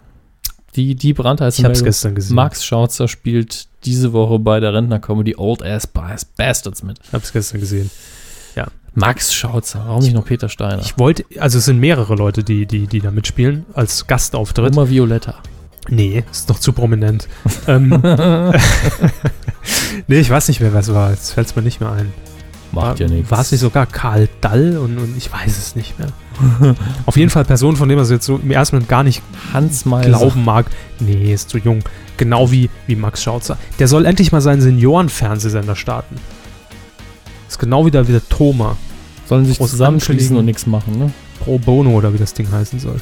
[SPEAKER 2] Die, die
[SPEAKER 1] Ich habe es
[SPEAKER 2] Brandheißmeldung.
[SPEAKER 1] gestern gesehen.
[SPEAKER 2] Max Schauzer spielt diese Woche bei der Rentner-Comedy Old Ass Bas- Bastards mit.
[SPEAKER 1] Ich habe es gestern gesehen.
[SPEAKER 2] Max Schauzer, warum nicht noch Peter Steiner?
[SPEAKER 1] Ich wollte, also es sind mehrere Leute, die, die, die da mitspielen, als Gastauftritt.
[SPEAKER 2] Oma Violetta.
[SPEAKER 1] Nee, ist noch zu prominent. ähm, nee, ich weiß nicht mehr, wer es war. Jetzt fällt es mir nicht mehr ein.
[SPEAKER 2] Macht ja nichts.
[SPEAKER 1] War es nicht sogar Karl Dall und, und ich weiß es nicht mehr. Auf jeden Fall Personen, von denen man es jetzt so im ersten Moment gar nicht
[SPEAKER 2] Hans Meiser.
[SPEAKER 1] glauben mag, nee, ist zu jung. Genau wie, wie Max Schautzer. Der soll endlich mal seinen Seniorenfernsehsender starten. Ist genau wieder wieder Thoma,
[SPEAKER 2] Sollen sich
[SPEAKER 1] Groß
[SPEAKER 2] zusammenschließen
[SPEAKER 1] angelegen.
[SPEAKER 2] und nichts machen, ne?
[SPEAKER 1] Pro Bono oder wie das Ding heißen soll.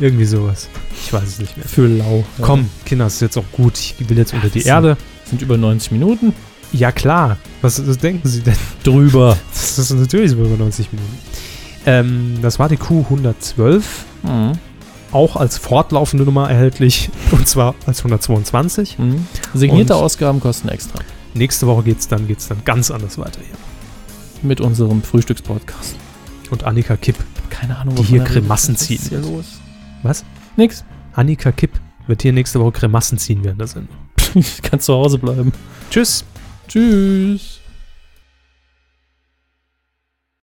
[SPEAKER 1] Irgendwie sowas. Ich weiß es nicht mehr.
[SPEAKER 2] Für lau. Ja.
[SPEAKER 1] Komm, Kinder, es ist jetzt auch gut. Ich will jetzt unter die
[SPEAKER 2] das
[SPEAKER 1] Erde.
[SPEAKER 2] Sind über 90 Minuten.
[SPEAKER 1] Ja klar. Was, was denken Sie denn?
[SPEAKER 2] Drüber.
[SPEAKER 1] Das ist natürlich über 90 Minuten. Ähm, das war die Q112.
[SPEAKER 2] Mhm.
[SPEAKER 1] Auch als fortlaufende Nummer erhältlich. Und zwar als 122.
[SPEAKER 2] Mhm. Signierte
[SPEAKER 1] Und-
[SPEAKER 2] Ausgaben kosten extra.
[SPEAKER 1] Nächste Woche geht's dann, geht's dann ganz anders weiter hier.
[SPEAKER 2] Mit unserem Frühstückspodcast.
[SPEAKER 1] Und Annika Kipp.
[SPEAKER 2] Keine Ahnung,
[SPEAKER 1] Die
[SPEAKER 2] wovon
[SPEAKER 1] hier
[SPEAKER 2] er redet.
[SPEAKER 1] Grimassen
[SPEAKER 2] Was
[SPEAKER 1] ziehen
[SPEAKER 2] ist hier
[SPEAKER 1] wird.
[SPEAKER 2] los?
[SPEAKER 1] Was?
[SPEAKER 2] Nix.
[SPEAKER 1] Annika Kipp wird hier nächste Woche Kremassen ziehen während der Sendung.
[SPEAKER 2] Ich kann zu Hause bleiben.
[SPEAKER 1] Tschüss.
[SPEAKER 2] Tschüss.